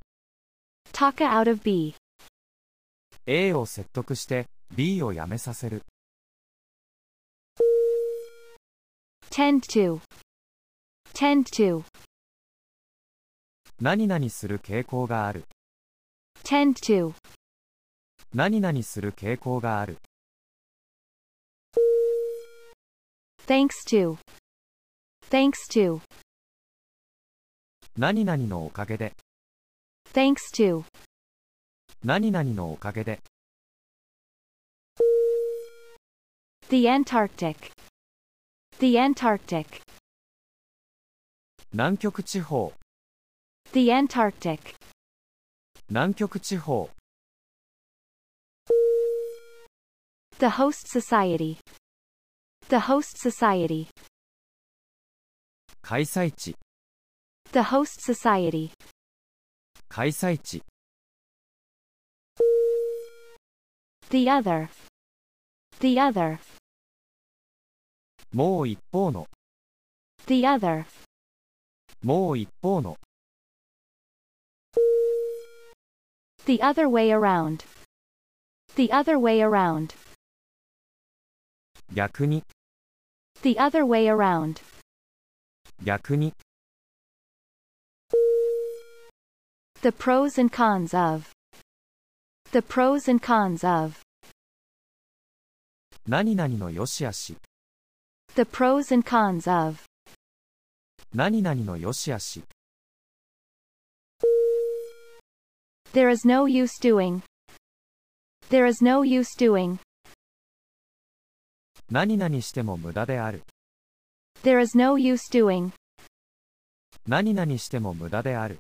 C: Taka out of B.
A: A を説得して B を辞めさせる
C: Tend to. Tend to.
A: 何々する傾向がある
C: Tend to.
A: 何々する傾向がある
C: Thanks to. Thanks to.
A: 何々のおかげで
C: Thanks to.
A: 何々のおかげで
C: The Antarctic. The Antarctic.
A: 南極地方
C: The Antarctic.
A: 南極地方
C: The host society. The host society.
A: 開催地
C: The host society.
A: 開催地
C: The other. The other.
A: もう一方の
C: The other.
A: もう一方の
C: The other way around. The other way around.
A: 逆に
C: The other way around.
A: 逆に
C: The pros and cons of. The pros and cons of.
A: 何々の良し悪し
C: The pros and cons of.
A: 何々の良し悪し
C: There is no use doing. There is no use doing.
A: 何々しても無駄である
C: There is no use doing.
A: 何々しても無駄である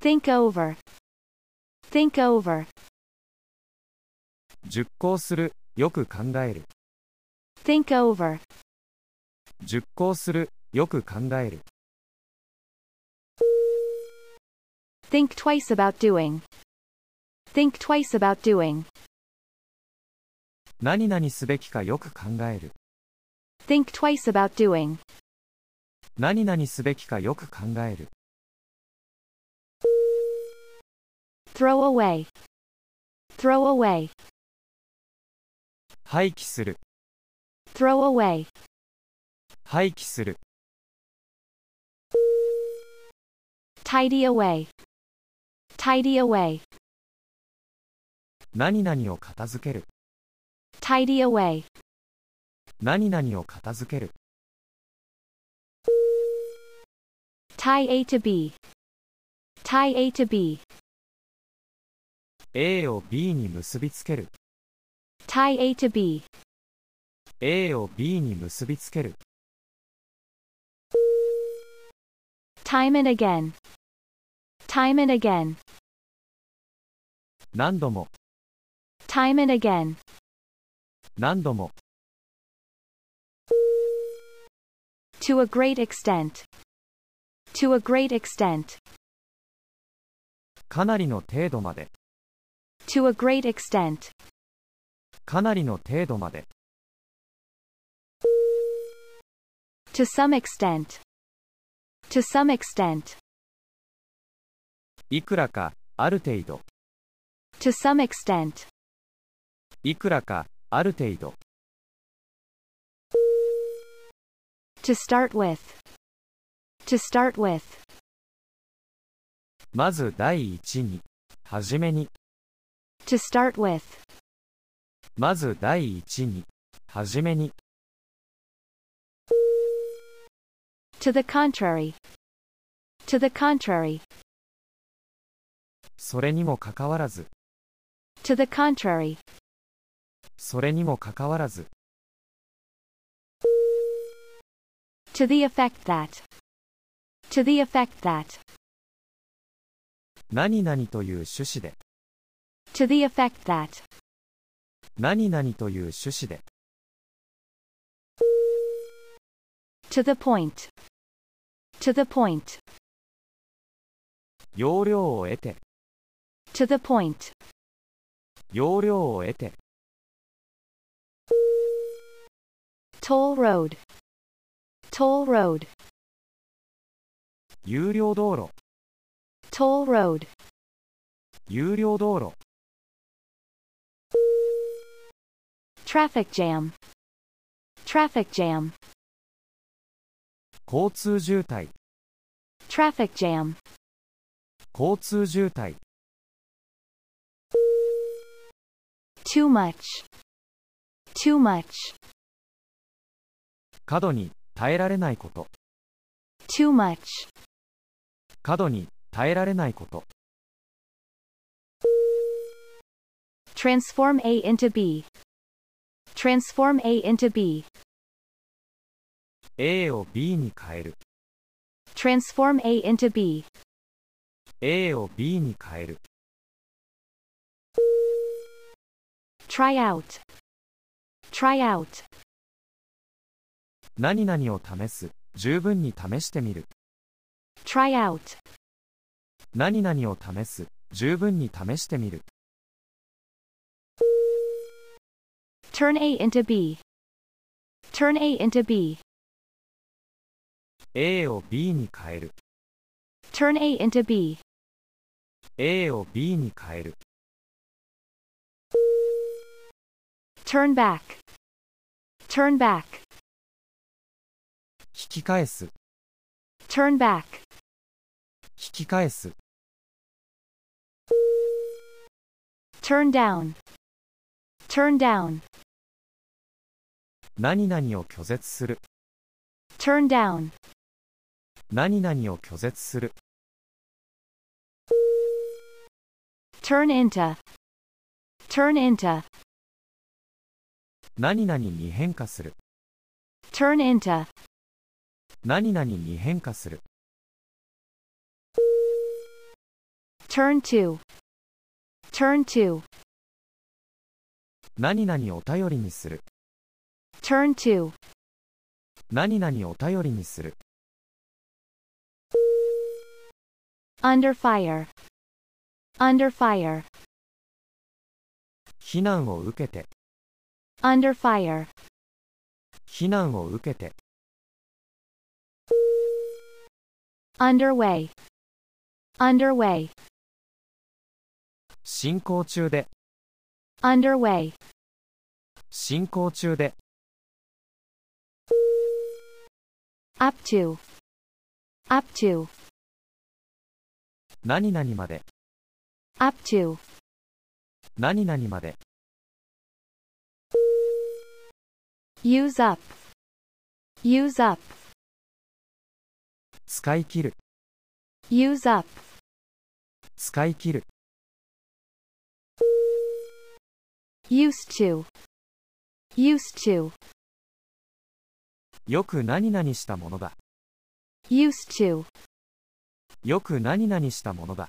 C: Think over. Think over.
A: 熟考するよく考える
C: Think over.
A: 熟考するよく考える
C: Think twice about doing. Think twice about doing.
A: 何々すべきかよく考える。
C: Think twice about doing.
A: 何々すべきかよく考える。
C: Throw away. Throw away.
A: 廃棄する。
C: Throw away.
A: 廃棄する。
C: Tidy away. Tidy away.
A: 何々を片付ける。
C: Tidy away.
A: 何々を片付ける。
C: Tie A to B. Tie A to B.
A: A を B に結びつける。
C: Tie A to B.
A: A を B に結びつける。
C: Time and again. Time and again.
A: 何度も、
C: Time and again.
A: 何度も、
C: To a great extent. To a great extent.
A: かなりの程度まで、
C: To a great extent.
A: かなりの程度まで、
C: To some extent. To some extent.
A: いくらか、ある程度、
C: To some extent.
A: いくらか、ある程度、
C: To start with. To start with.
A: まず第一に、はじめに、
C: To start with.
A: まず第一に、はじめに、
C: To the contrary. To the contrary.
A: それにもかかわらず、
C: To the contrary.
A: それにもかかわらず、
C: To the effect that. To the effect that.
A: 何々という趣旨で、
C: To the effect that.
A: 何々という趣旨で、
C: To the point. To the point.
A: 要領を得て、
C: To the point.
A: 要領を得て、
C: Toll road. Toll road.
A: 有料道路、
C: Toll road.
A: 有料道路、
C: Traffic jam. Traffic jam.
A: 交通渋滞、
C: Traffic jam.
A: 交通渋滞、
C: Too much. Too much.
A: 過度に耐えられないこと、
C: Too much.
A: 過度に耐えられないこと、
C: Transform A into B. Transform A into B.
A: A を B に変える、
C: Transform A into B.
A: A を B に変える、
C: Try out. Try out.
A: 何々を試す、十分に試してみる、
C: Try out.
A: 何々を試す、十分に試してみる、
C: Turn A into B. Turn A into B.
A: A を B に変える、
C: Turn A into B.
A: A を B に変える、
C: Turn back. Turn back.
A: 引き返す、引
C: Turn back.
A: き返す、
C: Turn down. Turn down.
A: 何々を拒絶する、
C: Turn down.
A: 何々を拒絶する、
C: Turn into. Turn into.
A: 何々に変化する、
C: Turn into.
A: 何々に変化する、
C: Turn to. Turn to.
A: 何々を頼りにする、
C: Turn to.
A: 何々を頼りにする、
C: Under fire. Under fire.
A: 非難を受けて、
C: Under fire.
A: 避難を受けて
C: Underway. Underway.
A: 進行中で
C: Underway.
A: 進行中で
C: Up to. Up to.
A: 何々まで
C: Up to.
A: 何々まで
C: Use up. Use up.
A: 使い切る
C: Use up.
A: 使い切る
C: Used to. Used to.
A: よく何々したものだ
C: Used to.
A: よく何々したものだ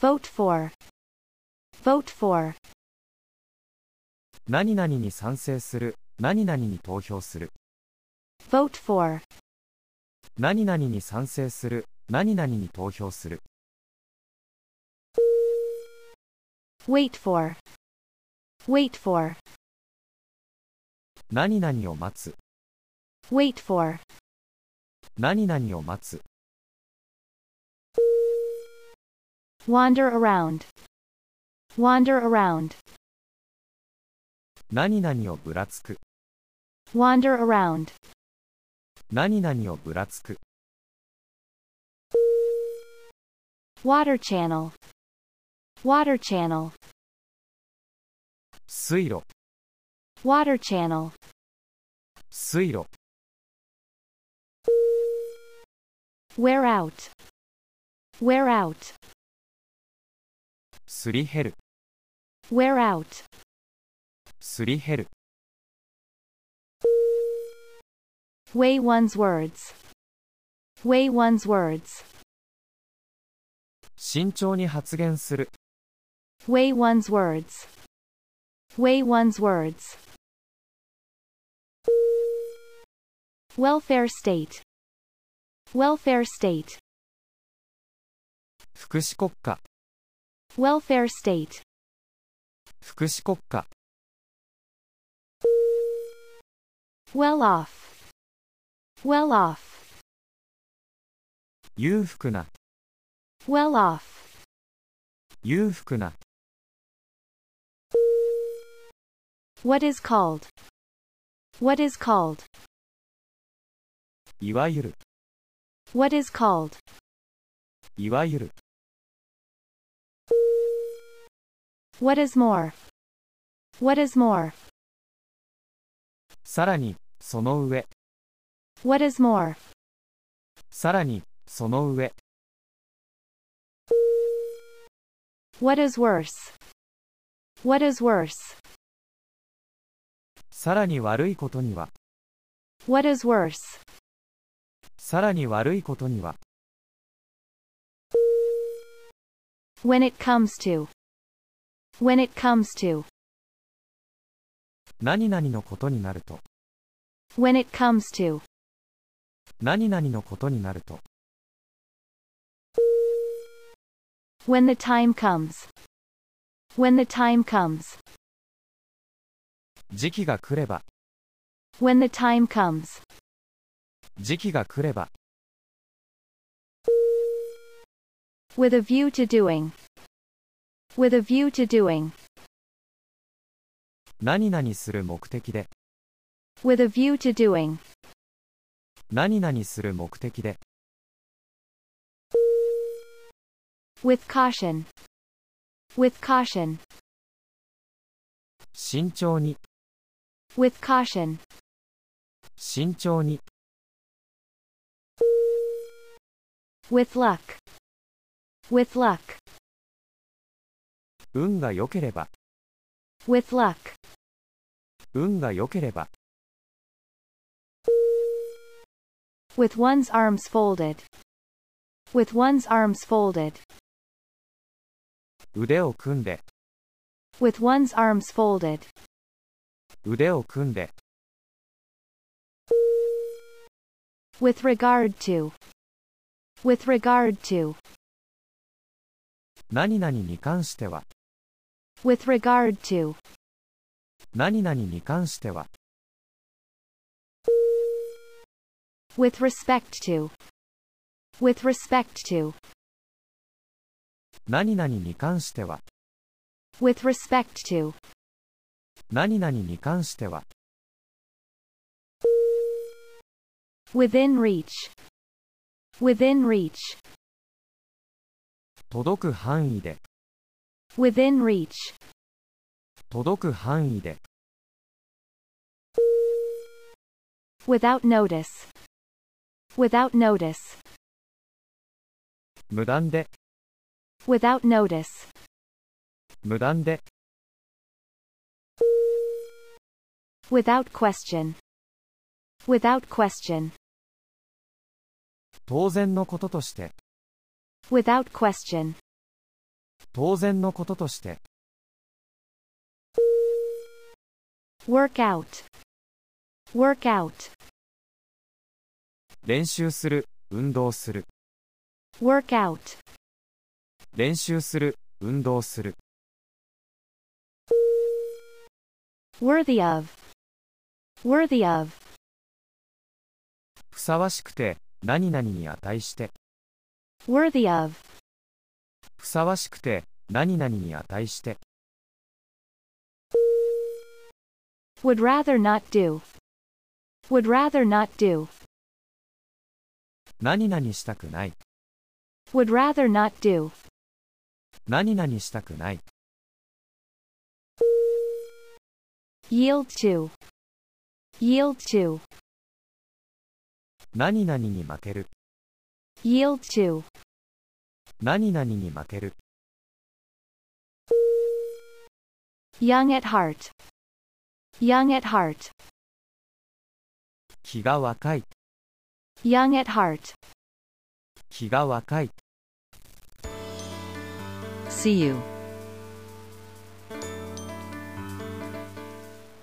C: Vote for. Vote for.
A: 何々に賛成する何々に投票する
C: Vote for.
A: 何々に賛成する何々に投票する
C: Wait for. Wait for.
A: 何々を待つ
C: Wait for.
A: 何々を待つ
C: Wander around. Wander around.
A: 何々をぶらつく
C: Wander around.
A: 何々をぶらつく
C: Water channel. Water channel.
A: 水路
C: Water channel.
A: 水路
C: Wear out. Wear out.
A: すり減る
C: Wear out.
A: すり減る
C: Weigh one's words. Weigh one's words.
A: 慎重に発言する
C: Weigh one's words. Weigh one's words. Welfare state. Welfare state.
A: 福祉国家
C: Welfare state.
A: 福祉国家
C: Well off. Well off.
A: 裕福な
C: Well off.
A: 裕福な
C: What is called? What is called?
A: いわゆる
C: What is called?
A: いわゆる
C: What is more? What is more?
A: さらにその上
C: What is more?
A: さらにその上
C: What is worse? What is worse?
A: さらに悪いことには
C: What is worse?
A: さらに悪いことには
C: When it comes to. When it comes to.
A: 何々のことになると
C: When it comes to.
A: 何々のことになると
C: When the time comes. When the time comes.
A: 時期が来れば
C: When the time comes.
A: 時期が来れば
C: With a view to doing. With a view to doing.
A: 何々する目的で
C: With a view to doing.
A: 何々する目的で
C: With caution. With caution.
A: 慎重に
C: With caution.
A: 慎重に
C: With luck. With luck.
A: 運が良ければ
C: With luck.
A: 運が良ければ
C: With one's arms folded. With one's arms folded.
A: 腕を組んで
C: With one's arms folded.
A: 腕を組んで
C: With regard to. With regard to.
A: 何々に関しては
C: With regard to.
A: 何々に関しては
C: With respect to. With respect to.
A: 何々に関しては
C: With respect to.
A: 何々に関しては
C: Within reach. Within reach.
A: 届く範囲で
C: Within reach.
A: 届く範囲で
C: Without notice. Without notice.
A: 無断で
C: Without notice.
A: 無断で
C: Without question. Without question.
A: 当然のこととして
C: Without question.
A: 当然のこととして
C: Work out. Work out.
A: 練習する運動する
C: Work out.
A: 練習する運動する
C: Worthy of. Worthy of.
A: ふさわしくて何々に値して
C: Worthy of.
A: ふさわしくて何々に値して
C: Would rather not do. Would rather not do.
A: 何々したくない
C: Would rather not do.
A: 何々したくない
C: Yield to. Yield to.
A: 何々に負ける
C: Yield to.
A: 何々に負ける
C: Young at heart. Young at heart.
A: 気が若い
C: Young at heart.
A: 気が若い
B: See you.